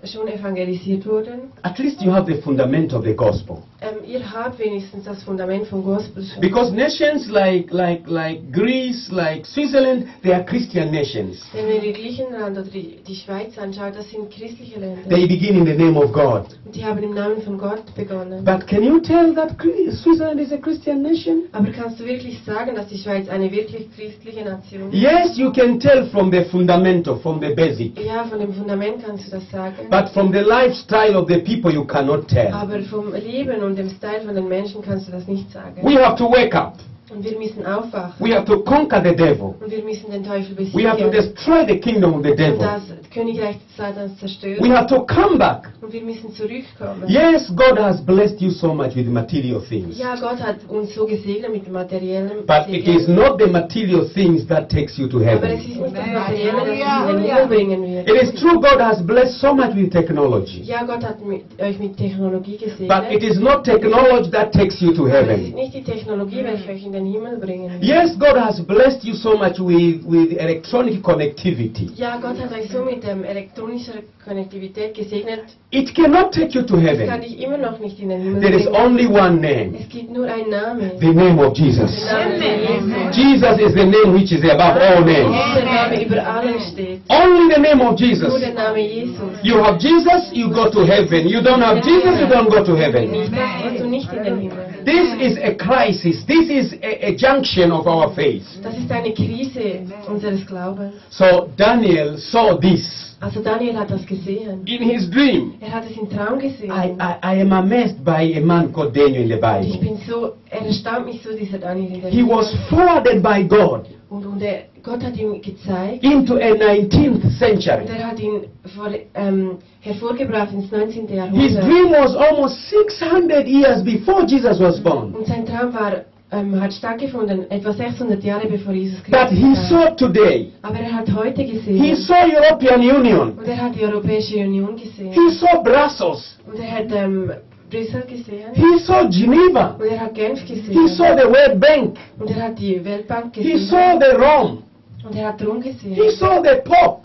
Speaker 2: ist schon evangelisiert worden.
Speaker 1: At least you have the fundament of the gospel.
Speaker 2: Ähm, ihr habt wenigstens das Fundament vom Gospel schon.
Speaker 1: Because nations like, like, like Greece, like Switzerland, they are Christian nations.
Speaker 2: Denn wenn ihr Griechenland oder die, die Schweiz anschaut, das sind christliche Länder.
Speaker 1: They begin in the name of God.
Speaker 2: und die haben im Namen von Gott begonnen.
Speaker 1: But can you tell that Cre- Switzerland is a Christian nation?
Speaker 2: Aber kannst du wirklich sagen, dass die Schweiz eine wirklich christliche Nation ist?
Speaker 1: Yes, you can tell from the fundamental, from the basic.
Speaker 2: Ja, von dem Fundament kannst du das sagen.
Speaker 1: But from the lifestyle of the people, you cannot tell.
Speaker 2: aber vom Leben und dem Style von den Menschen kannst du das nicht sagen.
Speaker 1: We have to wake up.
Speaker 2: und wir müssen aufwachen.
Speaker 1: We have to conquer the devil.
Speaker 2: und wir müssen den Teufel besiegen.
Speaker 1: We have to destroy the kingdom of the
Speaker 2: und
Speaker 1: devil.
Speaker 2: das Königreich des Satans zerstören.
Speaker 1: We have to come back.
Speaker 2: und wir müssen zurückkommen.
Speaker 1: Yes, God has blessed you so much with material things.
Speaker 2: Ja, Gott hat uns so gesegnet mit dem materiellen
Speaker 1: But it
Speaker 2: Segen.
Speaker 1: is not the material things that takes you to
Speaker 2: Aber es ist
Speaker 1: heaven.
Speaker 2: nicht das
Speaker 3: Amen.
Speaker 2: Materielle, das
Speaker 3: Halleluja,
Speaker 2: uns in den
Speaker 3: Halleluja.
Speaker 2: Himmel bringen wird.
Speaker 1: It is true God has blessed so much with technology.
Speaker 2: Ja, Gott hat mit, euch mit Technologie gesegnet.
Speaker 1: But it is not technology that takes you to
Speaker 2: aber es ist
Speaker 1: heaven.
Speaker 2: nicht die Technologie, welche
Speaker 3: Mm.
Speaker 2: euch in den Himmel bringen wird.
Speaker 1: Yes, God has blessed you so much with, with electronic connectivity.
Speaker 2: Ja, Gott hat euch so mit ähm, elektronischer Konnektivität gesegnet.
Speaker 1: It cannot take you to
Speaker 2: Das kann
Speaker 1: heaven.
Speaker 2: ich immer noch nicht in den Himmel
Speaker 1: There is
Speaker 2: bringen.
Speaker 1: only one name,
Speaker 2: Es gibt nur einen Namen.
Speaker 1: the name of Jesus.
Speaker 2: Der Name
Speaker 3: Amen.
Speaker 2: Jesus.
Speaker 1: Jesus is the name which is above all names.
Speaker 2: Der Name über allem steht.
Speaker 1: Only the name of Jesus.
Speaker 2: Nur der Name Jesus.
Speaker 1: You have Jesus, you go to heaven. You don't have Jesus, um you don't go to heaven.
Speaker 2: Nicht das und du nicht in den Himmel.
Speaker 1: This is a crisis. This is a, a junction of our faith.
Speaker 2: Das ist eine Krise unseres Glaubens.
Speaker 1: So Daniel saw this
Speaker 2: Also Daniel hat das gesehen.
Speaker 1: in his dream.
Speaker 2: Er hat es im Traum
Speaker 1: I,
Speaker 2: gesehen.
Speaker 1: I, I am amazed by a man called Daniel in the
Speaker 2: Und ich
Speaker 1: Bible.
Speaker 2: bin so, er erstaunt mich so, dieser Daniel in der
Speaker 1: He
Speaker 2: Bibel.
Speaker 1: was forwarded by God
Speaker 2: Und, und er, Gott hat ihm gezeigt,
Speaker 1: into a 19th
Speaker 2: und
Speaker 1: century.
Speaker 2: er hat ihn vor, ähm, hervorgebracht ins 19.
Speaker 1: His
Speaker 2: Jahrhundert.
Speaker 1: dream was almost 600 years before Jesus was born.
Speaker 2: Und sein Traum war, ähm, hat stattgefunden, etwa 600 Jahre bevor Jesus
Speaker 1: But
Speaker 2: Christus
Speaker 1: he
Speaker 2: kam.
Speaker 1: saw today.
Speaker 2: Aber er hat heute gesehen.
Speaker 1: He saw European Union.
Speaker 2: Und er hat die Europäische Union gesehen.
Speaker 1: He saw Brussels.
Speaker 2: Und er hat ähm, Brüssel gesehen.
Speaker 1: He saw Geneva.
Speaker 2: Und er hat Genf
Speaker 1: He
Speaker 2: gesehen.
Speaker 1: saw the World Bank.
Speaker 2: Und er hat die Weltbank
Speaker 1: He
Speaker 2: gesehen.
Speaker 1: saw the Rome.
Speaker 2: Und er hat Rom
Speaker 1: He
Speaker 2: gesehen.
Speaker 1: saw the Pope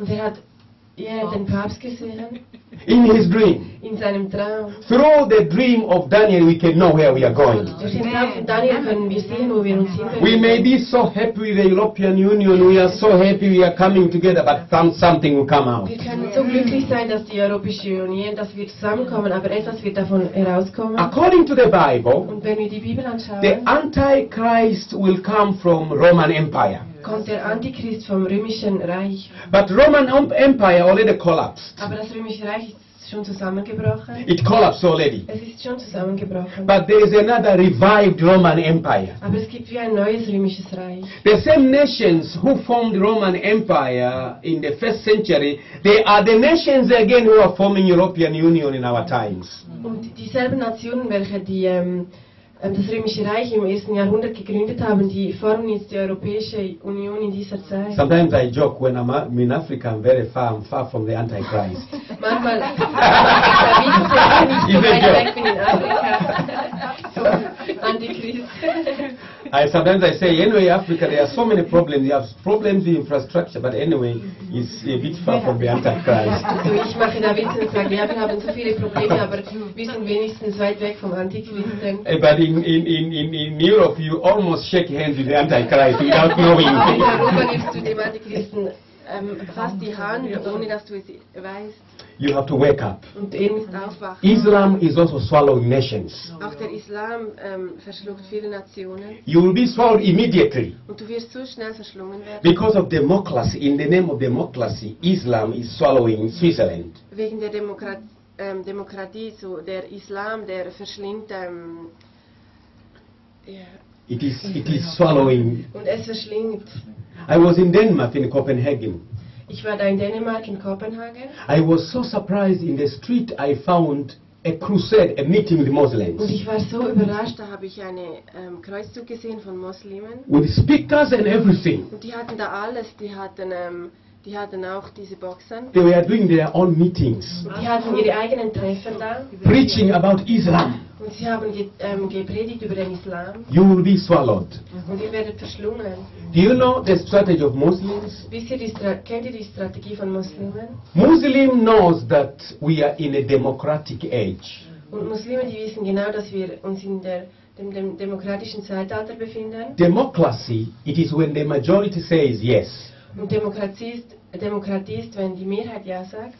Speaker 2: Und er hat ja, den Papst gesehen.
Speaker 1: in his dream.
Speaker 2: In seinem Traum.
Speaker 1: Through the dream of Daniel, we can know where we are going.
Speaker 2: Durch den Traum von Daniel können wir sehen, wo wir uns
Speaker 1: We
Speaker 2: hinbewegen.
Speaker 1: may be so happy with the European Union, we are so happy we are coming together, but some, something will come out.
Speaker 2: Wir können so glücklich sein, dass die Europäische Union, dass wir zusammenkommen, aber etwas wird davon herauskommen.
Speaker 1: According to the Bible,
Speaker 2: Und wenn wir die Bibel
Speaker 1: the
Speaker 2: anschauen,
Speaker 1: Antichrist will come from Roman Empire.
Speaker 2: kommt der Antichrist vom römischen Reich.
Speaker 1: But Roman Em- Empire already collapsed.
Speaker 2: Aber das römische Reich ist ist schon zusammengebrochen.
Speaker 1: It collapsed already.
Speaker 2: Es ist schon zusammengebrochen.
Speaker 1: But there is another revived Roman Empire.
Speaker 2: Aber es gibt wie ein neues römisches Reich.
Speaker 1: The same nations who formed Roman Empire in the first century, they are the nations again who are forming European Union in our times.
Speaker 2: Und dieselben Nationen, welche die, ähm, ähm, das Römische Reich im ersten Jahrhundert gegründet haben, die formen jetzt die Europäische Union in dieser Zeit.
Speaker 1: Sometimes I joke when I'm a- in Africa, I'm very far, I'm far from the Antichrist.
Speaker 2: Manchmal da wisst ihr, wenn ich so
Speaker 1: Ist ein Joke.
Speaker 2: weit weg bin in Afrika. So, Antichrist.
Speaker 1: I sometimes I say, anyway, Africa, there are so many problems. You have problems with infrastructure, but anyway, it's a bit far from the Antichrist.
Speaker 2: Also ich mache da Witze und sage, ja, wir haben so viele Probleme, aber wir sind wenigstens weit weg vom Antichristen.
Speaker 1: Eh, But in, in, in, in, in Europe, you almost shake hands with the Antichrist without
Speaker 2: Aber in
Speaker 1: knowing.
Speaker 2: Europa gibst du dem Antichristen ähm, fast die Hand, ohne dass du es weißt.
Speaker 1: You have to wake up.
Speaker 2: Und er muss aufwachen.
Speaker 1: Islam is also swallowing nations.
Speaker 2: Auch der Islam ähm, verschluckt viele Nationen
Speaker 1: You will be swallowed immediately
Speaker 2: und du wirst so schnell verschlungen werden.
Speaker 1: because of democracy. In the name of democracy, Islam is swallowing Switzerland.
Speaker 2: Wegen der Demokrat ähm, Demokratie, so der Islam, der verschlingt. Ähm, ja.
Speaker 1: It is, it is swallowing.
Speaker 2: Und es verschlingt.
Speaker 1: I was in Denmark, in Copenhagen.
Speaker 2: Ich war da in Dänemark, in Kopenhagen.
Speaker 1: I was so surprised in the street I found a crusade, a meeting with
Speaker 2: Und
Speaker 1: Muslims,
Speaker 2: ich war so überrascht,
Speaker 3: Da habe ich einen ähm, Kreuzzug gesehen von Muslimen
Speaker 1: with speakers and everything.
Speaker 3: und die hatten da alles. Die hatten, ähm, die hatten auch diese Boxen.
Speaker 1: They were doing their own meetings,
Speaker 2: die hatten ihre eigenen Treffen da
Speaker 1: preaching about Islam.
Speaker 2: und sie haben ge ähm, gepredigt über den Islam
Speaker 1: You will be swallowed.
Speaker 2: und ihr werdet verschlungen.
Speaker 1: Do you know the strategy of Muslims?
Speaker 2: Wisst ihr die Stra kennt ihr die Strategie von Muslimen?
Speaker 1: Muslim knows that we are in a democratic age.
Speaker 2: Und Muslime, die wissen genau, dass wir uns in der, dem, dem demokratischen Zeitalter befinden.
Speaker 1: Democracy, it is when the majority says yes.
Speaker 2: Und Demokratie ist, Demokratie ist, wenn die Mehrheit Ja sagt.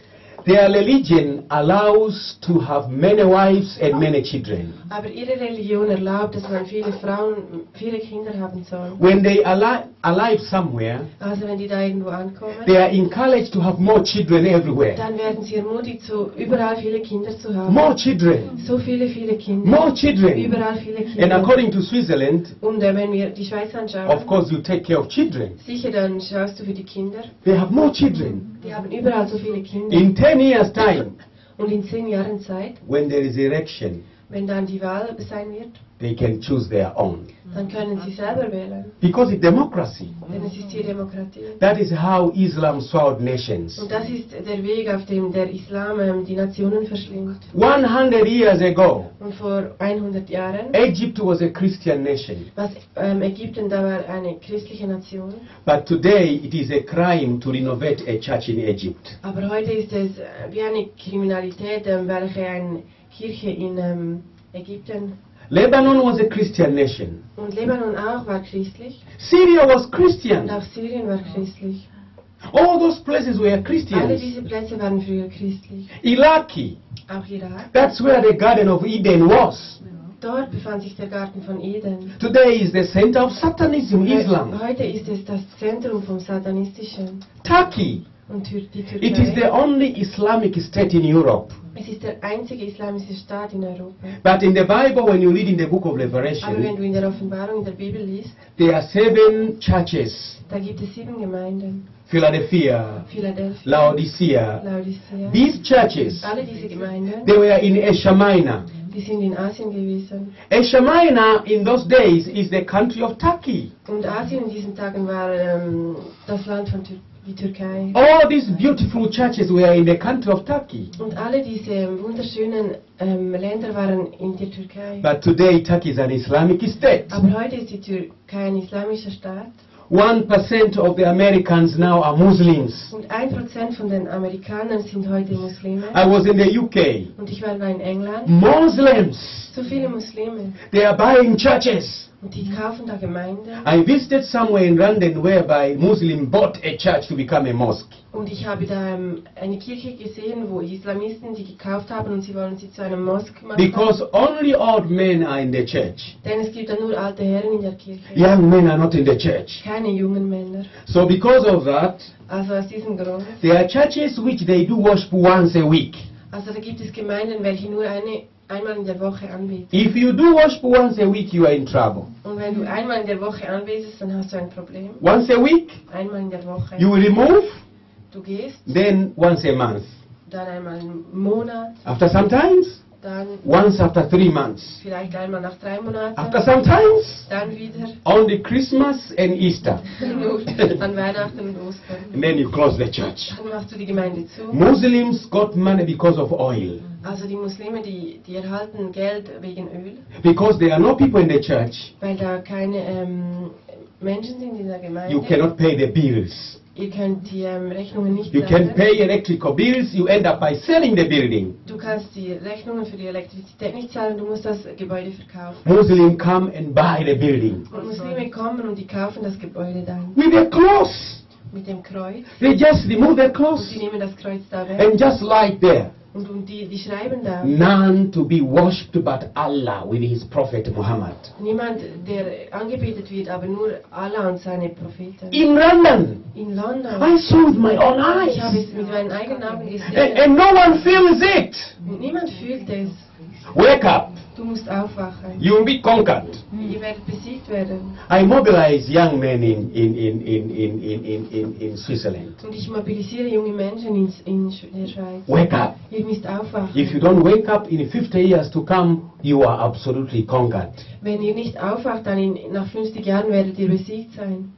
Speaker 1: Their religion allows to have many wives and many children.
Speaker 2: Aber ihre Religion erlaubt, dass man viele Frauen, viele Kinder haben soll.
Speaker 1: When they are ali- alive somewhere,
Speaker 2: Also wenn die da irgendwo ankommen,
Speaker 1: They are encouraged to have more children everywhere.
Speaker 2: dann werden sie ermutigt, so überall viele Kinder zu haben.
Speaker 1: More children.
Speaker 2: So viele, viele Kinder.
Speaker 1: More children.
Speaker 2: Überall viele
Speaker 1: And
Speaker 2: Kinder.
Speaker 1: according to Switzerland,
Speaker 2: Und äh, wenn wir die Schweiz anschauen,
Speaker 1: of course, you take care of children.
Speaker 2: sicher, dann schaust du für die Kinder.
Speaker 1: They have more children.
Speaker 2: Die haben überall so viele Kinder.
Speaker 1: In 10 years' time,
Speaker 2: Und in zehn Jahren Zeit,
Speaker 1: when there is election,
Speaker 2: wenn dann die Wahl sein wird,
Speaker 1: they can choose their own.
Speaker 2: dann können sie selber wählen.
Speaker 1: Because it's democracy.
Speaker 2: Denn es ist die Demokratie.
Speaker 1: That is how Islam swallowed nations.
Speaker 2: Und das ist der Weg, auf dem der Islam ähm, die Nationen verschlingt.
Speaker 1: 100 years ago,
Speaker 2: Und vor 100 Jahren,
Speaker 1: Egypt was a Christian nation.
Speaker 2: was ähm, Ägypten da war eine christliche Nation,
Speaker 1: But today, it is a crime to renovate a church in Egypt.
Speaker 2: aber heute ist es äh, wie eine Kriminalität, ähm, welche eine Kirche in ähm, Ägypten
Speaker 1: Lebanon was a Christian nation.
Speaker 2: und Lebanon auch war christlich
Speaker 1: Syria was
Speaker 2: und
Speaker 1: Christian.
Speaker 2: auch Syrien war christlich.
Speaker 1: All those places were
Speaker 2: Alle
Speaker 1: Christians.
Speaker 2: diese Plätze waren früher christlich,
Speaker 1: Iraqi,
Speaker 2: auch Irak.
Speaker 1: that's where the Garden of Eden was.
Speaker 2: Dort befand sich der Garten von Eden.
Speaker 1: Today is the center of Satanism, Islam.
Speaker 2: Heute ist es das Zentrum vom Satanistischen
Speaker 1: Turkey,
Speaker 2: und Tür die Türkei.
Speaker 1: it is the only Islamic state in Europe.
Speaker 2: es ist der einzige islamische Staat in Europa.
Speaker 1: But in the Bible, when you read in the book of
Speaker 2: Aber wenn
Speaker 1: Revelation,
Speaker 2: du in der Offenbarung in der Bibel liest,
Speaker 1: there are seven churches
Speaker 2: da gibt es sieben Gemeinden.
Speaker 1: Philadelphia,
Speaker 2: Philadelphia,
Speaker 1: Laodicea.
Speaker 2: Laodicea.
Speaker 1: These churches,
Speaker 2: Alle diese Gemeinden,
Speaker 1: they were in Asia Minor.
Speaker 2: die sind in Asien gewesen.
Speaker 1: Asia Minor in those days is the country of Turkey.
Speaker 2: Und Asien in diesen Tagen war ähm, das Land von Tür die Türkei.
Speaker 1: All these beautiful churches were in the country of Turkey.
Speaker 2: Und alle diese wunderschönen ähm, Länder waren in der Türkei.
Speaker 1: But today, Turkey is an Islamic state.
Speaker 2: Aber heute ist die Türkei ein islamischer Staat.
Speaker 1: One percent of the Americans now are Muslims.
Speaker 2: Und 1% von den Amerikanern sind heute Muslime.
Speaker 1: I was in the UK.
Speaker 2: Und ich war da in
Speaker 1: Hm.
Speaker 2: England.
Speaker 1: Muslims,
Speaker 2: So viele Muslime.
Speaker 1: they are buying churches.
Speaker 2: Und die kaufen da Gemeinden.
Speaker 1: I visited somewhere in London whereby Muslim bought a church to become a mosque.
Speaker 2: Und ich habe da ähm, eine Kirche gesehen, wo Islamisten die gekauft haben und sie wollen sie zu einer Moschee machen.
Speaker 1: Because only old men are in the church.
Speaker 2: Denn es gibt da nur alte Herren in der Kirche.
Speaker 1: Young men are not in the church.
Speaker 2: Keine jungen Männer.
Speaker 1: So because of that,
Speaker 2: Also aus diesem Grund.
Speaker 1: there are churches which they do worship once a week.
Speaker 2: Also da gibt es Gemeinden, welche nur eine, einmal in der Woche anbeten.
Speaker 1: If you do worship once a week, you are in trouble.
Speaker 2: Und wenn du einmal in der Woche anwesest, dann hast du ein Problem.
Speaker 1: Once a week,
Speaker 2: Einmal in der Woche.
Speaker 1: you will remove,
Speaker 2: Du gehst,
Speaker 1: then once a month.
Speaker 2: dann einmal im Monat,
Speaker 1: After sometimes,
Speaker 2: dann
Speaker 1: once after three months.
Speaker 2: vielleicht einmal nach drei
Speaker 1: After
Speaker 2: Monaten,
Speaker 1: sometimes,
Speaker 2: dann wieder
Speaker 1: only Christmas and Easter.
Speaker 2: nur an Weihnachten und Ostern.
Speaker 1: And then you close the church.
Speaker 2: Dann machst du die Gemeinde zu.
Speaker 1: Muslims got money because of oil.
Speaker 2: Also die Muslime, die, die erhalten Geld wegen Öl,
Speaker 1: Because there are no people in the church,
Speaker 2: weil da keine ähm, Menschen sind in der
Speaker 1: you
Speaker 2: Gemeinde.
Speaker 1: cannot pay the bills.
Speaker 2: Ihr könnt die ähm, Rechnungen nicht
Speaker 1: You can
Speaker 2: zahlen.
Speaker 1: pay electrical bills, you end up by selling the building.
Speaker 2: Du kannst die Rechnungen für die Elektrizität nicht zahlen, du musst das Gebäude verkaufen.
Speaker 1: Muslim come and buy the building.
Speaker 2: Und Muslime kommen und die kaufen das Gebäude dann
Speaker 1: With a cross.
Speaker 2: mit dem Kreuz.
Speaker 1: They just remove the
Speaker 2: Und
Speaker 1: cross
Speaker 2: die nehmen das Kreuz da weg
Speaker 1: and just like there.
Speaker 2: und, und die, die schreiben da.
Speaker 1: None to be worshipped but Allah with his prophet Muhammad.
Speaker 2: Niemand, der angebetet wird, aber nur Allah und seine Propheten.
Speaker 1: In London,
Speaker 2: In London, Ah,
Speaker 1: I saw with my own
Speaker 2: ich habe es
Speaker 1: eyes.
Speaker 2: mit meinen eigenen Augen
Speaker 1: And,
Speaker 2: gesehen.
Speaker 1: and no one feels it.
Speaker 2: Und niemand fühlt es.
Speaker 1: Wake up.
Speaker 2: Du musst aufwachen.
Speaker 1: You will be conquered.
Speaker 2: Ihr werdet besiegt werden.
Speaker 1: I mobilize young men in, in, in, in, in, in, in, in, in Switzerland.
Speaker 2: Und ich mobilisiere junge Menschen in, in Sch- der Schweiz.
Speaker 1: Wake up.
Speaker 2: Ihr müsst aufwachen.
Speaker 1: If you don't wake up in 50 years to come, you are absolutely conquered.
Speaker 2: Wenn ihr nicht aufwacht, dann in, nach 50 Jahren werdet ihr besiegt sein.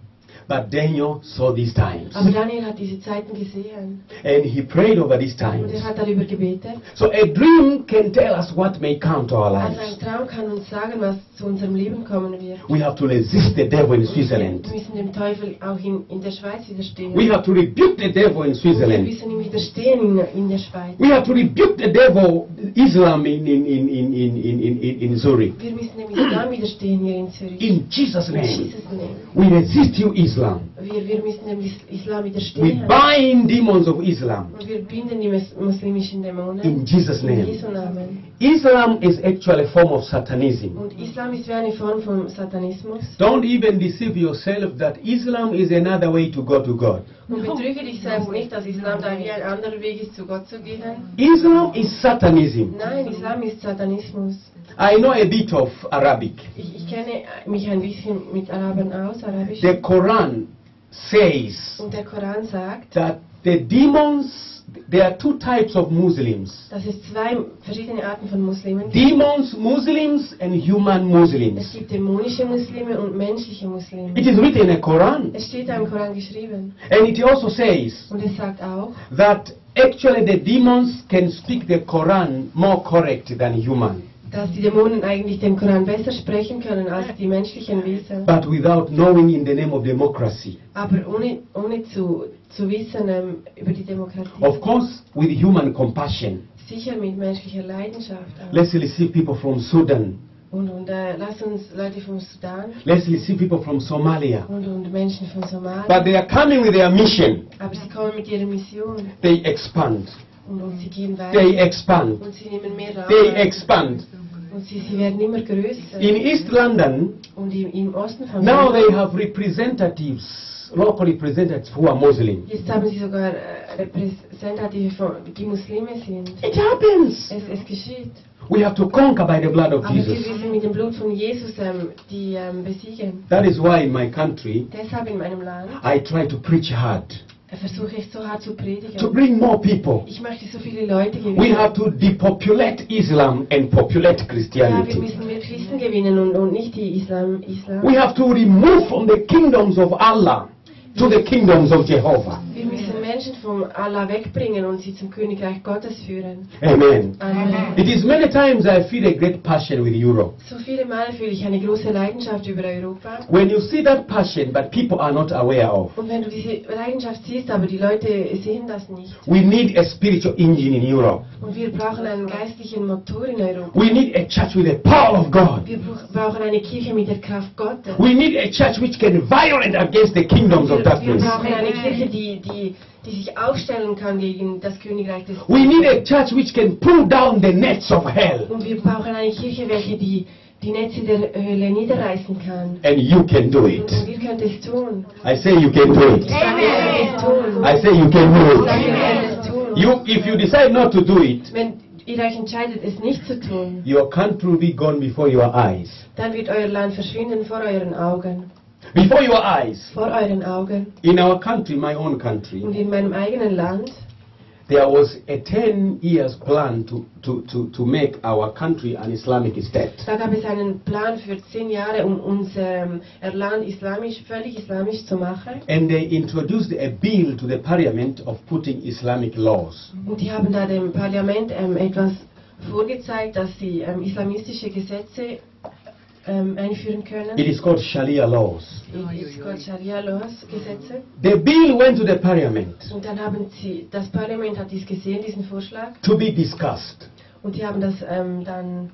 Speaker 1: But Daniel saw these times.
Speaker 2: Aber Daniel hat diese Zeiten gesehen
Speaker 1: And he prayed over these
Speaker 2: und
Speaker 1: times.
Speaker 2: er hat darüber gebetet.
Speaker 1: So a dream can tell us what may come to our
Speaker 2: Also ein
Speaker 1: lives.
Speaker 2: Traum kann uns sagen, was zu unserem Leben kommen wird.
Speaker 1: We have to resist the devil in
Speaker 2: Wir
Speaker 1: Switzerland.
Speaker 2: müssen dem Teufel auch in, in der Schweiz widerstehen.
Speaker 1: We have to rebuke the devil in
Speaker 2: wir
Speaker 1: Switzerland.
Speaker 2: müssen ihm widerstehen in, in der Schweiz.
Speaker 1: We have to rebuke the devil, Islam in, in, in, in, in, in, in, in, in Zurich.
Speaker 2: Wir müssen dem Islam widerstehen hier in Zürich.
Speaker 1: In Jesus'
Speaker 2: In
Speaker 1: name,
Speaker 2: Jesus' name.
Speaker 1: we resist you, Islam.
Speaker 2: Wir, wir müssen dem Is-
Speaker 1: We
Speaker 2: Islam widerstehen.
Speaker 1: bind demons of Islam.
Speaker 2: Und wir binden die mus-
Speaker 1: In
Speaker 2: muslimischen Dämonen.
Speaker 1: Jesus'
Speaker 2: In
Speaker 1: name.
Speaker 2: Jesu Namen.
Speaker 1: Islam is actually a form of satanism.
Speaker 2: Und Islam ist wie eine Form von Satanismus.
Speaker 1: Don't even deceive yourself that Islam is another way to go to God.
Speaker 2: Und betrüge dich selbst nicht, dass Islam da wie ein anderer Weg ist, zu Gott zu gehen.
Speaker 1: Islam is satanism.
Speaker 2: Nein, Islam ist Satanismus.
Speaker 1: I know a bit of Arabic.
Speaker 2: Ich, ich kenne mich ein bisschen mit Arabern aus, Arabisch.
Speaker 1: The Quran says
Speaker 2: Und der Koran sagt,
Speaker 1: that the demons, there are two types of Muslims.
Speaker 2: dass es zwei verschiedene Arten von Muslimen gibt.
Speaker 1: Demons Muslims and human
Speaker 2: Es
Speaker 1: Muslims.
Speaker 2: gibt dämonische Muslime und menschliche Muslime.
Speaker 1: It is written in the Quran.
Speaker 2: Es steht da im Koran geschrieben.
Speaker 1: And it also says
Speaker 2: Und es sagt auch,
Speaker 1: that actually the demons can speak the Quran more correct than human,
Speaker 2: dass die Dämonen eigentlich den Koran besser sprechen können als die menschlichen Wesen.
Speaker 1: but without knowing in the name of democracy.
Speaker 2: Aber ohne, ohne zu, zu wissen ähm, über die Demokratie.
Speaker 1: Of course, with human compassion.
Speaker 2: Sicher mit menschlicher Leidenschaft auch.
Speaker 1: Let's receive people from Sudan.
Speaker 2: Und, und äh, lass uns Leute vom Sudan
Speaker 1: Let's receive people from Somalia.
Speaker 2: und, und Menschen von Somalia.
Speaker 1: But they are coming with their mission.
Speaker 2: Aber sie kommen mit ihrer Mission
Speaker 1: They expand.
Speaker 2: und, und sie gehen weiter.
Speaker 1: They expand.
Speaker 2: Und sie nehmen mehr Raum.
Speaker 1: They
Speaker 2: ein.
Speaker 1: expand.
Speaker 2: Und sie, sie werden immer größer.
Speaker 1: In East London,
Speaker 2: und im, im Osten von
Speaker 1: now
Speaker 2: London-
Speaker 1: they have representatives, local representatives who are Muslim.
Speaker 2: Jetzt haben sie sogar äh, Repräsentative, von, die Muslime sind.
Speaker 1: It happens.
Speaker 2: Es, es geschieht.
Speaker 1: We have to conquer by the blood of
Speaker 2: Aber wir
Speaker 1: Oh, Jesus.
Speaker 2: wissen mit dem Blut von Jesus ähm, die ähm, besiegen.
Speaker 1: That is why in my country,
Speaker 2: Deshalb in meinem Land
Speaker 1: I try to preach hard,
Speaker 2: äh, versuche ich so hart zu
Speaker 1: to
Speaker 2: predigen.
Speaker 1: bring more people.
Speaker 2: Ich möchte so viele Leute
Speaker 1: We
Speaker 2: gewinnen.
Speaker 1: have to depopulate Islam and populate
Speaker 2: Ja, wir
Speaker 1: Christianity.
Speaker 2: müssen mehr Christen gewinnen und, und nicht die Islam. Islam.
Speaker 1: We have to remove from the kingdoms of Allah to the kingdoms of Jehovah.
Speaker 2: Wir müssen Menschen vom Allah wegbringen und sie zum Königreich Gottes führen.
Speaker 1: Amen.
Speaker 2: Amen.
Speaker 1: It is many times I feel a great passion with Europe.
Speaker 2: So viele Male fühle ich eine große Leidenschaft über Europa.
Speaker 1: When you see that passion, but people are not aware of,
Speaker 2: Und wenn du diese Leidenschaft siehst, aber die Leute sehen das nicht.
Speaker 1: we need a spiritual engine in Europe.
Speaker 2: Und wir brauchen einen geistlichen Motor in Europa.
Speaker 1: We need a church with the power of God.
Speaker 2: Wir br- brauchen eine Kirche mit der Kraft Gottes.
Speaker 1: We need a church which can violate against the kingdoms
Speaker 2: Wir,
Speaker 1: of
Speaker 2: wir
Speaker 1: darkness.
Speaker 2: brauchen eine Kirche, die, die, die sich aufstellen kann gegen das Königreich des
Speaker 1: We need a church which can pull down the nets of hell.
Speaker 2: Und wir brauchen eine Kirche, welche die, die Netze der Höhle niederreißen kann.
Speaker 1: And you can do
Speaker 2: Und,
Speaker 1: it.
Speaker 2: und ihr könnt es tun.
Speaker 1: I say you can do it.
Speaker 2: Danke, ihr könnt es tun.
Speaker 1: I say you can do
Speaker 2: Danke, ihr
Speaker 1: it.
Speaker 2: könnt es tun.
Speaker 1: You, if you decide not to do it,
Speaker 2: Wenn ihr euch entscheidet, es nicht zu tun,
Speaker 1: your country will be gone before your eyes.
Speaker 2: dann wird euer Land verschwinden vor euren Augen.
Speaker 1: Before your eyes.
Speaker 2: Vor euren Augen.
Speaker 1: In our country, my own
Speaker 2: Und
Speaker 1: country,
Speaker 2: in meinem eigenen Land
Speaker 1: there was a 10 years plan to, to, to, to make our country an Islamic state.
Speaker 2: Da gab es einen Plan für zehn Jahre, um unser Land islamisch, völlig islamisch zu machen.
Speaker 1: And they introduced a bill to the parliament of putting Islamic laws.
Speaker 2: Und die haben da dem Parlament ähm, etwas vorgezeigt, dass sie ähm, islamistische Gesetze ähm, einführen können.
Speaker 1: It is called Sharia laws.
Speaker 2: It's called Sharia Laws Gesetze.
Speaker 1: The bill went to the parliament
Speaker 2: Und dann haben sie, das Parlament hat dies gesehen, diesen Vorschlag,
Speaker 1: to be discussed.
Speaker 2: und die haben das ähm, dann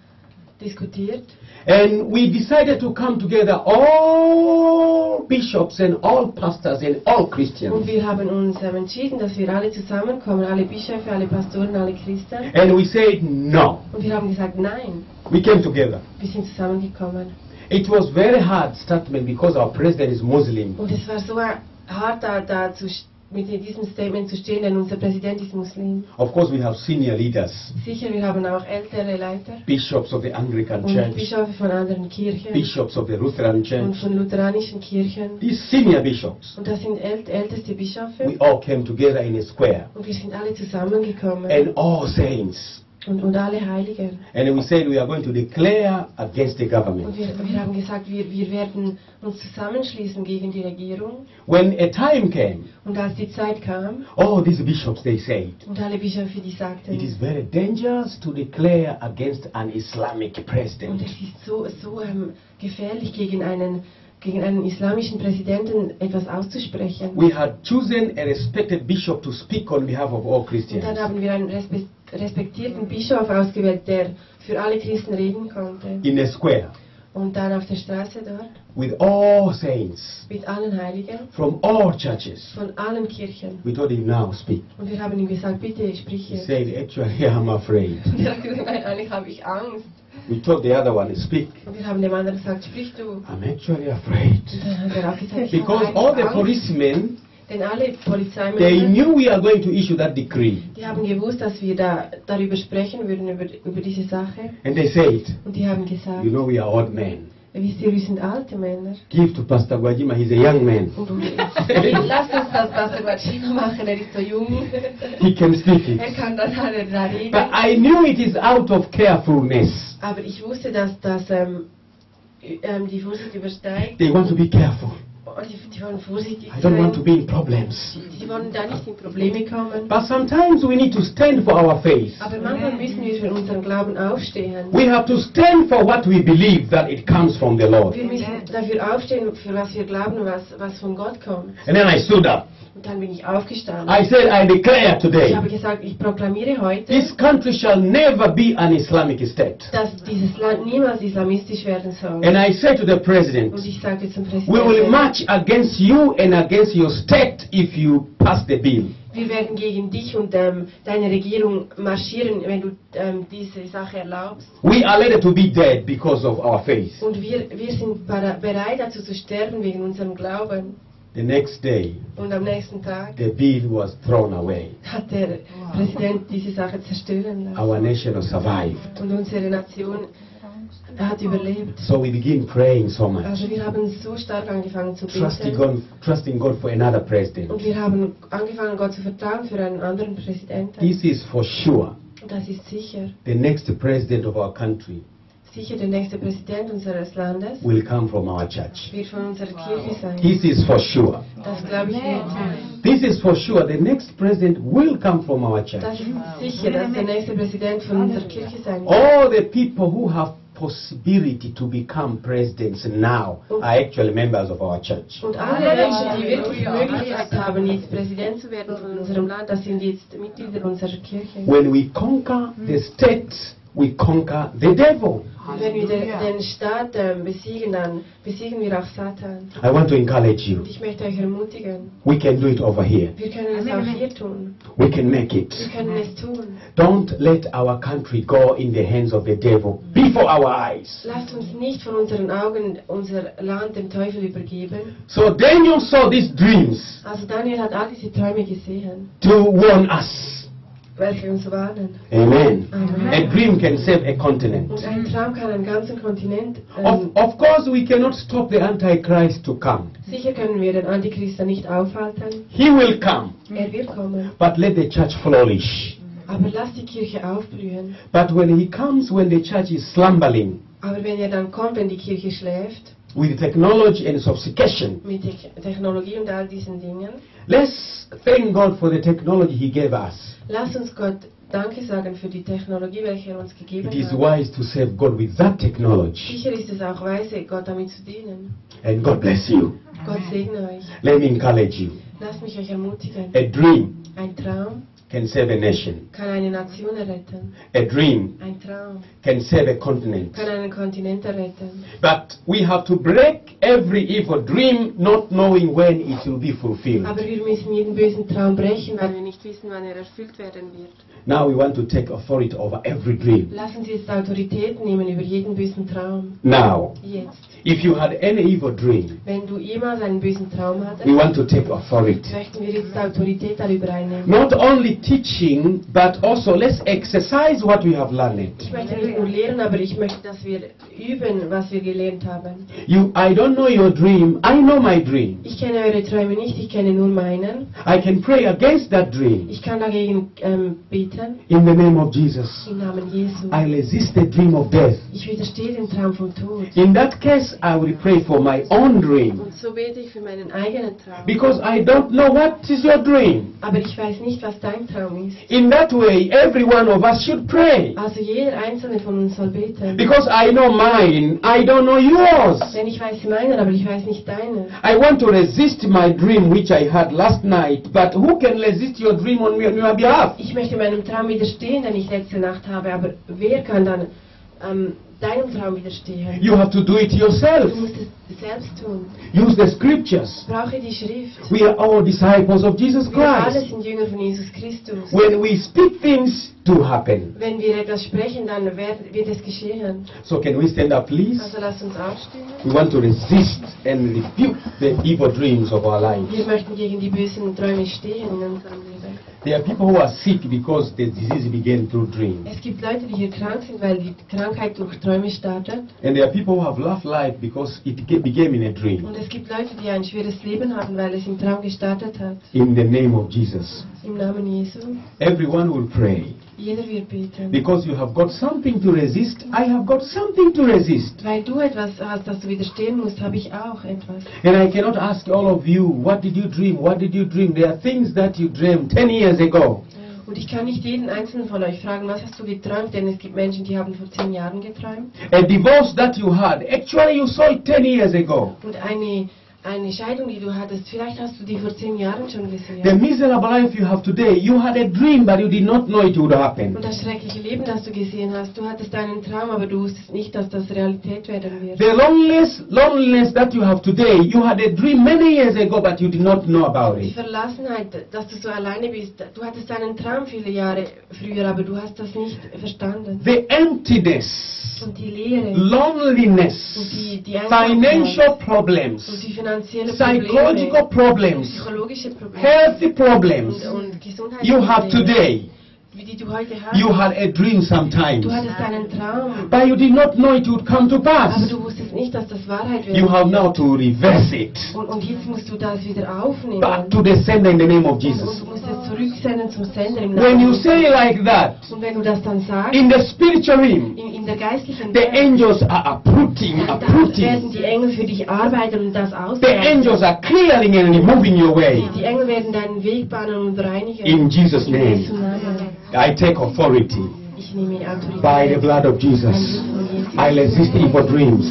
Speaker 2: diskutiert.
Speaker 1: And we decided to come together, all bishops and all pastors and all
Speaker 2: Und
Speaker 1: Christians.
Speaker 2: wir haben uns ähm, entschieden, dass wir alle zusammenkommen, alle Bischöfe, alle Pastoren, alle Christen.
Speaker 1: And we said, no.
Speaker 2: Und wir haben gesagt, nein,
Speaker 1: We came together.
Speaker 2: wir sind zusammengekommen.
Speaker 1: It was very hard statement because our president is Muslim.
Speaker 2: Und es war so hart, da, da zu, st- mit diesem Statement zu stehen, denn unser Präsident ist Muslim.
Speaker 1: Of course, we have senior leaders,
Speaker 2: Sicher, wir haben auch ältere Leiter
Speaker 1: bishops of the Anglican
Speaker 2: und
Speaker 1: Church,
Speaker 2: Bischöfe von anderen Kirchen
Speaker 1: bishops of the Lutheran
Speaker 2: und
Speaker 1: Church,
Speaker 2: von lutheranischen Kirchen.
Speaker 1: these senior bishops.
Speaker 2: Und das sind ält älteste
Speaker 1: We
Speaker 2: Bischöfe.
Speaker 1: all came together in a square
Speaker 2: Und wir sind alle zusammengekommen
Speaker 1: and all saints.
Speaker 2: und, und alle Heiligen.
Speaker 1: And we said we are going to declare against the
Speaker 2: Und
Speaker 1: government.
Speaker 2: wir, wir haben gesagt, wir, wir werden uns zusammenschließen gegen die Regierung.
Speaker 1: When a time came,
Speaker 2: Und als die Zeit kam
Speaker 1: all these bishops, they said,
Speaker 2: und alle Bischöfe, die
Speaker 1: It is
Speaker 2: sagten,
Speaker 1: very dangerous to declare against an Islamic
Speaker 2: Und
Speaker 1: president.
Speaker 2: es ist so, so ähm, gefährlich, gegen einen, gegen einen islamischen Präsidenten etwas auszusprechen.
Speaker 1: We had chosen a respected bishop to speak on behalf of all
Speaker 2: Und dann
Speaker 1: Christians
Speaker 2: haben wir einen respe respektierten Bischof ausgewählt, der für alle Christen reden konnte.
Speaker 1: in a square
Speaker 2: Und dann auf der Straße dort
Speaker 1: with all saints
Speaker 2: mit allen Heiligen
Speaker 1: from all churches.
Speaker 2: von allen Kirchen.
Speaker 1: We told him, Now speak.
Speaker 2: Und wir haben ihm gesagt, bitte sprich
Speaker 1: He
Speaker 2: jetzt.
Speaker 1: said, Actually, I'm afraid.
Speaker 2: Und er hat gesagt, nein, eigentlich habe ich Angst.
Speaker 1: We told the other one, Speak.
Speaker 2: Und wir haben dem anderen gesagt, sprich du.
Speaker 1: I'm actually afraid.
Speaker 2: Und dann hat er auch gesagt, ich habe
Speaker 1: Because all the
Speaker 2: eigentlich Angst.
Speaker 1: policemen
Speaker 2: Denn alle
Speaker 1: They
Speaker 2: Polizeimänner
Speaker 1: knew we are going to issue that decree.
Speaker 2: Die haben gewusst, dass wir da darüber sprechen würden, über, über diese Sache.
Speaker 1: And they said,
Speaker 2: Und die haben gesagt,
Speaker 1: you know we are old men.
Speaker 2: wisst ihr, wir sind alte Männer.
Speaker 1: Give to Pastor Guajima, he's a young man.
Speaker 2: Und lasst uns das Pastor Guacino machen, er ist so jung.
Speaker 1: He can speak
Speaker 2: Er
Speaker 1: it.
Speaker 2: kann dann alle da reden.
Speaker 1: But I knew it is out of carefulness.
Speaker 2: Aber ich wusste, dass das ähm, ü- ähm, die Vorsicht übersteigt.
Speaker 1: They want to be careful.
Speaker 2: Und die, die wollen vorsichtig
Speaker 1: I don't want to
Speaker 2: sein.
Speaker 1: be in problems.
Speaker 2: Die wollen da nicht in Probleme kommen.
Speaker 1: But sometimes we need to stand for our faith.
Speaker 2: Aber manchmal müssen wir für unseren Glauben aufstehen.
Speaker 1: We have to stand for what we believe that it comes from the Lord.
Speaker 2: Wir müssen dafür aufstehen, für was wir glauben, was, was von Gott kommt.
Speaker 1: And then I stood up.
Speaker 2: Und dann bin ich aufgestanden.
Speaker 1: I said, I declare today,
Speaker 2: Ich habe gesagt, ich proklamiere heute,
Speaker 1: this country shall never be an Islamic state.
Speaker 2: dass dieses Land niemals islamistisch werden soll.
Speaker 1: And I said to the president,
Speaker 2: Und ich sagte zum
Speaker 1: We will
Speaker 2: Präsidenten,
Speaker 1: march against you and against your state if you pass the bill.
Speaker 2: wir werden gegen dich und ähm, deine Regierung marschieren, wenn du ähm, diese Sache erlaubst.
Speaker 1: We are later to be dead because of our faith.
Speaker 2: Und wir, wir sind para- bereit dazu zu sterben wegen unserem Glauben.
Speaker 1: The next day,
Speaker 2: Und am nächsten Tag
Speaker 1: the bill was thrown away.
Speaker 2: hat der Präsident diese Sache zerstören lassen.
Speaker 1: Our nation survived.
Speaker 2: Und unsere Nation hat überlebt.
Speaker 1: So we begin praying so much,
Speaker 2: Also wir haben so stark angefangen zu
Speaker 1: trusting
Speaker 2: beten.
Speaker 1: God, trusting God for another
Speaker 2: Und
Speaker 1: president.
Speaker 2: wir haben angefangen, Gott zu vertrauen für einen anderen Präsidenten.
Speaker 1: This is for sure
Speaker 2: Das ist sicher.
Speaker 1: the next president of our country
Speaker 2: Sicher der nächste Präsident unseres Landes
Speaker 1: will come from our church.
Speaker 2: wird von unserer Kirche sein.
Speaker 1: This is for sure.
Speaker 2: Das glaube ich wirklich.
Speaker 1: This is for sure the next president will come from our church.
Speaker 2: Das ist sicher, dass der nächste Präsident von unserer Kirche sein wird.
Speaker 1: All the people who have possibility to become presidents now are actually members of our church.
Speaker 2: Und alle Menschen, die wirklich Möglichkeit haben, jetzt Präsident zu werden von unserem Land, das sind jetzt Mitglieder unserer Kirche.
Speaker 1: When we conquer the state, we conquer the devil.
Speaker 2: Und wenn wir den, den Staat ähm, besiegen, dann besiegen wir auch Satan.
Speaker 1: I want to encourage you.
Speaker 2: Und ich möchte euch ermutigen,
Speaker 1: We can do it over here.
Speaker 2: wir können es auch hier tun.
Speaker 1: We can make it.
Speaker 2: Wir können es tun.
Speaker 1: Don't let our country go in the hands of the devil before our eyes.
Speaker 2: Lasst uns nicht von unseren Augen unser Land dem Teufel übergeben.
Speaker 1: So Daniel saw these dreams
Speaker 2: Also Daniel hat all diese Träume gesehen,
Speaker 1: to warn us.
Speaker 2: welche uns warnen.
Speaker 1: Amen.
Speaker 2: Amen.
Speaker 1: A dream can save a continent.
Speaker 2: Und ein Traum kann einen ganzen Kontinent. Ähm,
Speaker 1: Of, of course, we cannot stop the Antichrist to come.
Speaker 2: sicher können wir den Antichristen nicht aufhalten.
Speaker 1: He will come,
Speaker 2: Er wird kommen.
Speaker 1: but let the church flourish.
Speaker 2: Aber lass die Kirche aufblühen.
Speaker 1: But when he comes, when the church is slumbering
Speaker 2: Aber wenn er dann kommt, wenn die Kirche schläft,
Speaker 1: with technology and sophistication,
Speaker 2: mit Te- Technologie und all diesen Dingen,
Speaker 1: let's thank God for the technology he gave us.
Speaker 2: lass uns Gott Danke sagen für die Technologie, welche er uns gegeben
Speaker 1: It is
Speaker 2: hat.
Speaker 1: wise to serve God with that technology.
Speaker 2: Sicher ist es auch weise, Gott damit zu dienen.
Speaker 1: And God bless you.
Speaker 2: Gott segne euch.
Speaker 1: Let me encourage you.
Speaker 2: Lasst mich euch ermutigen.
Speaker 1: A dream
Speaker 2: Ein Traum
Speaker 1: can save a nation.
Speaker 2: kann eine Nation retten.
Speaker 1: A dream
Speaker 2: Ein Traum
Speaker 1: can save a continent.
Speaker 2: kann einen Kontinent retten.
Speaker 1: But we have to break every evil dream, not knowing when it will be
Speaker 2: Aber
Speaker 1: fulfilled.
Speaker 2: wir müssen jeden bösen Traum brechen,
Speaker 3: weil
Speaker 2: weil
Speaker 3: wir nicht wissen, wann er erfüllt werden wird.
Speaker 1: Now we want to take authority over every dream.
Speaker 2: lass uns jetzt Autorität nehmen über jeden bösen Traum.
Speaker 1: Now,
Speaker 2: Jetzt.
Speaker 1: if you had any evil dream,
Speaker 2: Wenn du jemals einen bösen Traum hattest,
Speaker 1: we want to take authority.
Speaker 2: möchten wir jetzt Autorität darüber einnehmen.
Speaker 1: Not only teaching, but also let's exercise what we have learned.
Speaker 2: Ich möchte nicht nur lehren, aber ich möchte, dass wir üben, was wir gelernt haben.
Speaker 1: You, I don't know your dream. I know my dream.
Speaker 2: Ich kenne eure Träume nicht, ich kenne nur meinen.
Speaker 1: I can pray against that dream
Speaker 2: Ich kann dagegen ähm, beten,
Speaker 1: in the name of Jesus.
Speaker 2: im Namen Jesu.
Speaker 1: I resist the dream of death.
Speaker 2: Ich widerstehe dem Traum vom Tod.
Speaker 1: In that case, I will pray for my own dream.
Speaker 3: Und so bete ich für meinen
Speaker 2: Einen
Speaker 3: eigenen.
Speaker 2: eigenen Traum.
Speaker 1: Because I don't know what is your dream.
Speaker 2: Aber ich weiß nicht, was dein Traum ist.
Speaker 1: In that way, every one of us should pray.
Speaker 2: Also jeder einzelne von uns soll beten.
Speaker 1: Because I know mine, I don't know yours.
Speaker 2: Denn ich weiß meinen, aber ich weiß nicht deinen.
Speaker 1: I want to resist my dream which I had last night, but who can resist your dream on, me- on your behalf?
Speaker 2: Ich möchte meinem Traum widerstehen, den ich letzte Nacht habe, aber wer kann dann ähm, deinem Traum widerstehen?
Speaker 1: You have to do it
Speaker 2: Du
Speaker 1: yourself.
Speaker 2: musst es selbst tun.
Speaker 1: Use the scriptures.
Speaker 2: Brauche die Schrift.
Speaker 1: We are all disciples of Jesus
Speaker 2: Wir alle
Speaker 1: Christ.
Speaker 2: sind Jünger von Jesus Christus.
Speaker 1: When we speak, things do happen.
Speaker 2: Wenn wir etwas sprechen, dann wird, wird es geschehen.
Speaker 1: So can we stand up, please?
Speaker 2: Also lasst uns aufstehen.
Speaker 1: We want to resist and rebuke the evil dreams of our lives.
Speaker 2: Wir möchten gegen die bösen Träume stehen in unserem Leben.
Speaker 1: There are people who are sick because the disease began through dreams.
Speaker 2: Es gibt Leute, die hier krank sind, weil die Krankheit durch Träume startet.
Speaker 1: And there are people who have left life because it ge- began in a dream.
Speaker 2: Und es gibt Leute, die ein schweres Leben haben, weil es im Traum gestartet hat.
Speaker 1: In the name of Jesus.
Speaker 2: Im Namen Jesu.
Speaker 1: Everyone will pray.
Speaker 2: Jeder wird beten.
Speaker 1: Because you have got something to resist, I have got something to resist.
Speaker 2: Weil du etwas hast, das du widerstehen musst, habe ich auch etwas.
Speaker 1: And I cannot ask all of you, what did you dream? What did you dream? There are things that you dreamed 10 years ago.
Speaker 2: Und ich kann nicht jeden einzelnen von euch fragen, was hast du geträumt, denn es gibt Menschen, die haben vor zehn Jahren geträumt.
Speaker 1: A divorce that you had, actually you saw it 10 years ago.
Speaker 2: Und eine, eine Scheidung, die du hattest, vielleicht hast du die vor zehn Jahren schon
Speaker 1: The
Speaker 2: gesehen.
Speaker 1: miserable life you have today, you had a dream but you did not know it would happen.
Speaker 2: Und das schreckliche Leben, das du gesehen hast, du hattest einen Traum, aber du wusstest nicht, dass das Realität werden wird.
Speaker 1: The loneliness, loneliness that you have today, you had a dream many years ago, but you did not know about
Speaker 2: Die
Speaker 1: it.
Speaker 2: Verlassenheit, dass du so alleine bist, du hattest einen Traum viele Jahre früher, aber du hast das nicht verstanden.
Speaker 1: The emptiness,
Speaker 2: Und die Leere und
Speaker 1: loneliness,
Speaker 2: die, die Einsamkeit
Speaker 1: financial
Speaker 2: und
Speaker 1: problems,
Speaker 2: die finanziellen
Speaker 1: psychological
Speaker 2: Probleme,
Speaker 1: problems,
Speaker 2: psychologische Probleme
Speaker 1: health
Speaker 2: und,
Speaker 1: problems
Speaker 2: und Gesundheitsprobleme,
Speaker 1: you have today.
Speaker 2: wie die du heute hast.
Speaker 1: You had a dream sometimes,
Speaker 2: du hattest einen Traum,
Speaker 1: but you did not know it would come to
Speaker 2: aber
Speaker 1: pass.
Speaker 2: du wusstest nicht, dass das Wahrheit
Speaker 1: You
Speaker 2: wird.
Speaker 1: have now to reverse it
Speaker 2: Und, und jetzt musst du das wieder aufnehmen.
Speaker 1: back to the sender in the name of
Speaker 2: und
Speaker 1: Jesus.
Speaker 2: du musst es zurücksenden zum Sender im
Speaker 1: When
Speaker 2: Namen
Speaker 1: you
Speaker 2: Jesu.
Speaker 1: say like that,
Speaker 2: Und wenn du das dann sagst,
Speaker 1: in the spiritual realm,
Speaker 2: in, in der geistlichen
Speaker 1: The
Speaker 2: Welt,
Speaker 1: angels are uprooting,
Speaker 2: Da werden
Speaker 1: uprooting.
Speaker 2: die Engel für dich arbeiten und das
Speaker 1: The
Speaker 2: ausgleichen.
Speaker 1: angels are clearing and removing your way.
Speaker 2: Die Engel werden deinen Weg bahnen und reinigen.
Speaker 1: In Jesus'
Speaker 2: In Jesu
Speaker 1: name,
Speaker 2: Namen.
Speaker 1: I take authority
Speaker 2: Ich nehme Autorität.
Speaker 1: by the blood of Jesus. I resist evil dreams.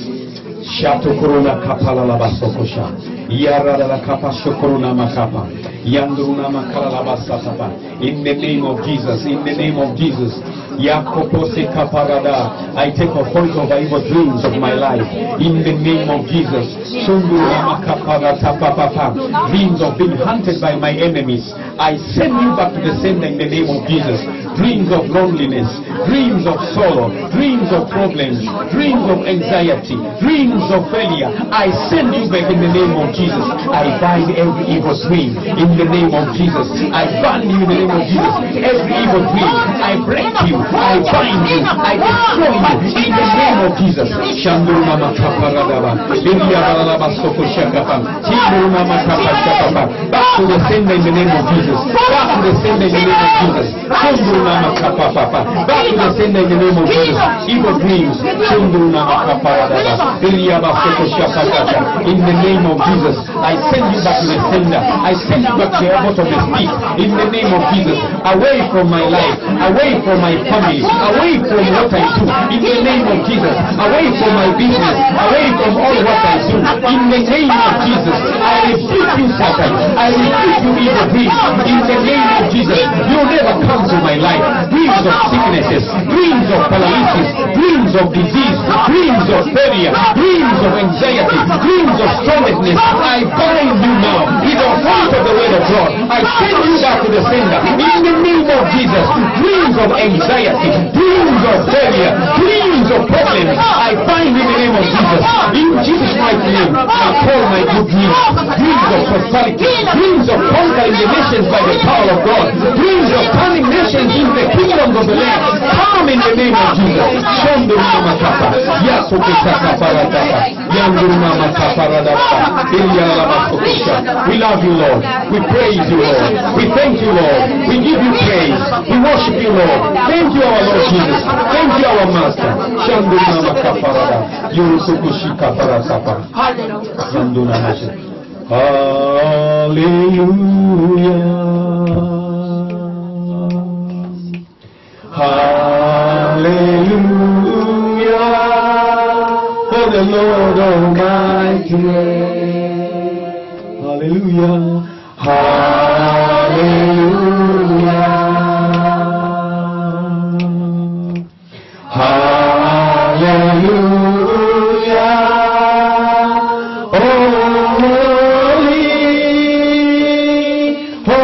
Speaker 1: Shato korona kapala la basokosha. Yara la la kapa shokorona makapa. Yandruna makala la basatapa. In the name of Jesus, in the name of Jesus. Yakopose kaparada. I take authority over evil dreams of my life. In the name of Jesus. Sundurama kapara tapapapa. Dreams of being hunted by my enemies. I send you back to the sender in the name of Jesus. Dreams of loneliness, dreams of sorrow, dreams of problems, dreams of anxiety, dreams of failure. I send you back in the name of Jesus. I bind every evil dream in the name of Jesus. I bind you in the name of Jesus. Every evil dream, I break you, I bind you, I destroy you in the name of Jesus. Shanduru mama kaparadaba, Lidia balaba soko shakapa, Tibu mama kapa shakapa. Back to the sender in the name of Jesus. Back to the sender in the name of Jesus. Shanduru mama kapapa. Back to the sender in the name of Jesus. Evil dreams, Shanduru mama kaparadaba, Lidia basoko shakapa. In the name of Jesus, I send you back to the sender. I send you back to the airport of the speak. In the name of Jesus, away from my life, away from my family, away from what I do. In the name of Jesus, away from my business, away from all what I do. In the name of Jesus, I rebuke you, Satan. I rebuke you, evil dream. In the name of Jesus, you never come to my life. Dreams of sicknesses, dreams of paralysis, dreams of disease, dreams of failure, dreams of anxiety, dreams of strongness. I bind you now. In the heart of the word of God, I send you back to the sender. In the name of Jesus, dreams of anxiety, dreams of failure, dreams of problems, I bind in the name of Jesus. In Jesus' mighty name, I call my good dreams, dreams of prosperity, dreams of conquering the nations by the power of God, dreams of turning nations into the kingdoms of the land. Come in the name of Jesus. Shondo mama kapa, yasoke kapa parataka, yanduru mama kapa radaka, ilia lama sokusha. We love you, Lord. We praise you, Lord. We thank you, Lord. We give you praise. We worship you, Lord. Thank you, our Lord Jesus. Thank you, our Master. Shondo mama kapa rada, yorusokushi kapa rataka. Shondo mama kapa. Hallelujah. Hallelujah, for the Lord Almighty. Hallelujah, Hallelujah. Hallelujah. Oh, holy, holy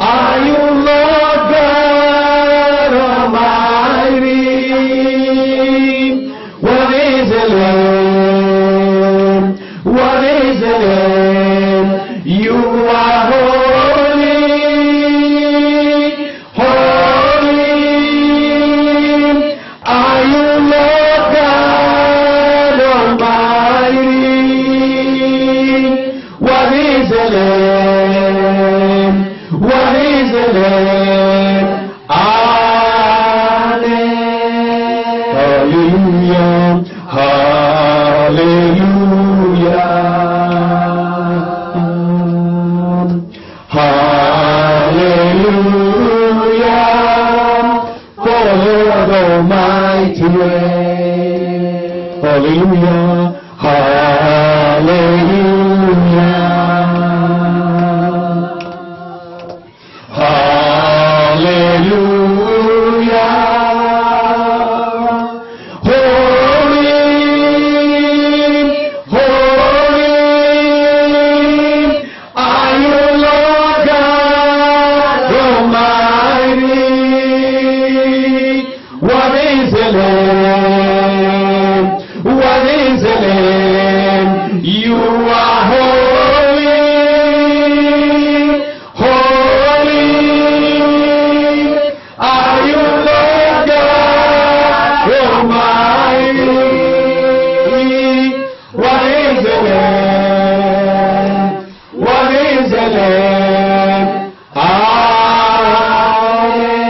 Speaker 1: are you, Lord God Almighty. What is the Lamb? What is the Lamb? You are holy, holy. Are you Lord God Almighty? What is the Lamb? What is the Lamb? Hallelujah. Hallelujah. Hallelujah. For Lord Almighty reigns. Hallelujah. Hallelujah. Hallelujah. Holy, holy are you, Lord God Almighty. What is the Lamb? What is the Lamb? You are holy, holy are you, Lord God Almighty. What is the Lamb? What is the Lamb? Amen.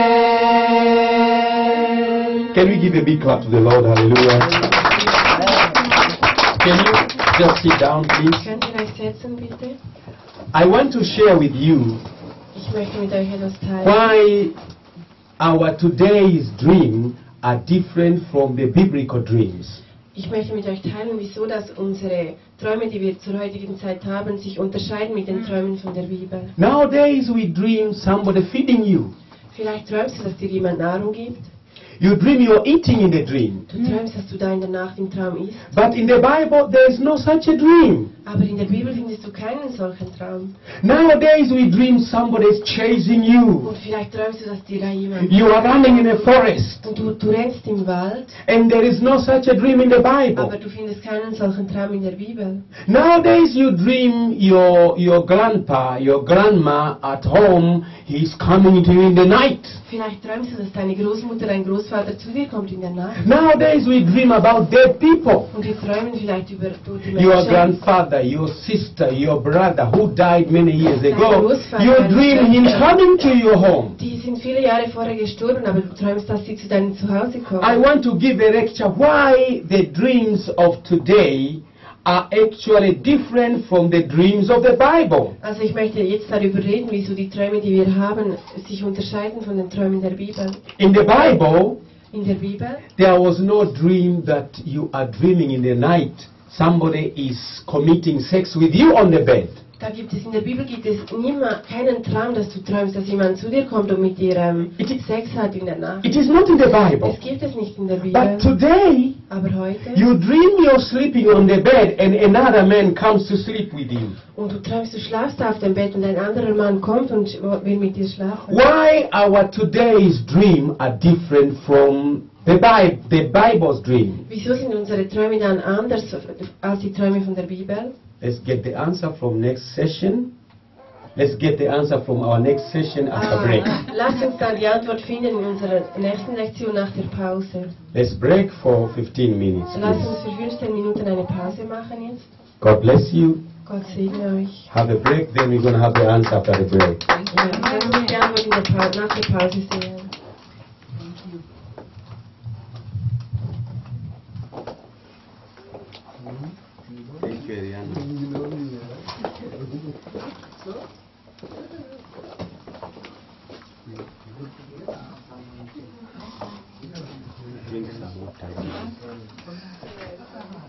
Speaker 1: Can we give a big clap to the Lord? Hallelujah. Can you just sit down, please?
Speaker 2: Könnt ihr euch setzen, bitte?
Speaker 1: I want to share with you
Speaker 2: Ich möchte mit euch etwas teilen.
Speaker 1: why our today's dream are different from the biblical dreams.
Speaker 2: Ich möchte mit euch teilen, wieso dass unsere Träume, die wir zur heutigen Zeit haben, sich unterscheiden mit den Träumen von der Bibel.
Speaker 1: Nowadays we dream somebody feeding you.
Speaker 2: Vielleicht träumst du, dass dir jemand Nahrung gibt.
Speaker 1: You dream you're eating in a dream.
Speaker 2: Du träumst, dass du da in der Nacht im Traum isst.
Speaker 1: But in the Bible, there is no such a dream.
Speaker 2: Aber in der Bibel findest du keinen solchen Traum.
Speaker 1: Nowadays, we dream somebody's chasing you.
Speaker 2: Und vielleicht träumst du, dass dir da jemand...
Speaker 1: You are running in a forest.
Speaker 2: Und du, du rennst im Wald,
Speaker 1: And there is no such a dream in the
Speaker 2: aber
Speaker 1: Bible.
Speaker 2: du findest keinen solchen Traum in der Bibel.
Speaker 1: Nowadays, you dream your, your grandpa, your grandma at home, he's coming to you in the night.
Speaker 2: Vielleicht träumst du, dass deine Großmutter, dein Großvater zu dir kommt in der Nacht.
Speaker 1: Nowadays, we dream about dead people.
Speaker 2: Und wir träumen vielleicht über tote
Speaker 1: Your
Speaker 2: Menschen.
Speaker 1: grandfather, your sister, your brother who died many years
Speaker 2: Dein
Speaker 1: ago,
Speaker 2: Großvater,
Speaker 1: you
Speaker 2: deine
Speaker 1: dream him
Speaker 2: Schwester.
Speaker 1: coming to your home.
Speaker 2: Die sind viele Jahre vorher gestorben, aber du träumst, dass sie zu deinem Zuhause kommen.
Speaker 1: I want to give a lecture why the dreams of today are actually different from the dreams of the Bible.
Speaker 2: Also ich möchte jetzt darüber reden, wieso die Träume, die wir haben, sich unterscheiden von den Träumen der Bibel.
Speaker 1: In the Bible,
Speaker 2: In der Bibel
Speaker 1: there was no dream that you are dreaming in the night. Somebody is committing sex with you on the bed.
Speaker 2: Da gibt es in der Bibel gibt es nimmer keinen Traum, dass du träumst, dass jemand zu dir kommt und mit dir ähm,
Speaker 1: It is-
Speaker 2: Sex hat in der Nacht.
Speaker 1: It is not in the
Speaker 2: Das
Speaker 1: Bible.
Speaker 2: gibt es nicht in der Bibel.
Speaker 1: But today,
Speaker 2: Aber heute
Speaker 1: you dream you're sleeping on the bed and another man comes to sleep with you.
Speaker 2: und du träumst, du schlafst da auf dem Bett und ein anderer Mann kommt und sch- will mit dir schlafen.
Speaker 1: Why our today's dream are different from the Bible, the Bible's dream?
Speaker 2: Wieso sind unsere Träume dann anders als die Träume von der Bibel?
Speaker 1: Let's get the answer from next session. Let's get the answer from our next session
Speaker 2: Ah.
Speaker 1: after break.
Speaker 2: Lasst uns dann die Antwort finden in unserer nächsten Lektion nach der Pause.
Speaker 1: Let's break for 15 minutes,
Speaker 2: Lasst
Speaker 1: please.
Speaker 2: uns für 15 Minuten eine Pause machen jetzt.
Speaker 1: God bless you.
Speaker 2: Gott segne euch.
Speaker 1: Have a break, then we're going to have the answer after the break.
Speaker 2: Ja, lasst uns die Antwort in der Pa- nach der Pause sehen.
Speaker 1: Thank you, Ariana.